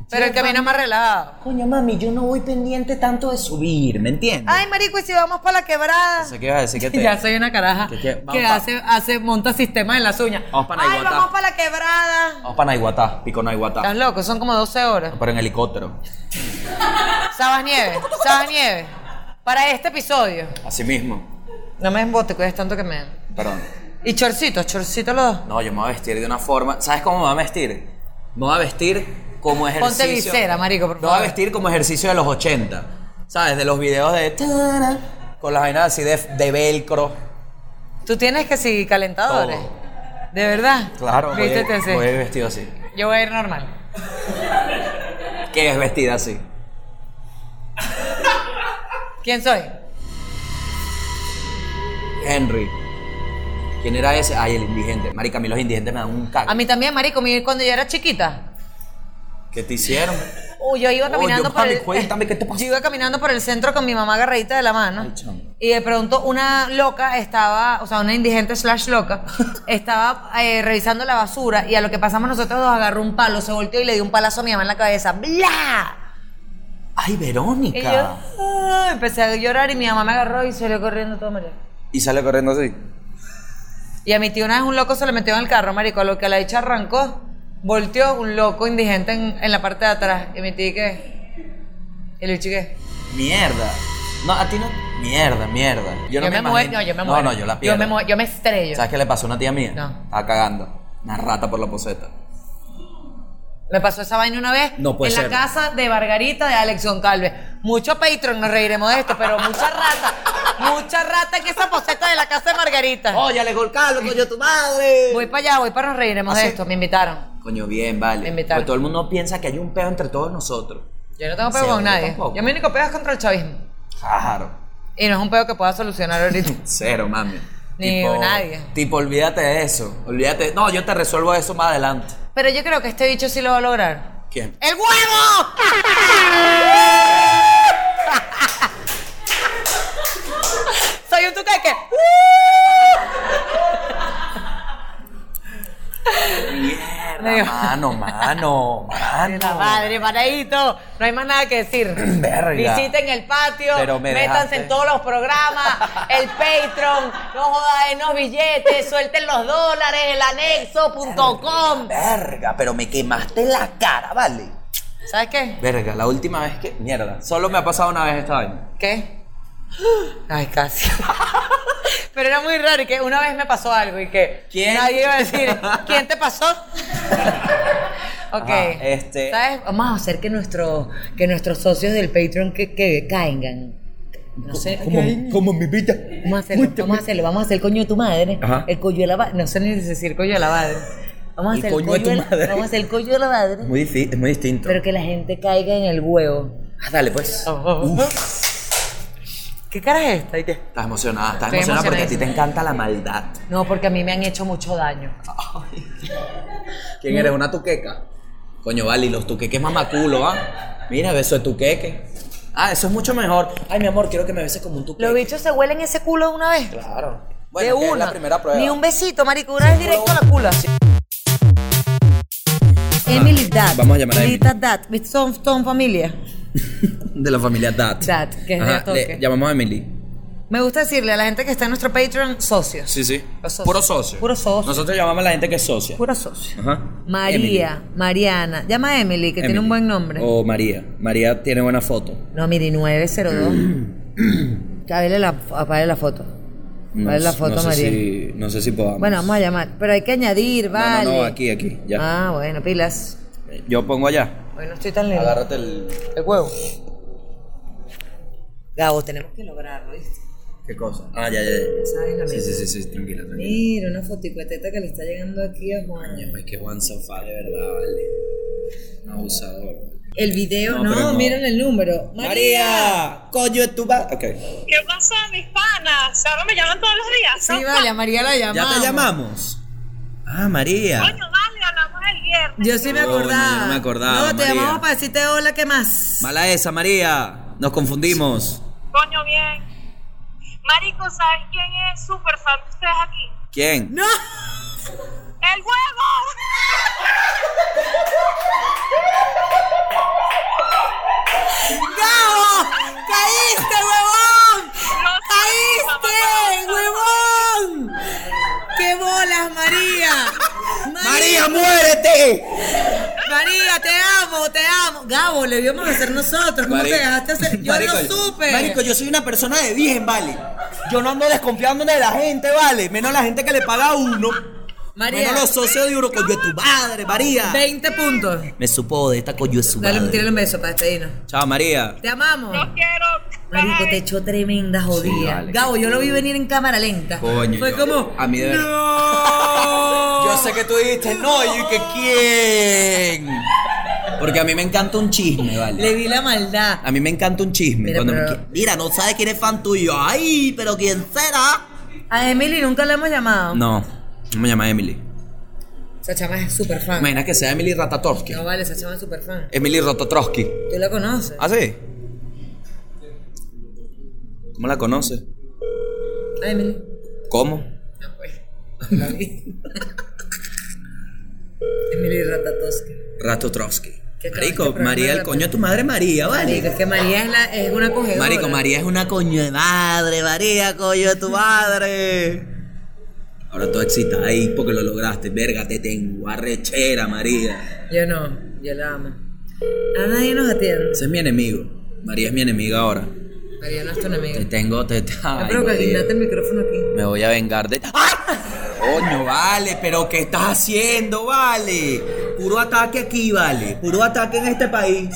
Speaker 1: Pero el camino es más relajado.
Speaker 3: Coño, mami, yo no voy pendiente tanto de subir, ¿me entiendes?
Speaker 1: Ay, marico, ¿y si vamos para la quebrada?
Speaker 3: Pensé que ibas a decir que te...
Speaker 1: Ya soy una caraja
Speaker 3: Este, ¿Qué, qué? Vamos
Speaker 1: que
Speaker 3: pa-
Speaker 1: hace, hace, monta sistemas en las uñas.
Speaker 3: Vamos pa'
Speaker 1: Ay,
Speaker 3: Naiguatá.
Speaker 1: vamos para la quebrada.
Speaker 3: Vamos para Naiguatá, pico
Speaker 1: Estás
Speaker 3: Naiguatá.
Speaker 1: loco, son como 12 horas.
Speaker 3: Pero en helicóptero.
Speaker 1: Sabas nieve, sabas nieve. Para este episodio.
Speaker 3: Así mismo.
Speaker 1: No me embote, cuides tanto que me.
Speaker 3: Perdón.
Speaker 1: Y chorcitos, chorcitos los dos.
Speaker 3: No, yo me voy a vestir de una forma... ¿Sabes cómo me voy a vestir? Me voy a vestir como ejercicio...
Speaker 1: visera, marico, por
Speaker 3: Me voy a
Speaker 1: favor.
Speaker 3: vestir como ejercicio de los 80. ¿Sabes? De los videos de... tarara, Con las vainas así de, de velcro.
Speaker 1: Tú tienes que seguir calentadores.
Speaker 3: Todo.
Speaker 1: De verdad.
Speaker 3: Claro, voy,
Speaker 1: Vístete así.
Speaker 3: voy vestido así.
Speaker 1: Yo voy a ir normal.
Speaker 3: ¿Qué es vestida así?
Speaker 1: ¿Quién soy?
Speaker 3: Henry. ¿Quién era ese? Ay, el indigente. Marica, a mí los indigentes me dan un caco.
Speaker 1: A mí también, marico, mi- cuando yo era chiquita.
Speaker 3: ¿Qué te hicieron?
Speaker 1: Uy, yo iba
Speaker 3: Oh,
Speaker 1: caminando
Speaker 3: yo,
Speaker 1: por
Speaker 3: mami,
Speaker 1: el.
Speaker 3: cuéntame, ¿qué te pasó?
Speaker 1: Yo iba caminando por el centro con mi mamá agarradita de la mano.
Speaker 3: Ay, chamo.
Speaker 1: y de pronto una loca estaba, o sea, una indigente slash loca, estaba eh, revisando la basura y a lo que pasamos nosotros dos agarró un palo, se volteó y le dio un palazo a mi mamá en la cabeza. ¡Bla!
Speaker 3: Ay,
Speaker 1: Y
Speaker 3: Verónica.
Speaker 1: yo ah, empecé a llorar y mi mamá me agarró y salió corriendo todo marico.
Speaker 3: Y sale corriendo así.
Speaker 1: Y a mi tío una vez un loco se le metió en el carro, marico, a lo que la hecha arrancó, volteó un loco indigente en, en la parte de atrás. Y mi tío, ¿qué? Y le dije, ¿qué?
Speaker 3: Mierda. No, a ti no. Mierda, mierda. Yo no me,
Speaker 1: muero,
Speaker 3: imagino-
Speaker 1: no, yo me muero.
Speaker 3: No, no, yo la pierdo.
Speaker 1: Yo me, mue- yo me estrello.
Speaker 3: ¿Sabes qué le pasó a una tía mía?
Speaker 1: No.
Speaker 3: Estaba cagando. Una rata por la poseta.
Speaker 1: Me pasó esa vaina una vez
Speaker 3: No puede
Speaker 1: en
Speaker 3: ser.
Speaker 1: la casa de Margarita de Alex Goncalves. Mucho Patreon, nos reiremos de esto, pero mucha rata, mucha rata en esa poseta de la casa de Margarita.
Speaker 3: ¡Oye, le Carlos, coño, tu madre!
Speaker 1: Voy para allá, voy para nos reiremos
Speaker 3: ¿Ah,
Speaker 1: de
Speaker 3: sí?
Speaker 1: esto. Me invitaron.
Speaker 3: Coño, bien,
Speaker 1: Me
Speaker 3: vale.
Speaker 1: invitaron.
Speaker 3: Pues todo el mundo piensa que hay un peo entre todos nosotros.
Speaker 1: Yo no tengo peo
Speaker 3: Sí,
Speaker 1: con
Speaker 3: yo
Speaker 1: nadie.
Speaker 3: tampoco.
Speaker 1: Yo mi único peo es contra el chavismo.
Speaker 3: Claro.
Speaker 1: Y no es un peo que pueda solucionar ahorita.
Speaker 3: Cero, mami.
Speaker 1: Ni nadie.
Speaker 3: Tipo, olvídate de eso. Olvídate. No, yo te resuelvo eso más adelante.
Speaker 1: Pero yo creo que este bicho sí lo va a lograr.
Speaker 3: ¿Quién?
Speaker 1: ¡El huevo! Soy un tuqueque.
Speaker 3: Mierda, mano, mano,
Speaker 1: De la
Speaker 3: mano.
Speaker 1: madre, paradito. No hay más nada que decir.
Speaker 3: Verga.
Speaker 1: Visiten el patio,
Speaker 3: Pero me
Speaker 1: métanse
Speaker 3: dejaste.
Speaker 1: en todos los programas, el Patreon, no jodan en los billetes, suelten los dólares, el anexo.com.
Speaker 3: Verga, pero me quemaste la cara, vale.
Speaker 1: ¿Sabes qué?
Speaker 3: Verga, la última vez que. Mierda. Solo me ha pasado una vez esta vaina.
Speaker 1: ¿Qué? Ay, casi. Pero era muy raro y que una vez me pasó algo y que
Speaker 3: ¿Quién?
Speaker 1: nadie iba a decir, ¿quién te pasó? ok.
Speaker 3: Ajá, este-
Speaker 1: ¿Sabes? Vamos a hacer que, nuestro, que nuestros socios del Patreon que, que caigan. No sé.
Speaker 4: Como mi vida.
Speaker 1: Vamos a hacerlo, vamos a hacerlo, vamos a hacer el coño de tu madre.
Speaker 4: Ajá.
Speaker 1: El coño de la madre. No sé ni decir coño de la madre. Vamos a
Speaker 4: El
Speaker 1: hacer
Speaker 4: coño de tu
Speaker 1: de la-
Speaker 4: madre.
Speaker 1: Vamos a hacer el coño de la madre.
Speaker 4: Muy difí- es muy distinto.
Speaker 1: Pero que la gente caiga en el huevo.
Speaker 3: Ah, dale, pues.
Speaker 1: ¿Qué cara es esta? ¿Y qué?
Speaker 3: Estás emocionada, estás
Speaker 1: Estoy
Speaker 3: emocionada porque a ti te
Speaker 1: emocionadísima.
Speaker 3: encanta la maldad.
Speaker 1: No, porque a mí me han hecho mucho daño.
Speaker 3: ¿Quién eres? ¿Una tuqueca? Coño, vale, y los tuqueques mamaculo, ¿ah? Mira, beso de tuqueque. Ah, eso es mucho mejor. Ay, mi amor, quiero que me beses como un tuqueque.
Speaker 1: Los bichos se huelen ese culo de una vez.
Speaker 3: Claro.
Speaker 1: de
Speaker 3: que es
Speaker 1: una.
Speaker 3: la primera prueba.
Speaker 1: Ni un besito, marico. Una vez directo a la cula.
Speaker 6: Emily Dad.
Speaker 3: Ah, Vamos a llamar a Emily.
Speaker 1: Lita Dat. ¿Viste? Son, son familia.
Speaker 3: de la familia Dat.
Speaker 1: Dat, que es de Atoque.
Speaker 3: le llamamos a Emily.
Speaker 1: Me gusta decirle a la gente que está en nuestro Patreon socios.
Speaker 3: Sí, sí.
Speaker 1: Los socios.
Speaker 3: Puro socio.
Speaker 1: Puro socio.
Speaker 3: Nosotros llamamos a la gente que es socia.
Speaker 1: Pura socio.
Speaker 3: Ajá.
Speaker 1: María,
Speaker 3: Emily.
Speaker 1: Mariana. Llama a Emily, que tiene
Speaker 3: Emily. Oh.
Speaker 1: un buen nombre.
Speaker 3: O María. María tiene buena foto.
Speaker 1: No, mire, 902. Apágale la, apágale la foto.
Speaker 3: No
Speaker 1: Apágale la
Speaker 3: s-
Speaker 1: foto,
Speaker 3: no sé
Speaker 1: María.
Speaker 3: Si, no sé si podamos.
Speaker 1: Bueno, vamos a llamar. Pero hay que añadir,
Speaker 3: No,
Speaker 1: vale.
Speaker 3: No, no, aquí, aquí. Ya.
Speaker 1: Ah, bueno, pilas.
Speaker 3: Yo pongo allá.
Speaker 1: Hoy no estoy tan lejos.
Speaker 3: Agárrate el.
Speaker 1: El huevo. Gabo, tenemos que lograrlo, ¿viste?
Speaker 3: ¿Qué cosa? Ah, ya, ya, ya.
Speaker 1: ¿Sabes la
Speaker 3: Sí,
Speaker 1: meta?
Speaker 3: sí, sí, sí, tranquila, tranquila.
Speaker 1: Mira, una foticueteta que le está llegando aquí a Juan.
Speaker 3: Coño, Es que Juan Sofá, de verdad, vale. Un abusador.
Speaker 1: El video,
Speaker 3: No,
Speaker 1: no,
Speaker 3: pero no.
Speaker 1: miren el número.
Speaker 3: María, coño de tu ba- Ok.
Speaker 8: ¿Qué pasa, mis panas? Ahora me llaman todos los días.
Speaker 1: Sí, vale, a María la
Speaker 3: ¿Ya
Speaker 1: llamamos.
Speaker 3: te llamamos? Ah, María.
Speaker 8: Coño, vale, hablamos el viernes.
Speaker 1: Yo sí me
Speaker 3: Coño,
Speaker 1: acordaba.
Speaker 3: yo no me acordaba,
Speaker 1: No, te
Speaker 3: María.
Speaker 1: llamamos para decirte hola, ¿qué más?
Speaker 3: Mala esa, María. Nos confundimos.
Speaker 8: Coño, bien. Marico, ¿sabes quién es súper fan de ustedes aquí?
Speaker 3: ¿Quién?
Speaker 1: ¡No!
Speaker 8: ¡El huevo!
Speaker 1: ¡Gabo! ¡Caíste, huevón!
Speaker 8: No,
Speaker 1: ¡Caíste, huevón! ¡Qué bolas, María!
Speaker 3: ¡María, muérete!
Speaker 1: María, te amo, te amo. Gabo, le vimos a hacer nosotros. ¿Cómo
Speaker 3: Marico,
Speaker 1: te dejaste hacer? Yo
Speaker 3: marico,
Speaker 1: no supe.
Speaker 5: Marico, yo soy una persona de bien, vale. Yo no ando desconfiando de la gente, vale. Menos la gente que le paga a uno.
Speaker 1: María,
Speaker 5: Menos los socios de uno, coño de tu madre, María.
Speaker 1: 20 puntos.
Speaker 5: Me supo de esta coño de su
Speaker 1: Dale,
Speaker 5: madre.
Speaker 1: tírale un beso para despedirnos.
Speaker 3: Chao, María.
Speaker 1: Te amamos.
Speaker 8: Los quiero.
Speaker 1: Marico, te echó tremenda jodida.
Speaker 3: vale.
Speaker 1: Gabo, yo lo vi venir en cámara lenta.
Speaker 3: Coño,
Speaker 1: Fue
Speaker 3: yo-
Speaker 1: como.
Speaker 3: a mí de verdad.
Speaker 1: ¡No!
Speaker 3: Yo sé que tú dijiste no, y yo que quién. Porque a mí me encanta un chisme,
Speaker 1: Le
Speaker 3: vale.
Speaker 1: vi la maldad.
Speaker 3: A mí me encanta un chisme.
Speaker 1: Mira,
Speaker 3: cuando me
Speaker 1: pero-
Speaker 3: qui-
Speaker 6: Mira, no sabe quién es fan tuyo. Ay, pero quién será.
Speaker 1: A Emily nunca la hemos llamado.
Speaker 3: No, no me llama Emily.
Speaker 1: Esa chama es súper fan.
Speaker 3: Imagina que sea Emily Ratatowski.
Speaker 1: No vale, esa chama es súper fan.
Speaker 3: Emily Rototrowski.
Speaker 1: Tú la conoces.
Speaker 3: ¿Ah, sí? ¿Cómo la conoces?
Speaker 1: A Emily.
Speaker 3: ¿Cómo?
Speaker 1: No, pues. La vi. Emily Ratatosca.
Speaker 3: Ratotrovsky.
Speaker 1: Qué
Speaker 3: Marico,
Speaker 1: cabrón,
Speaker 3: María,
Speaker 1: qué
Speaker 3: el coño de tu madre María,
Speaker 1: Marico,
Speaker 3: vale.
Speaker 1: es que María es, la, es una cogedora.
Speaker 3: Marico, María es una coño de madre, María, coño de tu madre. Ahora todo excita ahí porque lo lograste. Verga, te tengo arrechera, María.
Speaker 1: Yo no, yo la amo. A nadie nos atiende.
Speaker 3: Ese es mi enemigo. María es mi enemiga ahora.
Speaker 1: María no es tu enemiga.
Speaker 3: Te tengo, te. Ay,
Speaker 1: Yo creo que
Speaker 3: María.
Speaker 1: guindate el micrófono aquí.
Speaker 3: Me voy a vengar de. ¡Ah! Coño, vale, pero ¿qué estás haciendo, vale? Puro ataque aquí, vale. Puro ataque en este país.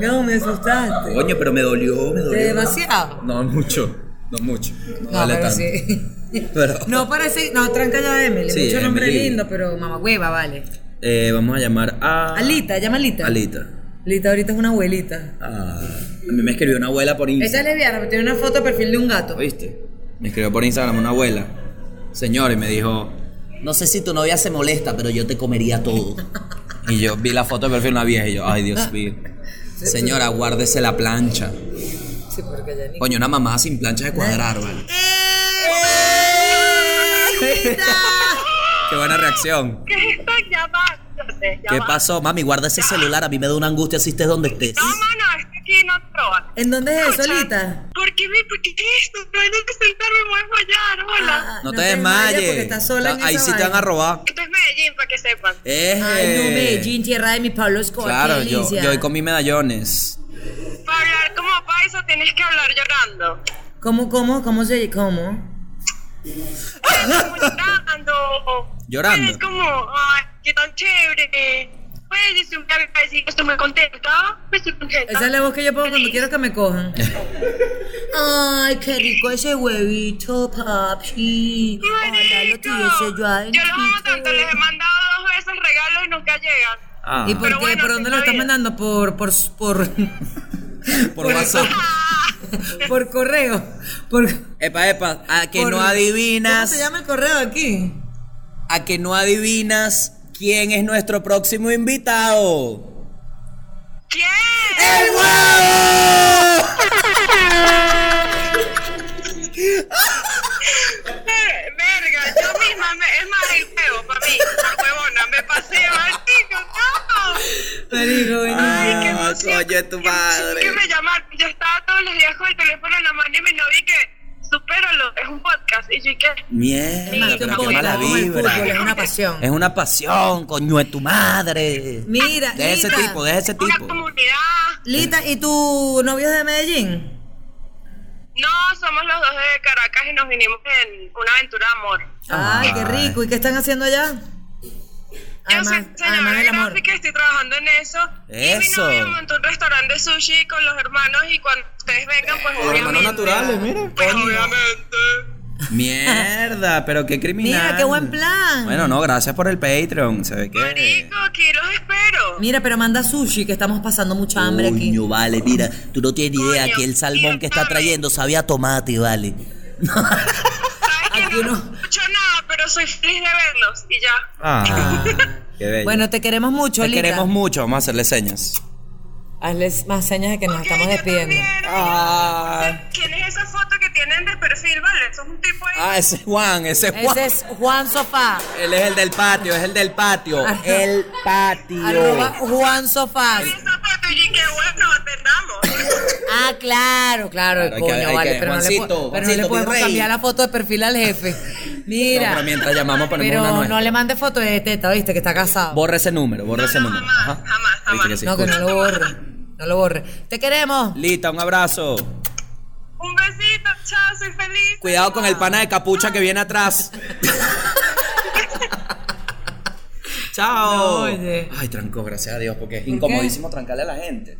Speaker 1: No, me asustaste.
Speaker 3: Coño, pero me dolió, me
Speaker 1: ¿Te
Speaker 3: dolió.
Speaker 1: demasiado?
Speaker 3: No mucho, no mucho. No,
Speaker 1: No,
Speaker 3: vale
Speaker 1: pero
Speaker 3: tanto.
Speaker 1: sí.
Speaker 3: Pero-
Speaker 1: No parece, no, tranca ya a Emily,
Speaker 3: Sí,
Speaker 1: mucho nombre
Speaker 3: Emily.
Speaker 1: lindo, pero mamá hueva, vale.
Speaker 3: Eh, vamos a llamar a.
Speaker 1: Alita, llama a Alita.
Speaker 3: Alita.
Speaker 1: Alita ahorita es una abuelita.
Speaker 3: Ah, a mí me escribió una abuela por
Speaker 1: Esa es
Speaker 3: Instagram.
Speaker 1: lesbiana, pero tiene una foto de perfil de un gato.
Speaker 3: ¿Viste? Me escribió por Instagram una abuela. Señor, y me dijo.
Speaker 6: No sé si tu novia se molesta, pero yo te comería todo.
Speaker 3: Y yo vi la foto de perfil de una vieja y yo, ay
Speaker 1: Ah.
Speaker 3: Dios mío. Señora, guárdese la plancha.
Speaker 1: Sí, porque ya ni...
Speaker 3: Coño, una mamá sin plancha de cuadrar, vale. Qué buena reacción.
Speaker 8: ¿Qué están llamándote?
Speaker 3: ¿Qué pasó, mami? Guarda ese celular.
Speaker 6: Claro, a mí me da una angustia si estés donde estés.
Speaker 8: No, mano, es que aquí no troban.
Speaker 1: ¿En dónde es eso,
Speaker 8: Escucha,
Speaker 1: Alita?
Speaker 8: ¿Por qué me.? ¿Por qué esto? No hay donde sentarme, me voy a fallar, hola.
Speaker 1: Ah,
Speaker 3: No, te desmayes.
Speaker 1: porque estás sola en
Speaker 3: Está- Ahí
Speaker 1: esa
Speaker 3: sí te van a
Speaker 1: vaina.
Speaker 3: robar.
Speaker 8: Esto es Medellín, para que sepan.
Speaker 3: Eh,
Speaker 1: Ay, no, Medellín, tierra de mi Pablo Escobar.
Speaker 3: Claro,
Speaker 1: qué
Speaker 3: yo,
Speaker 1: delicia.
Speaker 3: yo hoy comí medallones.
Speaker 8: Para hablar como paiso tienes que hablar llorando.
Speaker 1: ¿Cómo, cómo, cómo se cómo?
Speaker 8: llorando.
Speaker 3: Llorando.
Speaker 8: Es como, ay, qué tan chévere. Pues es un cambio para decir que estoy muy contenta. Pues estoy contenta.
Speaker 1: Esa es la voz que yo pongo cuando quiero que me cojan. Ay, qué rico ese huevito, papi. Ojalá lo
Speaker 8: Marico,
Speaker 1: tuviese yo
Speaker 8: yo los amo tanto, les he
Speaker 1: adentro.
Speaker 8: mandado dos veces regalos y nunca llegan.
Speaker 3: Ah,
Speaker 1: ¿Y por
Speaker 8: Pero
Speaker 1: qué?
Speaker 8: bueno,
Speaker 1: ¿Por dónde lo
Speaker 8: está
Speaker 1: estás
Speaker 8: bien.
Speaker 1: mandando? Por, por, por,
Speaker 3: por WhatsApp.
Speaker 8: Ah,
Speaker 1: por correo. Por,
Speaker 3: Epa, epa, a que
Speaker 1: por-
Speaker 3: no
Speaker 1: ¿Cómo
Speaker 3: adivinas.
Speaker 1: se llama el correo aquí?
Speaker 3: A que no adivinas quién es nuestro próximo invitado.
Speaker 8: ¿Quién?
Speaker 3: ¡El huevo!
Speaker 8: Eh, Verga, yo misma, me, es más el huevo para mí, por huevona, me pasé, maldito, no.
Speaker 1: Marico, buenísimo.
Speaker 8: Ay, qué emoción,
Speaker 9: Ah, Coño de tu madre.
Speaker 8: Que me llamaron, yo estaba todos los días con el teléfono en la mano y mi novia y que, supéralo, es un podcast. Y yo y que,
Speaker 3: Mierda,
Speaker 8: Sí,
Speaker 3: pero qué
Speaker 8: tampoco,
Speaker 3: mala
Speaker 1: como el
Speaker 3: vibra.
Speaker 1: fútbol, es una pasión.
Speaker 3: Es una pasión, coño de tu madre.
Speaker 1: Mira,
Speaker 3: De ese
Speaker 1: Lita.
Speaker 3: tipo, de ese
Speaker 8: una
Speaker 3: tipo.
Speaker 8: comunidad.
Speaker 1: Lita, ¿y tu novio es de Medellín?
Speaker 8: No, somos los dos de Caracas y nos vinimos en una aventura de amor.
Speaker 1: Ay, qué rico. ¿Y qué están haciendo allá?
Speaker 8: Yo
Speaker 1: Además,
Speaker 8: soy
Speaker 1: además
Speaker 8: diseñadora
Speaker 1: del amor.
Speaker 8: gráfica, estoy trabajando en eso.
Speaker 3: Eso.
Speaker 8: Y mi novio montó un restaurante de sushi con los hermanos y cuando ustedes vengan, pues obviamente.
Speaker 9: Hermanos naturales, mira.
Speaker 8: Pues obviamente.
Speaker 3: Mierda, pero qué criminal.
Speaker 1: Mira, qué buen plan.
Speaker 3: Bueno, no, gracias por el Patreon. Se ve que.
Speaker 8: Marico, aquí los espero.
Speaker 1: Mira, pero manda sushi, que estamos pasando mucha hambre aquí.
Speaker 6: Coño, vale, mira, tú no tienes ni idea
Speaker 8: Coño,
Speaker 6: que el salmón que está
Speaker 8: siéntame.
Speaker 6: trayendo sabía a tomate, vale.
Speaker 8: Sabes que
Speaker 1: Aquí
Speaker 8: no,
Speaker 1: no.
Speaker 8: escucho nada, pero soy feliz de verlos y ya.
Speaker 3: Ah, qué bello.
Speaker 1: Bueno, te queremos mucho,
Speaker 3: Te
Speaker 1: Lita.
Speaker 3: queremos mucho, vamos a hacerle señas.
Speaker 1: Hazle más señas de que nos
Speaker 8: Ok,
Speaker 1: estamos
Speaker 8: yo
Speaker 1: despidiendo. Ah.
Speaker 8: también.
Speaker 3: Ah,
Speaker 8: ¿Quién es esa foto que tienen de perfil, vale? Eso es un tipo ahí.
Speaker 3: Ah, ese es Juan, ese es Juan.
Speaker 1: Ese es Juan Sofá.
Speaker 3: Él es el del patio, es el del patio. El
Speaker 1: Arroba
Speaker 3: patio.
Speaker 1: Juan Sofá.
Speaker 8: Esa foto y qué bueno, atendamos.
Speaker 1: Ah, claro, claro,
Speaker 3: Claro, hay
Speaker 1: coño,
Speaker 3: que- hay
Speaker 1: vale.
Speaker 3: que-
Speaker 1: pero, no le,
Speaker 3: Juancito,
Speaker 1: po- pero no le
Speaker 3: Juancito, mi
Speaker 1: podemos
Speaker 3: rey.
Speaker 1: cambiar la foto de perfil al jefe. Mira.
Speaker 3: No, pero mientras llamamos ponemos
Speaker 1: Pero
Speaker 3: una nuestra.
Speaker 1: no le mande foto de teta, ¿viste? Que está casado.
Speaker 3: Borra ese número, borra ese número.
Speaker 8: jamás,
Speaker 3: Ajá.
Speaker 8: jamás,
Speaker 3: Viste
Speaker 8: jamás.
Speaker 3: que sí,
Speaker 1: no, que
Speaker 3: cool.
Speaker 1: no lo borre. No lo borre. Te queremos.
Speaker 3: Lita, un abrazo.
Speaker 8: un besito, chao, soy feliz.
Speaker 3: Cuidado con el pana de capucha que viene atrás. Chao.
Speaker 1: No, oye.
Speaker 3: Ay, trancó, gracias a Dios, porque es incomodísimo trancarle a la gente.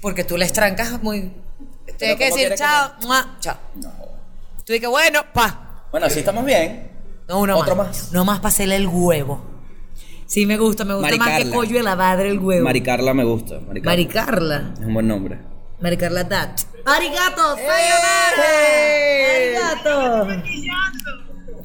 Speaker 1: Porque tú les trancas muy. Tienes que
Speaker 3: ¿cómo
Speaker 1: decir
Speaker 3: quieres que
Speaker 1: chao, mua, chao. Tú dices, bueno, pa.
Speaker 3: Bueno, así estamos bien.
Speaker 1: No, uno
Speaker 3: Otro
Speaker 1: más.
Speaker 3: más.
Speaker 1: No más para hacerle el huevo. Sí, me gusta, me gusta más que
Speaker 3: Maricarla.
Speaker 1: coño de la madre el huevo.
Speaker 3: Maricarla me gusta. Maricarla.
Speaker 1: Maricarla.
Speaker 3: Es un buen nombre.
Speaker 1: Maricarla Dat. Arigato, sayonara. Arigato.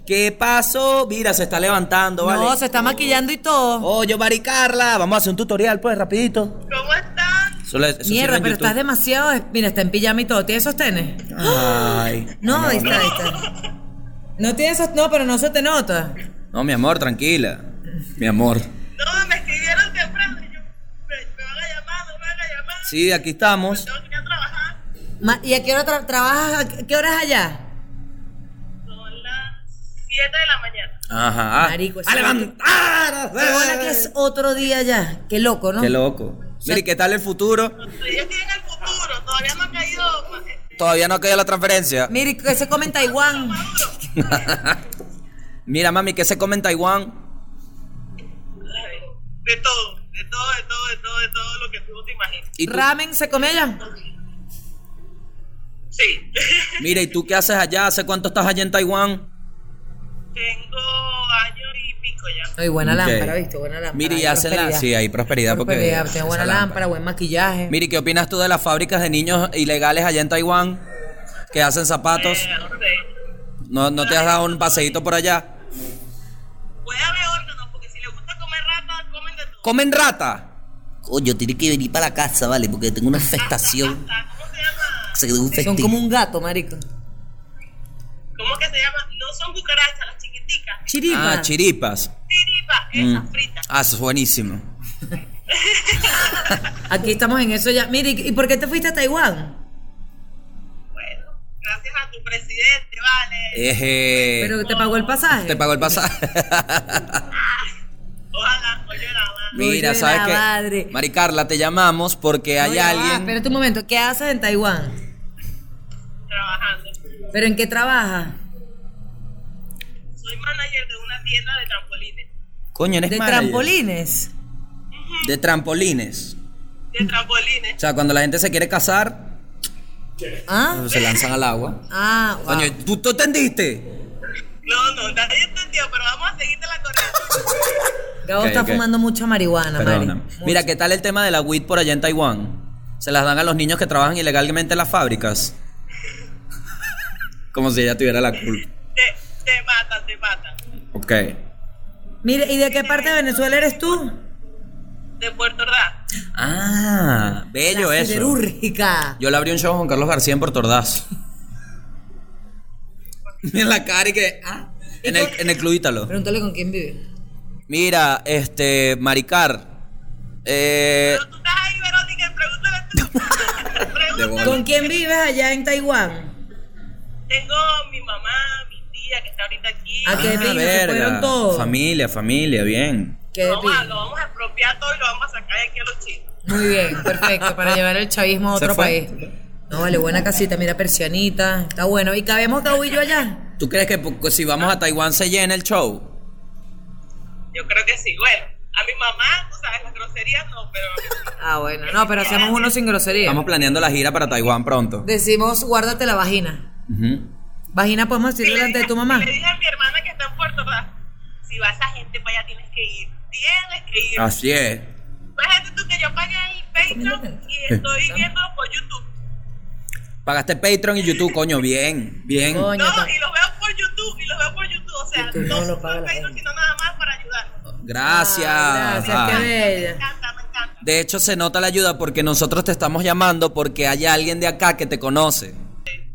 Speaker 3: ¿Qué pasó? Mira, se está levantando, ¿vale? Oh,
Speaker 1: No, se está maquillando y todo.
Speaker 3: Oye, Maricarla, vamos a hacer un tutorial, pues, rapidito.
Speaker 8: ¿Cómo están?
Speaker 3: Eso le- eso sirve
Speaker 1: Mierda,
Speaker 3: en
Speaker 1: pero estás
Speaker 3: YouTube.
Speaker 1: demasiado. eh, Mira, está en pijama y todo. ¿Tiene sostenes?
Speaker 3: Ay.
Speaker 1: No, ahí está, ahí está. No tiene esos, no, pero no se te nota.
Speaker 3: No, mi amor, tranquila. Mi amor.
Speaker 8: No, me escribieron temprano. y Yo, me, me van a llamar, no me van a llamar.
Speaker 3: Sí, aquí estamos.
Speaker 8: Tengo que ir a trabajar.
Speaker 1: Ma- ¿Y a qué hora tra- trabajas? ¿A qué horas allá?
Speaker 8: Son las 7 de la mañana.
Speaker 3: Ajá. Ah.
Speaker 1: Marico, eso
Speaker 3: ¡A
Speaker 1: es lo que-
Speaker 3: levantar!
Speaker 1: Qué bola que es otro día allá. Qué loco, ¿no?
Speaker 3: Qué loco. Mira, ¿y ¿qué tal el futuro?
Speaker 8: Yo estoy en el futuro, todavía no ha caído. pues, ma-
Speaker 3: Todavía no ha caído la transferencia.
Speaker 1: Mira, ¿y ¿qué se come en Taiwán?
Speaker 3: Mira, mami, ¿qué se come en Taiwán?
Speaker 8: ay, De todo, de todo, de todo, de todo, de todo lo que tú te imaginas.
Speaker 3: ¿Y tú?
Speaker 1: ¿Ramen se come allá?
Speaker 8: Sí.
Speaker 3: Mira, ¿y tú qué haces allá? ¿Hace cuánto estás allá en Taiwán?
Speaker 8: Tengo año y pico ya.
Speaker 1: Ay, buena
Speaker 3: Ok.
Speaker 1: lámpara, ¿viste? Buena lámpara.
Speaker 3: Mira, y
Speaker 1: Hay
Speaker 3: hacen la-
Speaker 1: prosperidad.
Speaker 3: sí, hay prosperidad porque-
Speaker 1: tiene
Speaker 3: esa
Speaker 1: buena lámpara,
Speaker 3: lámpara.
Speaker 1: buen maquillaje.
Speaker 3: Mira, ¿y qué opinas tú de las fábricas de niños ilegales allá en Taiwán? Que hacen zapatos.
Speaker 8: Eh, no sé.
Speaker 3: ¿No, no te has dado un paseíto por allá?
Speaker 8: Puede haber órganos, porque si les gusta comer rata, comen de todo.
Speaker 3: ¿Comen rata?
Speaker 6: Coño, tienes que venir para la casa, vale, porque tengo una infestación.
Speaker 8: Ah, ¿Cómo se llama?
Speaker 6: Se quedó un
Speaker 1: Son
Speaker 6: festín.
Speaker 1: como un gato, marico.
Speaker 8: ¿Cómo que se llama? No son cucarachas, las chiquiticas.
Speaker 1: Chiripa.
Speaker 3: Ah, chiripas.
Speaker 8: Tiripa, esas fritas.
Speaker 3: Ah, eso es buenísimo.
Speaker 1: Aquí estamos en eso ya. Mira, ¿y y por qué te fuiste a Taiwán?
Speaker 8: Bueno, gracias a tu presidente,
Speaker 3: Eh.
Speaker 8: vale.
Speaker 3: Eje.
Speaker 1: Pero te pagó el pasaje.
Speaker 3: Te pagó el pasaje.
Speaker 8: Ojalá, coño, la madre.
Speaker 3: Mira,
Speaker 1: Coño de
Speaker 3: ¿sabes
Speaker 1: la
Speaker 3: qué?
Speaker 1: madre.
Speaker 3: Maricarla, te llamamos porque hay
Speaker 1: Oye, va,
Speaker 3: alguien.
Speaker 1: espérate un momento, ¿qué haces en Taiwán?
Speaker 8: trabajando.
Speaker 1: ¿Pero en qué trabajas?
Speaker 8: Soy manager de una tienda de trampolines.
Speaker 3: Coño, eres
Speaker 1: ¿De
Speaker 3: manager.
Speaker 1: trampolines?
Speaker 3: De trampolines.
Speaker 8: De trampolines.
Speaker 3: O sea, cuando la gente se quiere casar,
Speaker 1: ¿Ah?
Speaker 3: se lanzan al agua.
Speaker 1: Ah, wow.
Speaker 3: Coño, ¿tú, tú entendiste?
Speaker 8: No, no, nadie entendió, pero vamos a seguirte la corriente.
Speaker 1: Gabo
Speaker 3: Ok,
Speaker 1: está
Speaker 3: ok.
Speaker 1: fumando mucha marihuana, Mari.
Speaker 3: Perdóname. Mira, ¿qué tal el tema de la weed por allá en Taiwán? Se las dan a los niños que trabajan ilegalmente en las fábricas. Como si ella tuviera la culpa.
Speaker 8: Te, te matan, te matan.
Speaker 3: Ok.
Speaker 1: Mira, ¿y de qué parte de Venezuela eres tú?
Speaker 8: De Puerto Ordaz.
Speaker 3: Ah, bello
Speaker 1: La
Speaker 3: eso.
Speaker 1: Siderúrgica.
Speaker 3: Yo le abrí un show a Juan Carlos García en Puerto Ordaz. en la cara y que. ah. En el, en el Club Ítalo.
Speaker 1: Pregúntale con quién vive.
Speaker 3: Mira, este, Maricar. eh,
Speaker 8: Pero tú estás ahí, Verónica, y pregúntale tú.
Speaker 10: de bola.
Speaker 1: ¿Con quién vives allá en Taiwán?
Speaker 8: Tengo mi mamá, mi tía que está ahorita aquí.
Speaker 3: Ah,
Speaker 1: ¿A Ah, qué vino? Se
Speaker 3: verga.
Speaker 1: fueron todos.
Speaker 3: Familia, familia, bien.
Speaker 1: Qué de
Speaker 8: Vamos a-
Speaker 1: pinga.
Speaker 8: lo vamos a expropiar todo y lo vamos a sacar de aquí a los chinos.
Speaker 1: Muy bien, perfecto, para llevar el chavismo a
Speaker 3: ¿Se
Speaker 1: otro
Speaker 3: fue?
Speaker 1: país. No, vale, buena casita, mira, persianita, está bueno. ¿Y cabemos caudillo allá?
Speaker 3: ¿Tú crees que po- si vamos a Taiwán se llena el show?
Speaker 8: Yo creo que sí, bueno. A mi mamá, tú sabes, las groserías no, pero
Speaker 1: Ah, bueno, no, pero hacemos uno sin grosería.
Speaker 3: Estamos planeando la gira para Taiwán pronto.
Speaker 1: Decimos, guárdate la vagina.
Speaker 3: Ujú.
Speaker 1: Vagina podemos
Speaker 8: Sí,
Speaker 1: decir delante de
Speaker 8: dije-
Speaker 1: tu mamá.
Speaker 8: Le dije a mi hermana que está en Puerto Rico, si va esa gente para allá tienes que ir, tienes que ir.
Speaker 1: Ah.
Speaker 3: Así es.
Speaker 8: Imagínate tú que yo pagué el Patreon y estoy viéndolo por YouTube.
Speaker 3: Pagaste Patreon y YouTube, coño, bien, bien.
Speaker 1: Coño,
Speaker 8: No,
Speaker 1: ta-
Speaker 8: y los veo por YouTube, y los veo por YouTube, o sea,
Speaker 1: YouTube no
Speaker 8: no
Speaker 1: lo
Speaker 8: solo
Speaker 1: paga
Speaker 8: el
Speaker 1: la
Speaker 8: Patreon,
Speaker 1: gente.
Speaker 8: sino nada más para ayudarlos.
Speaker 3: Gracias.
Speaker 1: Ah,
Speaker 3: Ah.
Speaker 1: Gracias, qué
Speaker 8: Me
Speaker 1: bella.
Speaker 8: encanta, me encanta.
Speaker 3: De hecho, se nota la ayuda porque nosotros te estamos llamando porque hay alguien de acá que te conoce.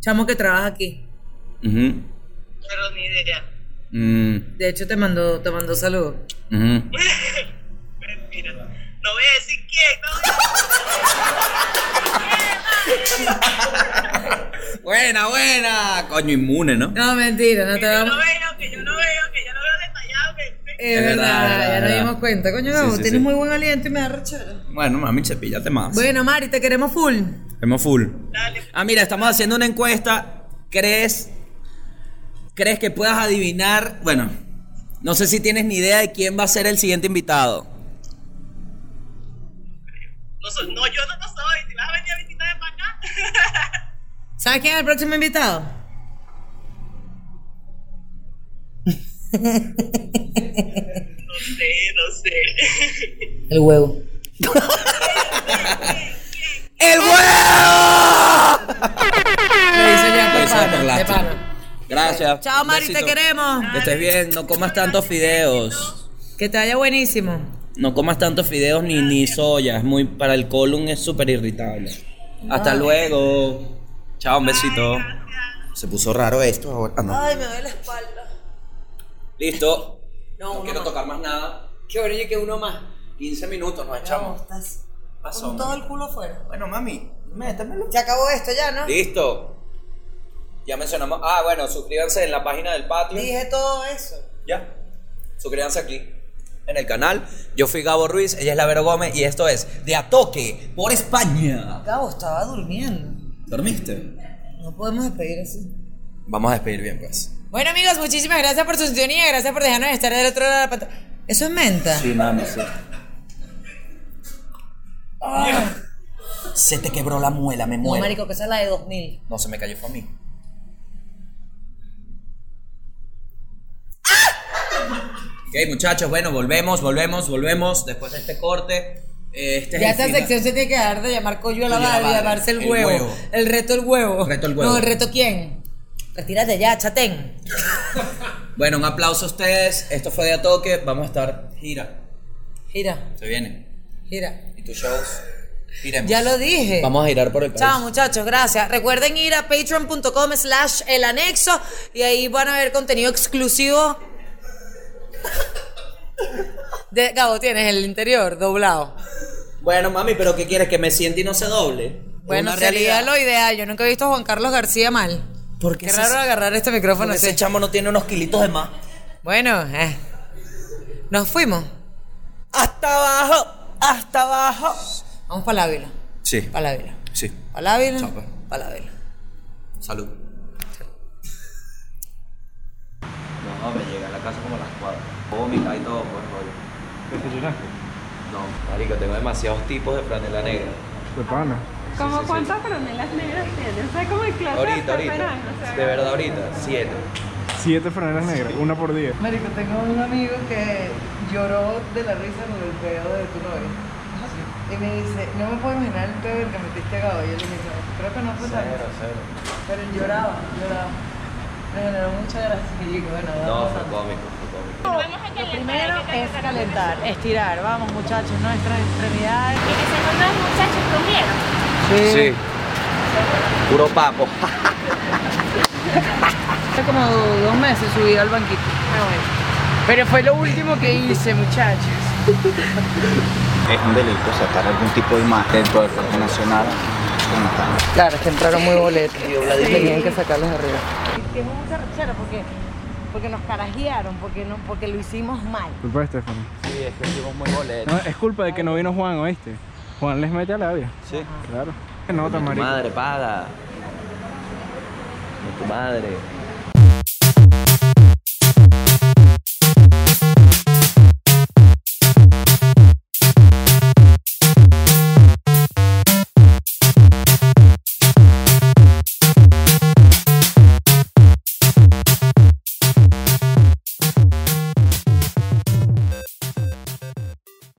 Speaker 1: Chamo que trabaja aquí.
Speaker 3: Ujú.
Speaker 8: Pero ni idea.
Speaker 3: Mm,
Speaker 1: De hecho, te mandó, te mandó saludos.
Speaker 3: ujú.
Speaker 8: Mentira. No voy a decir quién, no voy a
Speaker 3: Buena, buena. Coño, inmune, ¿no?
Speaker 1: No, mentira, no te
Speaker 8: que yo no
Speaker 1: vamos.
Speaker 8: veo, que yo no veo, que yo no veo detallado. que-
Speaker 1: Es
Speaker 3: Es
Speaker 1: verdad,
Speaker 3: verdad, es
Speaker 1: ya nos
Speaker 3: verdad.
Speaker 1: dimos cuenta, coño,
Speaker 3: Sí,
Speaker 1: Gabo,
Speaker 3: sí,
Speaker 1: tienes
Speaker 3: sí.
Speaker 1: muy buen aliento y me da rechera.
Speaker 3: Bueno, mami, cepillate más.
Speaker 1: Bueno, Mari, te queremos full.
Speaker 3: Hemos full.
Speaker 8: Dale.
Speaker 3: Ah, mira, estamos haciendo una encuesta. ¿Crees? ¿Crees que puedas adivinar? Bueno, no sé si tienes ni idea de quién va a ser el siguiente invitado.
Speaker 8: No, soy- no, yo no lo soy. Si vas a venir a visitarme para acá,
Speaker 1: ¿Sabes quién es el próximo invitado?
Speaker 8: no sé, no sé.
Speaker 1: El huevo.
Speaker 3: ¡El huevo!
Speaker 1: Lo hice ya
Speaker 3: Lo
Speaker 1: de
Speaker 3: hice
Speaker 1: pana,
Speaker 3: por
Speaker 1: de
Speaker 3: lástima.
Speaker 1: pana.
Speaker 3: Gracias.
Speaker 1: Chao,
Speaker 3: Un
Speaker 1: Mari, te
Speaker 3: besito.
Speaker 1: queremos.
Speaker 3: Que estés bien, no comas tantos fideos.
Speaker 1: Que te vaya buenísimo.
Speaker 3: No comas tantos fideos ni, ni soya. Es muy, para el colon es súper irritable. Hasta luego. Chao, un besito.
Speaker 5: Se puso raro esto ahora. Ah, no.
Speaker 1: Ay, me duele la espalda.
Speaker 3: Listo.
Speaker 1: No, uno más.
Speaker 3: tocar más nada.
Speaker 1: Qué bueno y que uno más.
Speaker 3: 15 minutos nos
Speaker 1: estás
Speaker 3: Pasó,
Speaker 1: con todo el culo afuera.
Speaker 3: Bueno, mami, métemelo.
Speaker 1: Se acabó esto ya, ¿no?
Speaker 3: Listo. Ya mencionamos. Ah, bueno, suscríbanse en la página del patio.
Speaker 1: Dije todo eso.
Speaker 3: Ya. Suscríbanse aquí en el canal. Yo fui Gabo Ruiz, ella es Lavero Gómez y esto es De Atoque por España.
Speaker 1: Gabo estaba durmiendo.
Speaker 3: ¿Dormiste?
Speaker 1: No podemos despedir así.
Speaker 3: Vamos a despedir bien, pues.
Speaker 1: Bueno, amigos, muchísimas gracias por su sintonía. Gracias por dejarnos estar del otro lado de la pantalla. ¿Eso es menta?
Speaker 3: Sí, mami, sí. Ah. Se te quebró la muela, me
Speaker 1: no,
Speaker 3: muero.
Speaker 1: marico, que esa es la de 2000.
Speaker 3: No, se me cayó fue a mí. Ok, muchachos, bueno, volvemos, volvemos, volvemos. Después de este corte, eh, este
Speaker 1: Ya
Speaker 3: es
Speaker 1: esta
Speaker 3: el final.
Speaker 1: sección se tiene que dejar de llamar Coyo a la
Speaker 3: Coyo a la
Speaker 1: madre y
Speaker 3: madre,
Speaker 1: llamarse el,
Speaker 3: el
Speaker 1: huevo.
Speaker 3: huevo.
Speaker 1: El reto el huevo.
Speaker 3: Reto el huevo.
Speaker 1: No, el reto quién. Retírate ya, chatén.
Speaker 3: Bueno, un aplauso a ustedes. Esto fue de a toque. Vamos a estar gira.
Speaker 1: Gira,
Speaker 3: Se viene.
Speaker 1: gira.
Speaker 3: Y tus shows. Giremos.
Speaker 1: Ya lo dije.
Speaker 3: Vamos a girar por el país.
Speaker 1: Chao muchachos, gracias. Recuerden ir a patreon.com slash el anexo y ahí van a ver contenido exclusivo. De, Gabo, tienes el interior doblado.
Speaker 3: Bueno, mami, pero ¿qué quieres? ¿Que me siente y no se doble?
Speaker 1: Bueno,
Speaker 3: Una
Speaker 1: sería
Speaker 3: realidad.
Speaker 1: lo ideal. Yo nunca he visto a Juan Carlos García mal.
Speaker 3: Porque
Speaker 1: Qué
Speaker 3: ese-
Speaker 1: raro agarrar este micrófono
Speaker 3: porque
Speaker 1: así.
Speaker 3: ese chamo no tiene unos kilitos de más.
Speaker 1: Bueno, eh. nos fuimos.
Speaker 3: Hasta abajo, hasta abajo.
Speaker 1: Vamos para la Ávila.
Speaker 3: Sí,
Speaker 1: Para la Ávila.
Speaker 3: sí.
Speaker 1: Para la Ávila.
Speaker 3: Chao, pues.
Speaker 1: Para la Ávila.
Speaker 3: Salud. No, me llegué a la casa como a las 4. Vómita y todo, pues rollo. No, marico, tengo demasiados tipos de franela negra.
Speaker 11: ¿Cómo cuántas franelas negras tienes? O sea, como el clase
Speaker 3: Ahorita,
Speaker 11: de
Speaker 3: ahorita. De verdad, ahorita. Siete.
Speaker 12: Siete franelas negras, una por día.
Speaker 11: Marico, tengo un amigo que lloró de la risa con el pedo de tu novia. Y me dice, no me puedo imaginar el pedo del que metiste a Gabo. Y yo le dije, creo que no fue tan. Pero lloraba, lloraba. Me generó mucha gracia. Y yo digo, bueno,
Speaker 3: No,
Speaker 11: vamos
Speaker 3: fue
Speaker 11: pasando.
Speaker 3: cómico, fue cómico.
Speaker 11: Lo primero es calentar, estirar. Vamos, muchachos, nuestras extremidades.
Speaker 3: Sí. Puro papo.
Speaker 11: Hace como dos meses subí al banquito. Pero fue lo último que hice, muchachos.
Speaker 12: Es un delito sacar algún tipo de imagen dentro del cuerpo nacional
Speaker 11: Claro, es que entraron muy boletos. Tenían que sacarlos de arriba.
Speaker 13: Que es un carrochero porque, porque nos carajearon, porque, no, porque lo hicimos mal.
Speaker 12: Culpa de Stephanie.
Speaker 3: Sí, es que hicimos muy
Speaker 12: No,
Speaker 3: boletos.
Speaker 12: es culpa de que no vino Juan, ¿oíste? Juan les mete a labia.
Speaker 3: Sí.
Speaker 12: Claro. No,
Speaker 3: Tu
Speaker 12: tan marico.
Speaker 3: madre, paga. De tu madre.